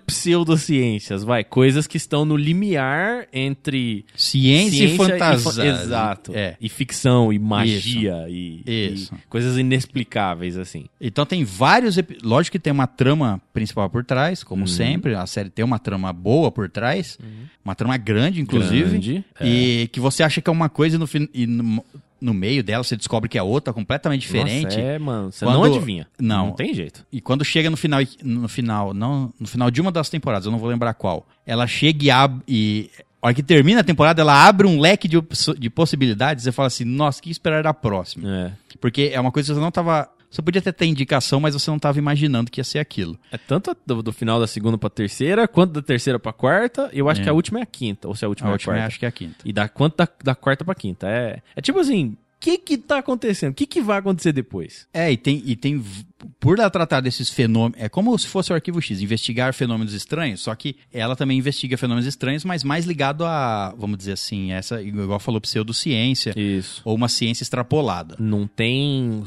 Speaker 3: pseudociências, vai. Coisas que estão no limiar entre.
Speaker 1: Ciência, e fantasia.
Speaker 3: fa- Exato.
Speaker 1: É.
Speaker 3: E ficção, e magia, e,
Speaker 1: Isso.
Speaker 3: e coisas inexplicáveis, assim.
Speaker 1: Então tem vários. epi- Lógico que tem uma trama principal por trás, como
Speaker 3: Uhum.
Speaker 1: sempre. A série tem uma trama boa por trás. Uma trama grande, inclusive.
Speaker 3: Grande, é.
Speaker 1: E que você acha que é uma coisa e no, fin- e no, no meio dela você descobre que é outra, completamente diferente.
Speaker 3: Nossa, é, mano. Você
Speaker 1: Quando-
Speaker 3: não adivinha.
Speaker 1: Não.
Speaker 3: Não tem jeito.
Speaker 1: E quando chega no final, no final, não, no final de uma das temporadas, eu não vou lembrar qual, ela chega e abre. E, a hora que termina a temporada, ela abre um leque de, opso- de possibilidades. Você fala assim, nossa, o que esperar da próxima?
Speaker 3: É.
Speaker 1: Porque é uma coisa que você não tava. Você podia até ter indicação, mas você não tava imaginando que ia ser aquilo.
Speaker 3: É tanto a- do, do final da segunda pra terceira, quanto da terceira pra quarta. Eu acho
Speaker 1: É.
Speaker 3: que a última é a quinta. Ou se a última
Speaker 1: A
Speaker 3: é a
Speaker 1: última,
Speaker 3: quarta.
Speaker 1: acho que é a quinta.
Speaker 3: E da quanto da, da quarta pra quinta. É, é tipo assim. O que que tá acontecendo? O que que vai acontecer depois?
Speaker 1: É, e tem, e tem. v- Por ela tratar desses fenômenos. É como se fosse o arquivo X, investigar fenômenos estranhos, só que ela também investiga fenômenos estranhos, mas mais ligado a, vamos dizer assim, essa, igual falou pseudociência,
Speaker 3: Isso.
Speaker 1: ou uma ciência extrapolada.
Speaker 3: não tem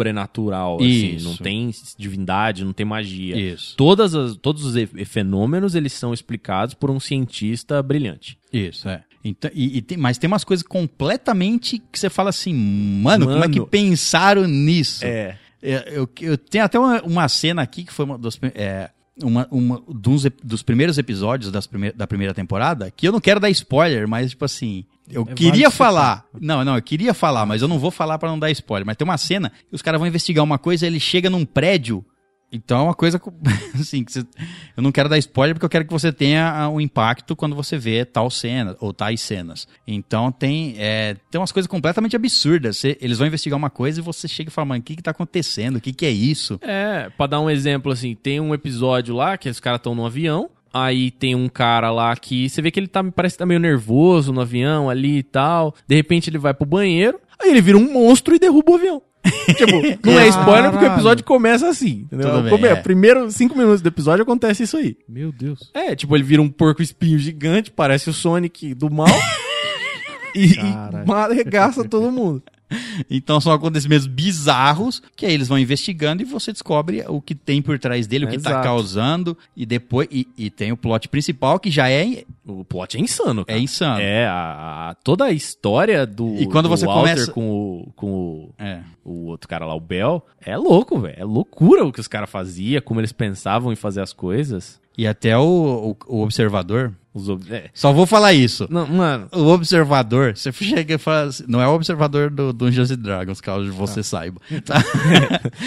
Speaker 3: sobrenatural,
Speaker 1: Isso.
Speaker 3: assim, não tem divindade, não tem magia.
Speaker 1: Isso,
Speaker 3: Todas as- todos os e- fenômenos eles são explicados por um cientista brilhante.
Speaker 1: isso, é. Então, e, e tem, mas tem umas coisas completamente que você fala assim, mano, como é que
Speaker 3: Mano.
Speaker 1: pensaram nisso?
Speaker 3: É.
Speaker 1: É, eu, eu tenho até uma, uma cena aqui que foi uma dos, é, uma, uma, dos, ep- dos primeiros episódios das prime- da primeira temporada, que eu não quero dar spoiler, mas tipo assim, eu
Speaker 2: É
Speaker 1: queria
Speaker 2: válido
Speaker 1: falar. Não, não, eu queria falar, mas eu não vou falar pra não dar spoiler. Mas tem uma cena que os caras vão investigar uma coisa, ele chega num prédio Então é uma coisa co- assim que você- eu não quero dar spoiler porque eu quero que você tenha o um impacto quando você vê tal cena ou tais cenas. Então tem é, tem umas coisas completamente absurdas. Você- eles vão investigar uma coisa e você chega e fala, mano, o que que tá acontecendo? O que que é isso?
Speaker 3: É, pra dar um exemplo, assim, tem um episódio lá que os caras estão no avião. Aí tem um cara lá que você vê que ele tá, parece que tá meio nervoso no avião ali e tal. De repente ele vai pro banheiro, aí ele vira um monstro e derruba o avião. tipo, não é spoiler porque o episódio começa assim, entendeu?
Speaker 1: Ah, Tudo bem,
Speaker 3: Come-
Speaker 1: é.
Speaker 3: Primeiro cinco minutos do episódio acontece isso aí.
Speaker 2: Meu Deus.
Speaker 3: É, tipo, ele vira um porco espinho gigante, parece o Sonic do mal. e,
Speaker 2: Caralho.
Speaker 3: e ma- arregaça todo mundo.
Speaker 1: Então são acontecimentos bizarros que aí eles vão investigando e você descobre o que tem por trás dele, o que tá
Speaker 3: Exato.
Speaker 1: causando e depois e, e tem o plot principal que já é
Speaker 3: O plot é insano,
Speaker 1: é
Speaker 3: cara.
Speaker 1: insano.
Speaker 3: É, a, a- toda a história do,
Speaker 1: E quando
Speaker 3: do
Speaker 1: você
Speaker 3: Walter
Speaker 1: começa-
Speaker 3: com, o, com o,
Speaker 1: É.
Speaker 3: o outro cara lá, o Bell, é louco, velho. É loucura o que os caras faziam, como eles pensavam em fazer as coisas.
Speaker 1: E até o- o, o observador.
Speaker 3: Os, ob- é.
Speaker 1: Só vou falar isso.
Speaker 3: Não, mano,
Speaker 1: O observador, você chega e fala. assim, Não é o observador do Dungeons and Dragons, caso você saiba. tá?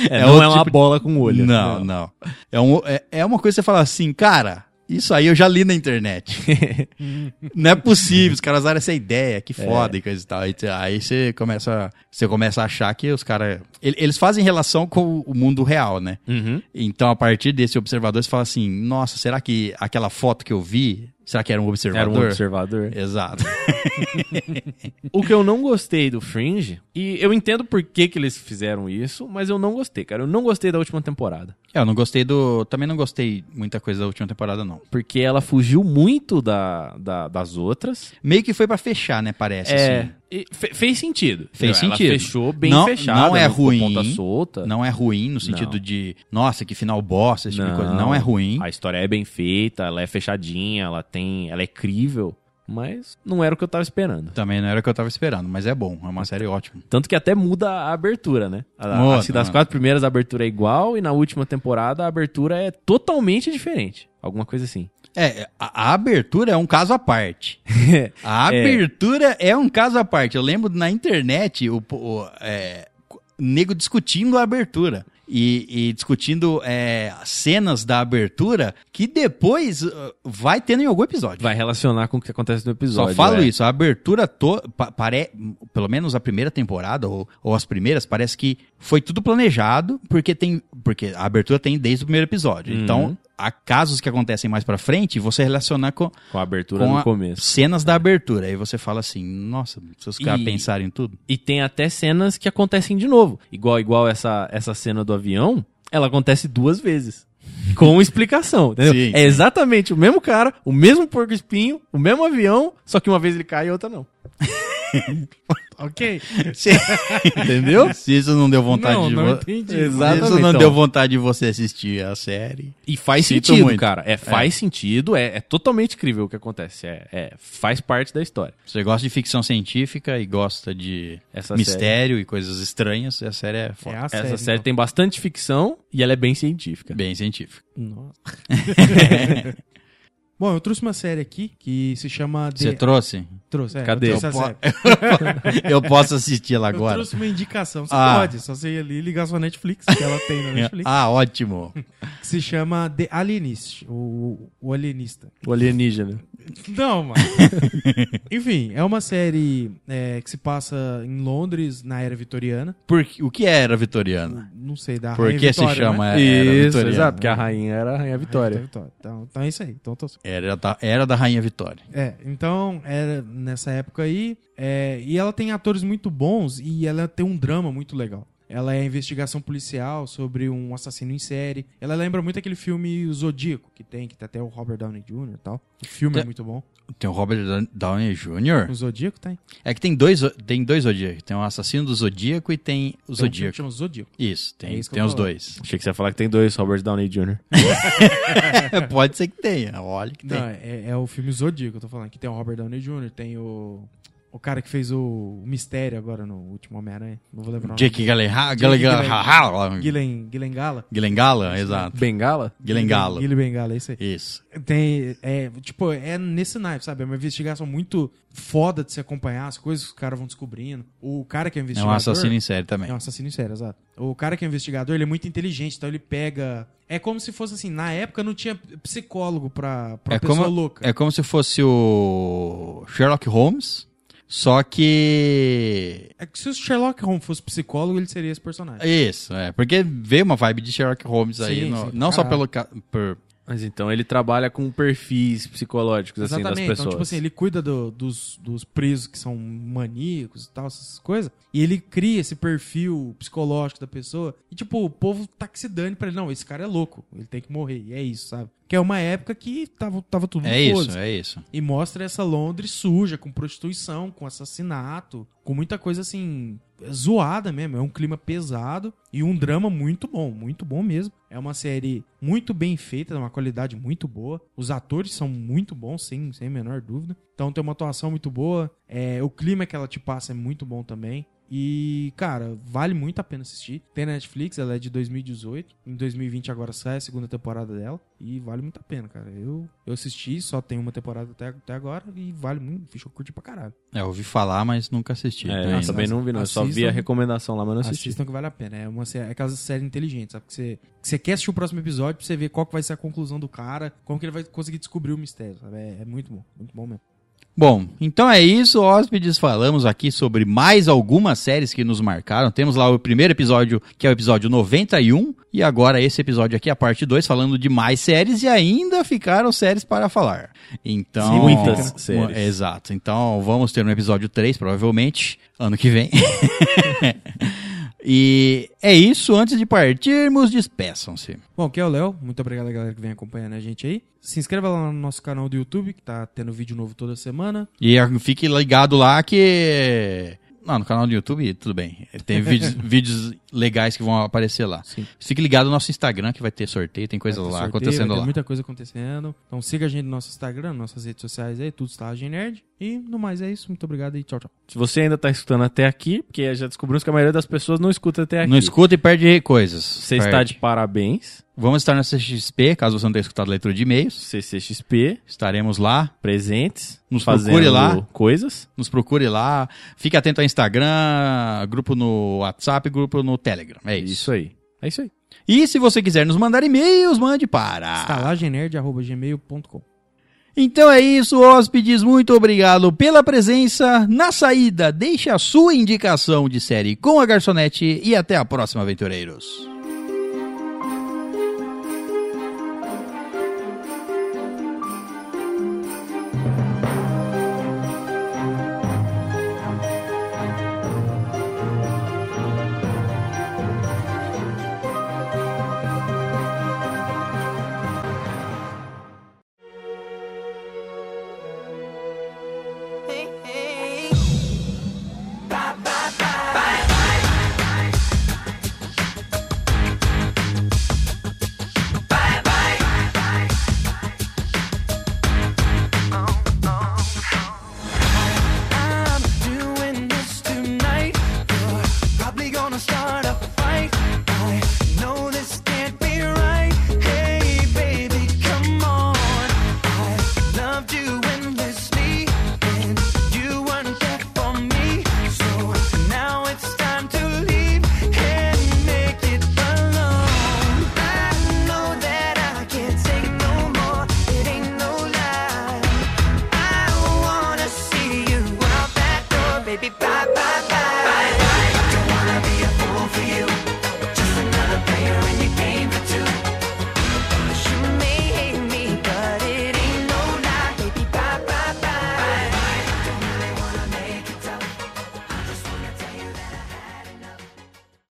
Speaker 3: é,
Speaker 1: É
Speaker 3: não
Speaker 1: outro
Speaker 3: é uma
Speaker 1: tipo de-
Speaker 3: bola com olho.
Speaker 1: Não, não. É, um, é, é uma coisa que você fala assim, cara, isso aí eu já li na internet. não é possível, os caras usaram essa ideia,
Speaker 3: É.
Speaker 1: que foda e coisa e tal. Aí, você- aí você, começa, você começa a achar que os caras. ele- Eles fazem relação com o mundo real, né?
Speaker 3: Uhum.
Speaker 1: Então, a partir desse observador, você fala assim: nossa, será que aquela foto que eu vi, será que era um
Speaker 3: Era
Speaker 1: observador?
Speaker 3: um observador.
Speaker 1: Exato.
Speaker 3: O que eu não gostei do Fringe, e eu entendo por que, que eles fizeram isso, mas eu não gostei, cara. Eu não gostei da última temporada.
Speaker 1: É, eu não gostei do. Também não gostei muita coisa da última temporada, não.
Speaker 3: Porque ela fugiu muito da, da- das outras.
Speaker 1: Meio que foi pra fechar, né? Parece.
Speaker 3: É.
Speaker 1: assim.
Speaker 3: e fe- fez sentido.
Speaker 1: Fez
Speaker 3: Ela
Speaker 1: sentido.
Speaker 3: fechou bem
Speaker 1: Não-
Speaker 3: fechada.
Speaker 1: não é
Speaker 3: ficou
Speaker 1: ruim.
Speaker 3: Ponta solta.
Speaker 1: Não é ruim no sentido
Speaker 3: Não.
Speaker 1: de, nossa, que final bosta, esse tipo de
Speaker 3: Não.
Speaker 1: coisa. Não é ruim.
Speaker 3: A história é bem feita, ela é fechadinha, ela tem. Ela é crível. Mas não era o que eu tava esperando.
Speaker 1: Também não era o que eu tava esperando, mas é bom. É uma série ótima.
Speaker 3: Tanto que até muda a abertura, né? A-
Speaker 1: Muda,
Speaker 3: acho que das
Speaker 1: mano.
Speaker 3: quatro primeiras a abertura é igual e na última temporada a abertura é totalmente diferente. Alguma coisa assim.
Speaker 1: É, a, a abertura é um caso à parte. A abertura é. um caso à parte. Eu lembro na internet o, po- o, é, co- nego discutindo a abertura. E, e discutindo é, cenas da abertura que depois uh, vai tendo em algum episódio.
Speaker 3: Vai relacionar com o que acontece no
Speaker 1: Só
Speaker 3: episódio.
Speaker 1: falo
Speaker 3: é.
Speaker 1: isso, a abertura toda, pelo menos a primeira temporada, ou, ou as primeiras, parece que foi tudo planejado, porque tem. Porque a abertura tem desde o primeiro episódio.
Speaker 3: Uhum.
Speaker 1: Então, há casos que acontecem mais pra frente, você relacionar com
Speaker 3: Com a abertura
Speaker 1: Com
Speaker 3: no
Speaker 1: a-
Speaker 3: começo.
Speaker 1: cenas da abertura. Aí você fala assim, nossa, se os caras
Speaker 3: E-
Speaker 1: pensarem em tudo.
Speaker 3: E tem até cenas que acontecem de novo. Igual, igual essa, essa cena do avião, ela acontece duas vezes. Com explicação, entendeu?
Speaker 1: Sim,
Speaker 3: é
Speaker 1: sim.
Speaker 3: exatamente o mesmo cara, o mesmo porco espinho, o mesmo avião, só que uma vez ele cai e outra não.
Speaker 2: Ok.
Speaker 1: Se,
Speaker 3: Entendeu?
Speaker 1: se isso não deu vontade
Speaker 2: não,
Speaker 1: de
Speaker 2: não
Speaker 1: você.
Speaker 2: entendi.
Speaker 3: Exato.
Speaker 1: Isso não
Speaker 3: Então.
Speaker 1: deu vontade de você assistir a série.
Speaker 3: E faz
Speaker 1: Sinto
Speaker 3: sentido,
Speaker 1: muito.
Speaker 3: cara. É, faz sentido, é, é totalmente crível o que acontece. É, é, faz parte da história.
Speaker 1: Você gosta de ficção científica e gosta de
Speaker 3: Essa série,
Speaker 1: mistério e coisas estranhas, a série é
Speaker 2: É
Speaker 1: foda.
Speaker 2: a série.
Speaker 3: essa série
Speaker 2: então.
Speaker 3: tem bastante ficção e ela é bem científica.
Speaker 1: Bem científica.
Speaker 3: Nossa.
Speaker 2: Bom, eu trouxe uma série aqui que se chama... The-
Speaker 1: Você trouxe?
Speaker 2: Trouxe, é,
Speaker 3: Cadê?
Speaker 2: Eu trouxe,
Speaker 1: Eu
Speaker 2: essa série.
Speaker 1: Eu posso assisti la
Speaker 2: Eu
Speaker 1: agora.
Speaker 2: trouxe uma indicação. Você
Speaker 1: Ah.
Speaker 2: pode, só você ir ali e ligar sua Netflix, que ela tem na Netflix.
Speaker 1: Ah, ótimo.
Speaker 2: Que se chama The Alienist, o, o alienista.
Speaker 3: O alienígena.
Speaker 2: Não, mano. Enfim, é uma série é, que se passa em Londres, na era vitoriana.
Speaker 1: Por, o que era vitoriana?
Speaker 2: Não sei, da
Speaker 1: Por
Speaker 2: Rainha
Speaker 1: que se
Speaker 2: Vitória, né?
Speaker 1: chama era
Speaker 4: É,
Speaker 3: Isso,
Speaker 1: vitoriana?
Speaker 3: exato, porque a rainha era a rainha
Speaker 2: Rainha
Speaker 3: Vitória.
Speaker 2: Vitória. Então, então é isso aí. Então, tô...
Speaker 1: Era da, era da Rainha Vitória.
Speaker 2: É, então era nessa época aí. é, e ela tem atores muito bons e ela tem um drama muito legal. Ela é investigação policial sobre um assassino em série. Ela lembra muito aquele filme O Zodíaco, que tem, que tem até o Robert Downey Jr. e tal. O filme é
Speaker 1: Tá.
Speaker 2: muito bom.
Speaker 1: Tem o Robert Down- Downey
Speaker 2: O
Speaker 1: Jr.
Speaker 2: Zodíaco tem. um
Speaker 1: É que tem dois, tem dois Zodíacos. Tem o Assassino do Zodíaco e tem o
Speaker 2: Tem um filme que
Speaker 1: Zodíaco.
Speaker 2: Chama Zodíaco.
Speaker 1: Isso, tem,
Speaker 2: É isso que
Speaker 1: tem
Speaker 2: eu
Speaker 1: os
Speaker 2: falo.
Speaker 1: dois.
Speaker 3: Achei que você ia falar que tem dois, Robert Downey Jr.
Speaker 1: É, pode ser que tenha. Olha que tem.
Speaker 2: é Não, é, é o filme Zodíaco, eu tô falando. Que tem o Robert Downey Jr., tem o. O cara que fez o, o mistério agora no último Homem-Aranha. Não vou lembrar. o
Speaker 1: Jake Gyllenha-
Speaker 2: Jake
Speaker 1: Gyllenhaal.
Speaker 2: Guilherme Gala.
Speaker 1: Gyllenhaal, exato.
Speaker 3: Bengala?
Speaker 1: Gyllenhaal.
Speaker 2: Guilherme Bengala, é isso aí.
Speaker 1: Isso.
Speaker 2: Tem, é, tipo, é nesse naipe, sabe? É uma investigação muito foda de se acompanhar, as coisas que os caras vão descobrindo. O cara que é
Speaker 1: É
Speaker 2: investigador...
Speaker 1: um assassino em série também.
Speaker 2: É um assassino em série, exato. O cara que é investigador, ele é muito inteligente, então ele pega... É como se fosse assim, na época não tinha psicólogo pra, pra
Speaker 1: É
Speaker 2: pessoa
Speaker 1: como-
Speaker 2: louca.
Speaker 1: É como se fosse o Sherlock Holmes, só que.
Speaker 2: É que se o Sherlock Holmes fosse psicólogo, ele seria esse personagem.
Speaker 1: Isso, é. Porque veio uma vibe de Sherlock Holmes aí.
Speaker 2: Sim,
Speaker 1: no-
Speaker 2: sim,
Speaker 1: não só
Speaker 2: caralho.
Speaker 1: pelo. ca- Por,
Speaker 4: Mas então ele trabalha com perfis psicológicos, assim, das pessoas.
Speaker 2: Então, tipo assim, ele cuida do- dos, dos presos que são maníacos e tal, essas coisas. E ele cria esse perfil psicológico da pessoa. E, tipo, o povo tá que se dane pra ele. Não, esse cara é louco. Ele tem que morrer. E é isso, sabe? Que é uma época que tava, tava tudo
Speaker 1: é
Speaker 2: foda-se.
Speaker 1: isso, é isso.
Speaker 2: E mostra essa Londres suja, com prostituição, com assassinato, com muita coisa assim, zoada mesmo. É um clima pesado e um drama muito bom, muito bom mesmo. É uma série muito bem feita, de uma qualidade muito boa. Os atores são muito bons, sem, sem a menor dúvida. Então tem uma atuação muito boa. É, o clima que ela te passa é muito bom também. E, cara, vale muito a pena assistir. Tem na Netflix, ela é de 2018. Em 2020 agora sai a segunda temporada dela. E vale muito a pena, cara. Eu, eu assisti, só tem uma temporada até, até agora. E vale muito. Ficha, eu curti pra caralho.
Speaker 1: É, eu ouvi falar, mas nunca assisti.
Speaker 4: É,
Speaker 1: ainda.
Speaker 4: eu também não vi, não. Eu só vi
Speaker 2: Assistam.
Speaker 4: a recomendação lá, mas não assisti.
Speaker 2: Assistam que vale a pena. É uma sé- é aquelas séries inteligentes, sabe? Que você, que você quer assistir o próximo episódio pra você ver qual que vai ser a conclusão do cara, como que ele vai conseguir descobrir o mistério, sabe? É, é muito bom, muito bom mesmo.
Speaker 1: Bom, então é isso, hóspedes. Falamos aqui sobre mais algumas séries que nos marcaram. Temos lá o primeiro episódio, que é o episódio 91, e agora esse episódio aqui, a parte 2, falando de mais séries e ainda ficaram séries para falar. Então,
Speaker 4: Sim, muitas séries.
Speaker 1: Exato. Então, vamos ter um episódio 3 provavelmente ano que vem. e é isso, antes de partirmos, despeçam-se.
Speaker 2: Bom, aqui é o Léo. Muito obrigado a galera que vem acompanhando a gente aí. Se inscreva lá no nosso canal do YouTube, que tá tendo vídeo novo toda semana.
Speaker 1: E ah, fique ligado lá que. Não, no canal do YouTube, tudo bem. Tem vídeos, vídeos legais que vão aparecer lá.
Speaker 2: Sim.
Speaker 1: Fique ligado no nosso Instagram que vai ter sorteio, tem coisa
Speaker 2: Vai ter
Speaker 1: lá
Speaker 2: sorteio,
Speaker 1: acontecendo
Speaker 2: vai ter
Speaker 1: lá.
Speaker 2: muita coisa acontecendo. Então siga a gente no nosso Instagram, nossas redes sociais aí, tudo Estalagem Nerd. E no mais é isso. Muito obrigado e tchau, tchau.
Speaker 4: Se você ainda tá escutando até aqui, porque já descobrimos que a maioria das pessoas não escuta até aqui.
Speaker 1: Não escuta e perde coisas.
Speaker 4: Você
Speaker 1: Perde.
Speaker 4: está de parabéns.
Speaker 1: Vamos estar na CXP, caso você não tenha escutado a leitura de e-mails.
Speaker 4: CCXP,
Speaker 1: Estaremos lá.
Speaker 4: presentes.
Speaker 1: Nos
Speaker 4: fazendo
Speaker 1: procure lá.
Speaker 4: coisas.
Speaker 1: Nos procure lá. Fique atento ao Instagram, grupo no WhatsApp, grupo no Telegram. É
Speaker 4: Isso.
Speaker 1: isso.
Speaker 4: aí. É isso aí.
Speaker 1: E se você quiser nos mandar e-mails, mande para.
Speaker 2: Estalagemnerd.gmail.com
Speaker 1: Então é isso, hóspedes. Muito obrigado pela presença. Na saída, deixe a sua indicação de série com a garçonete e até a próxima, aventureiros.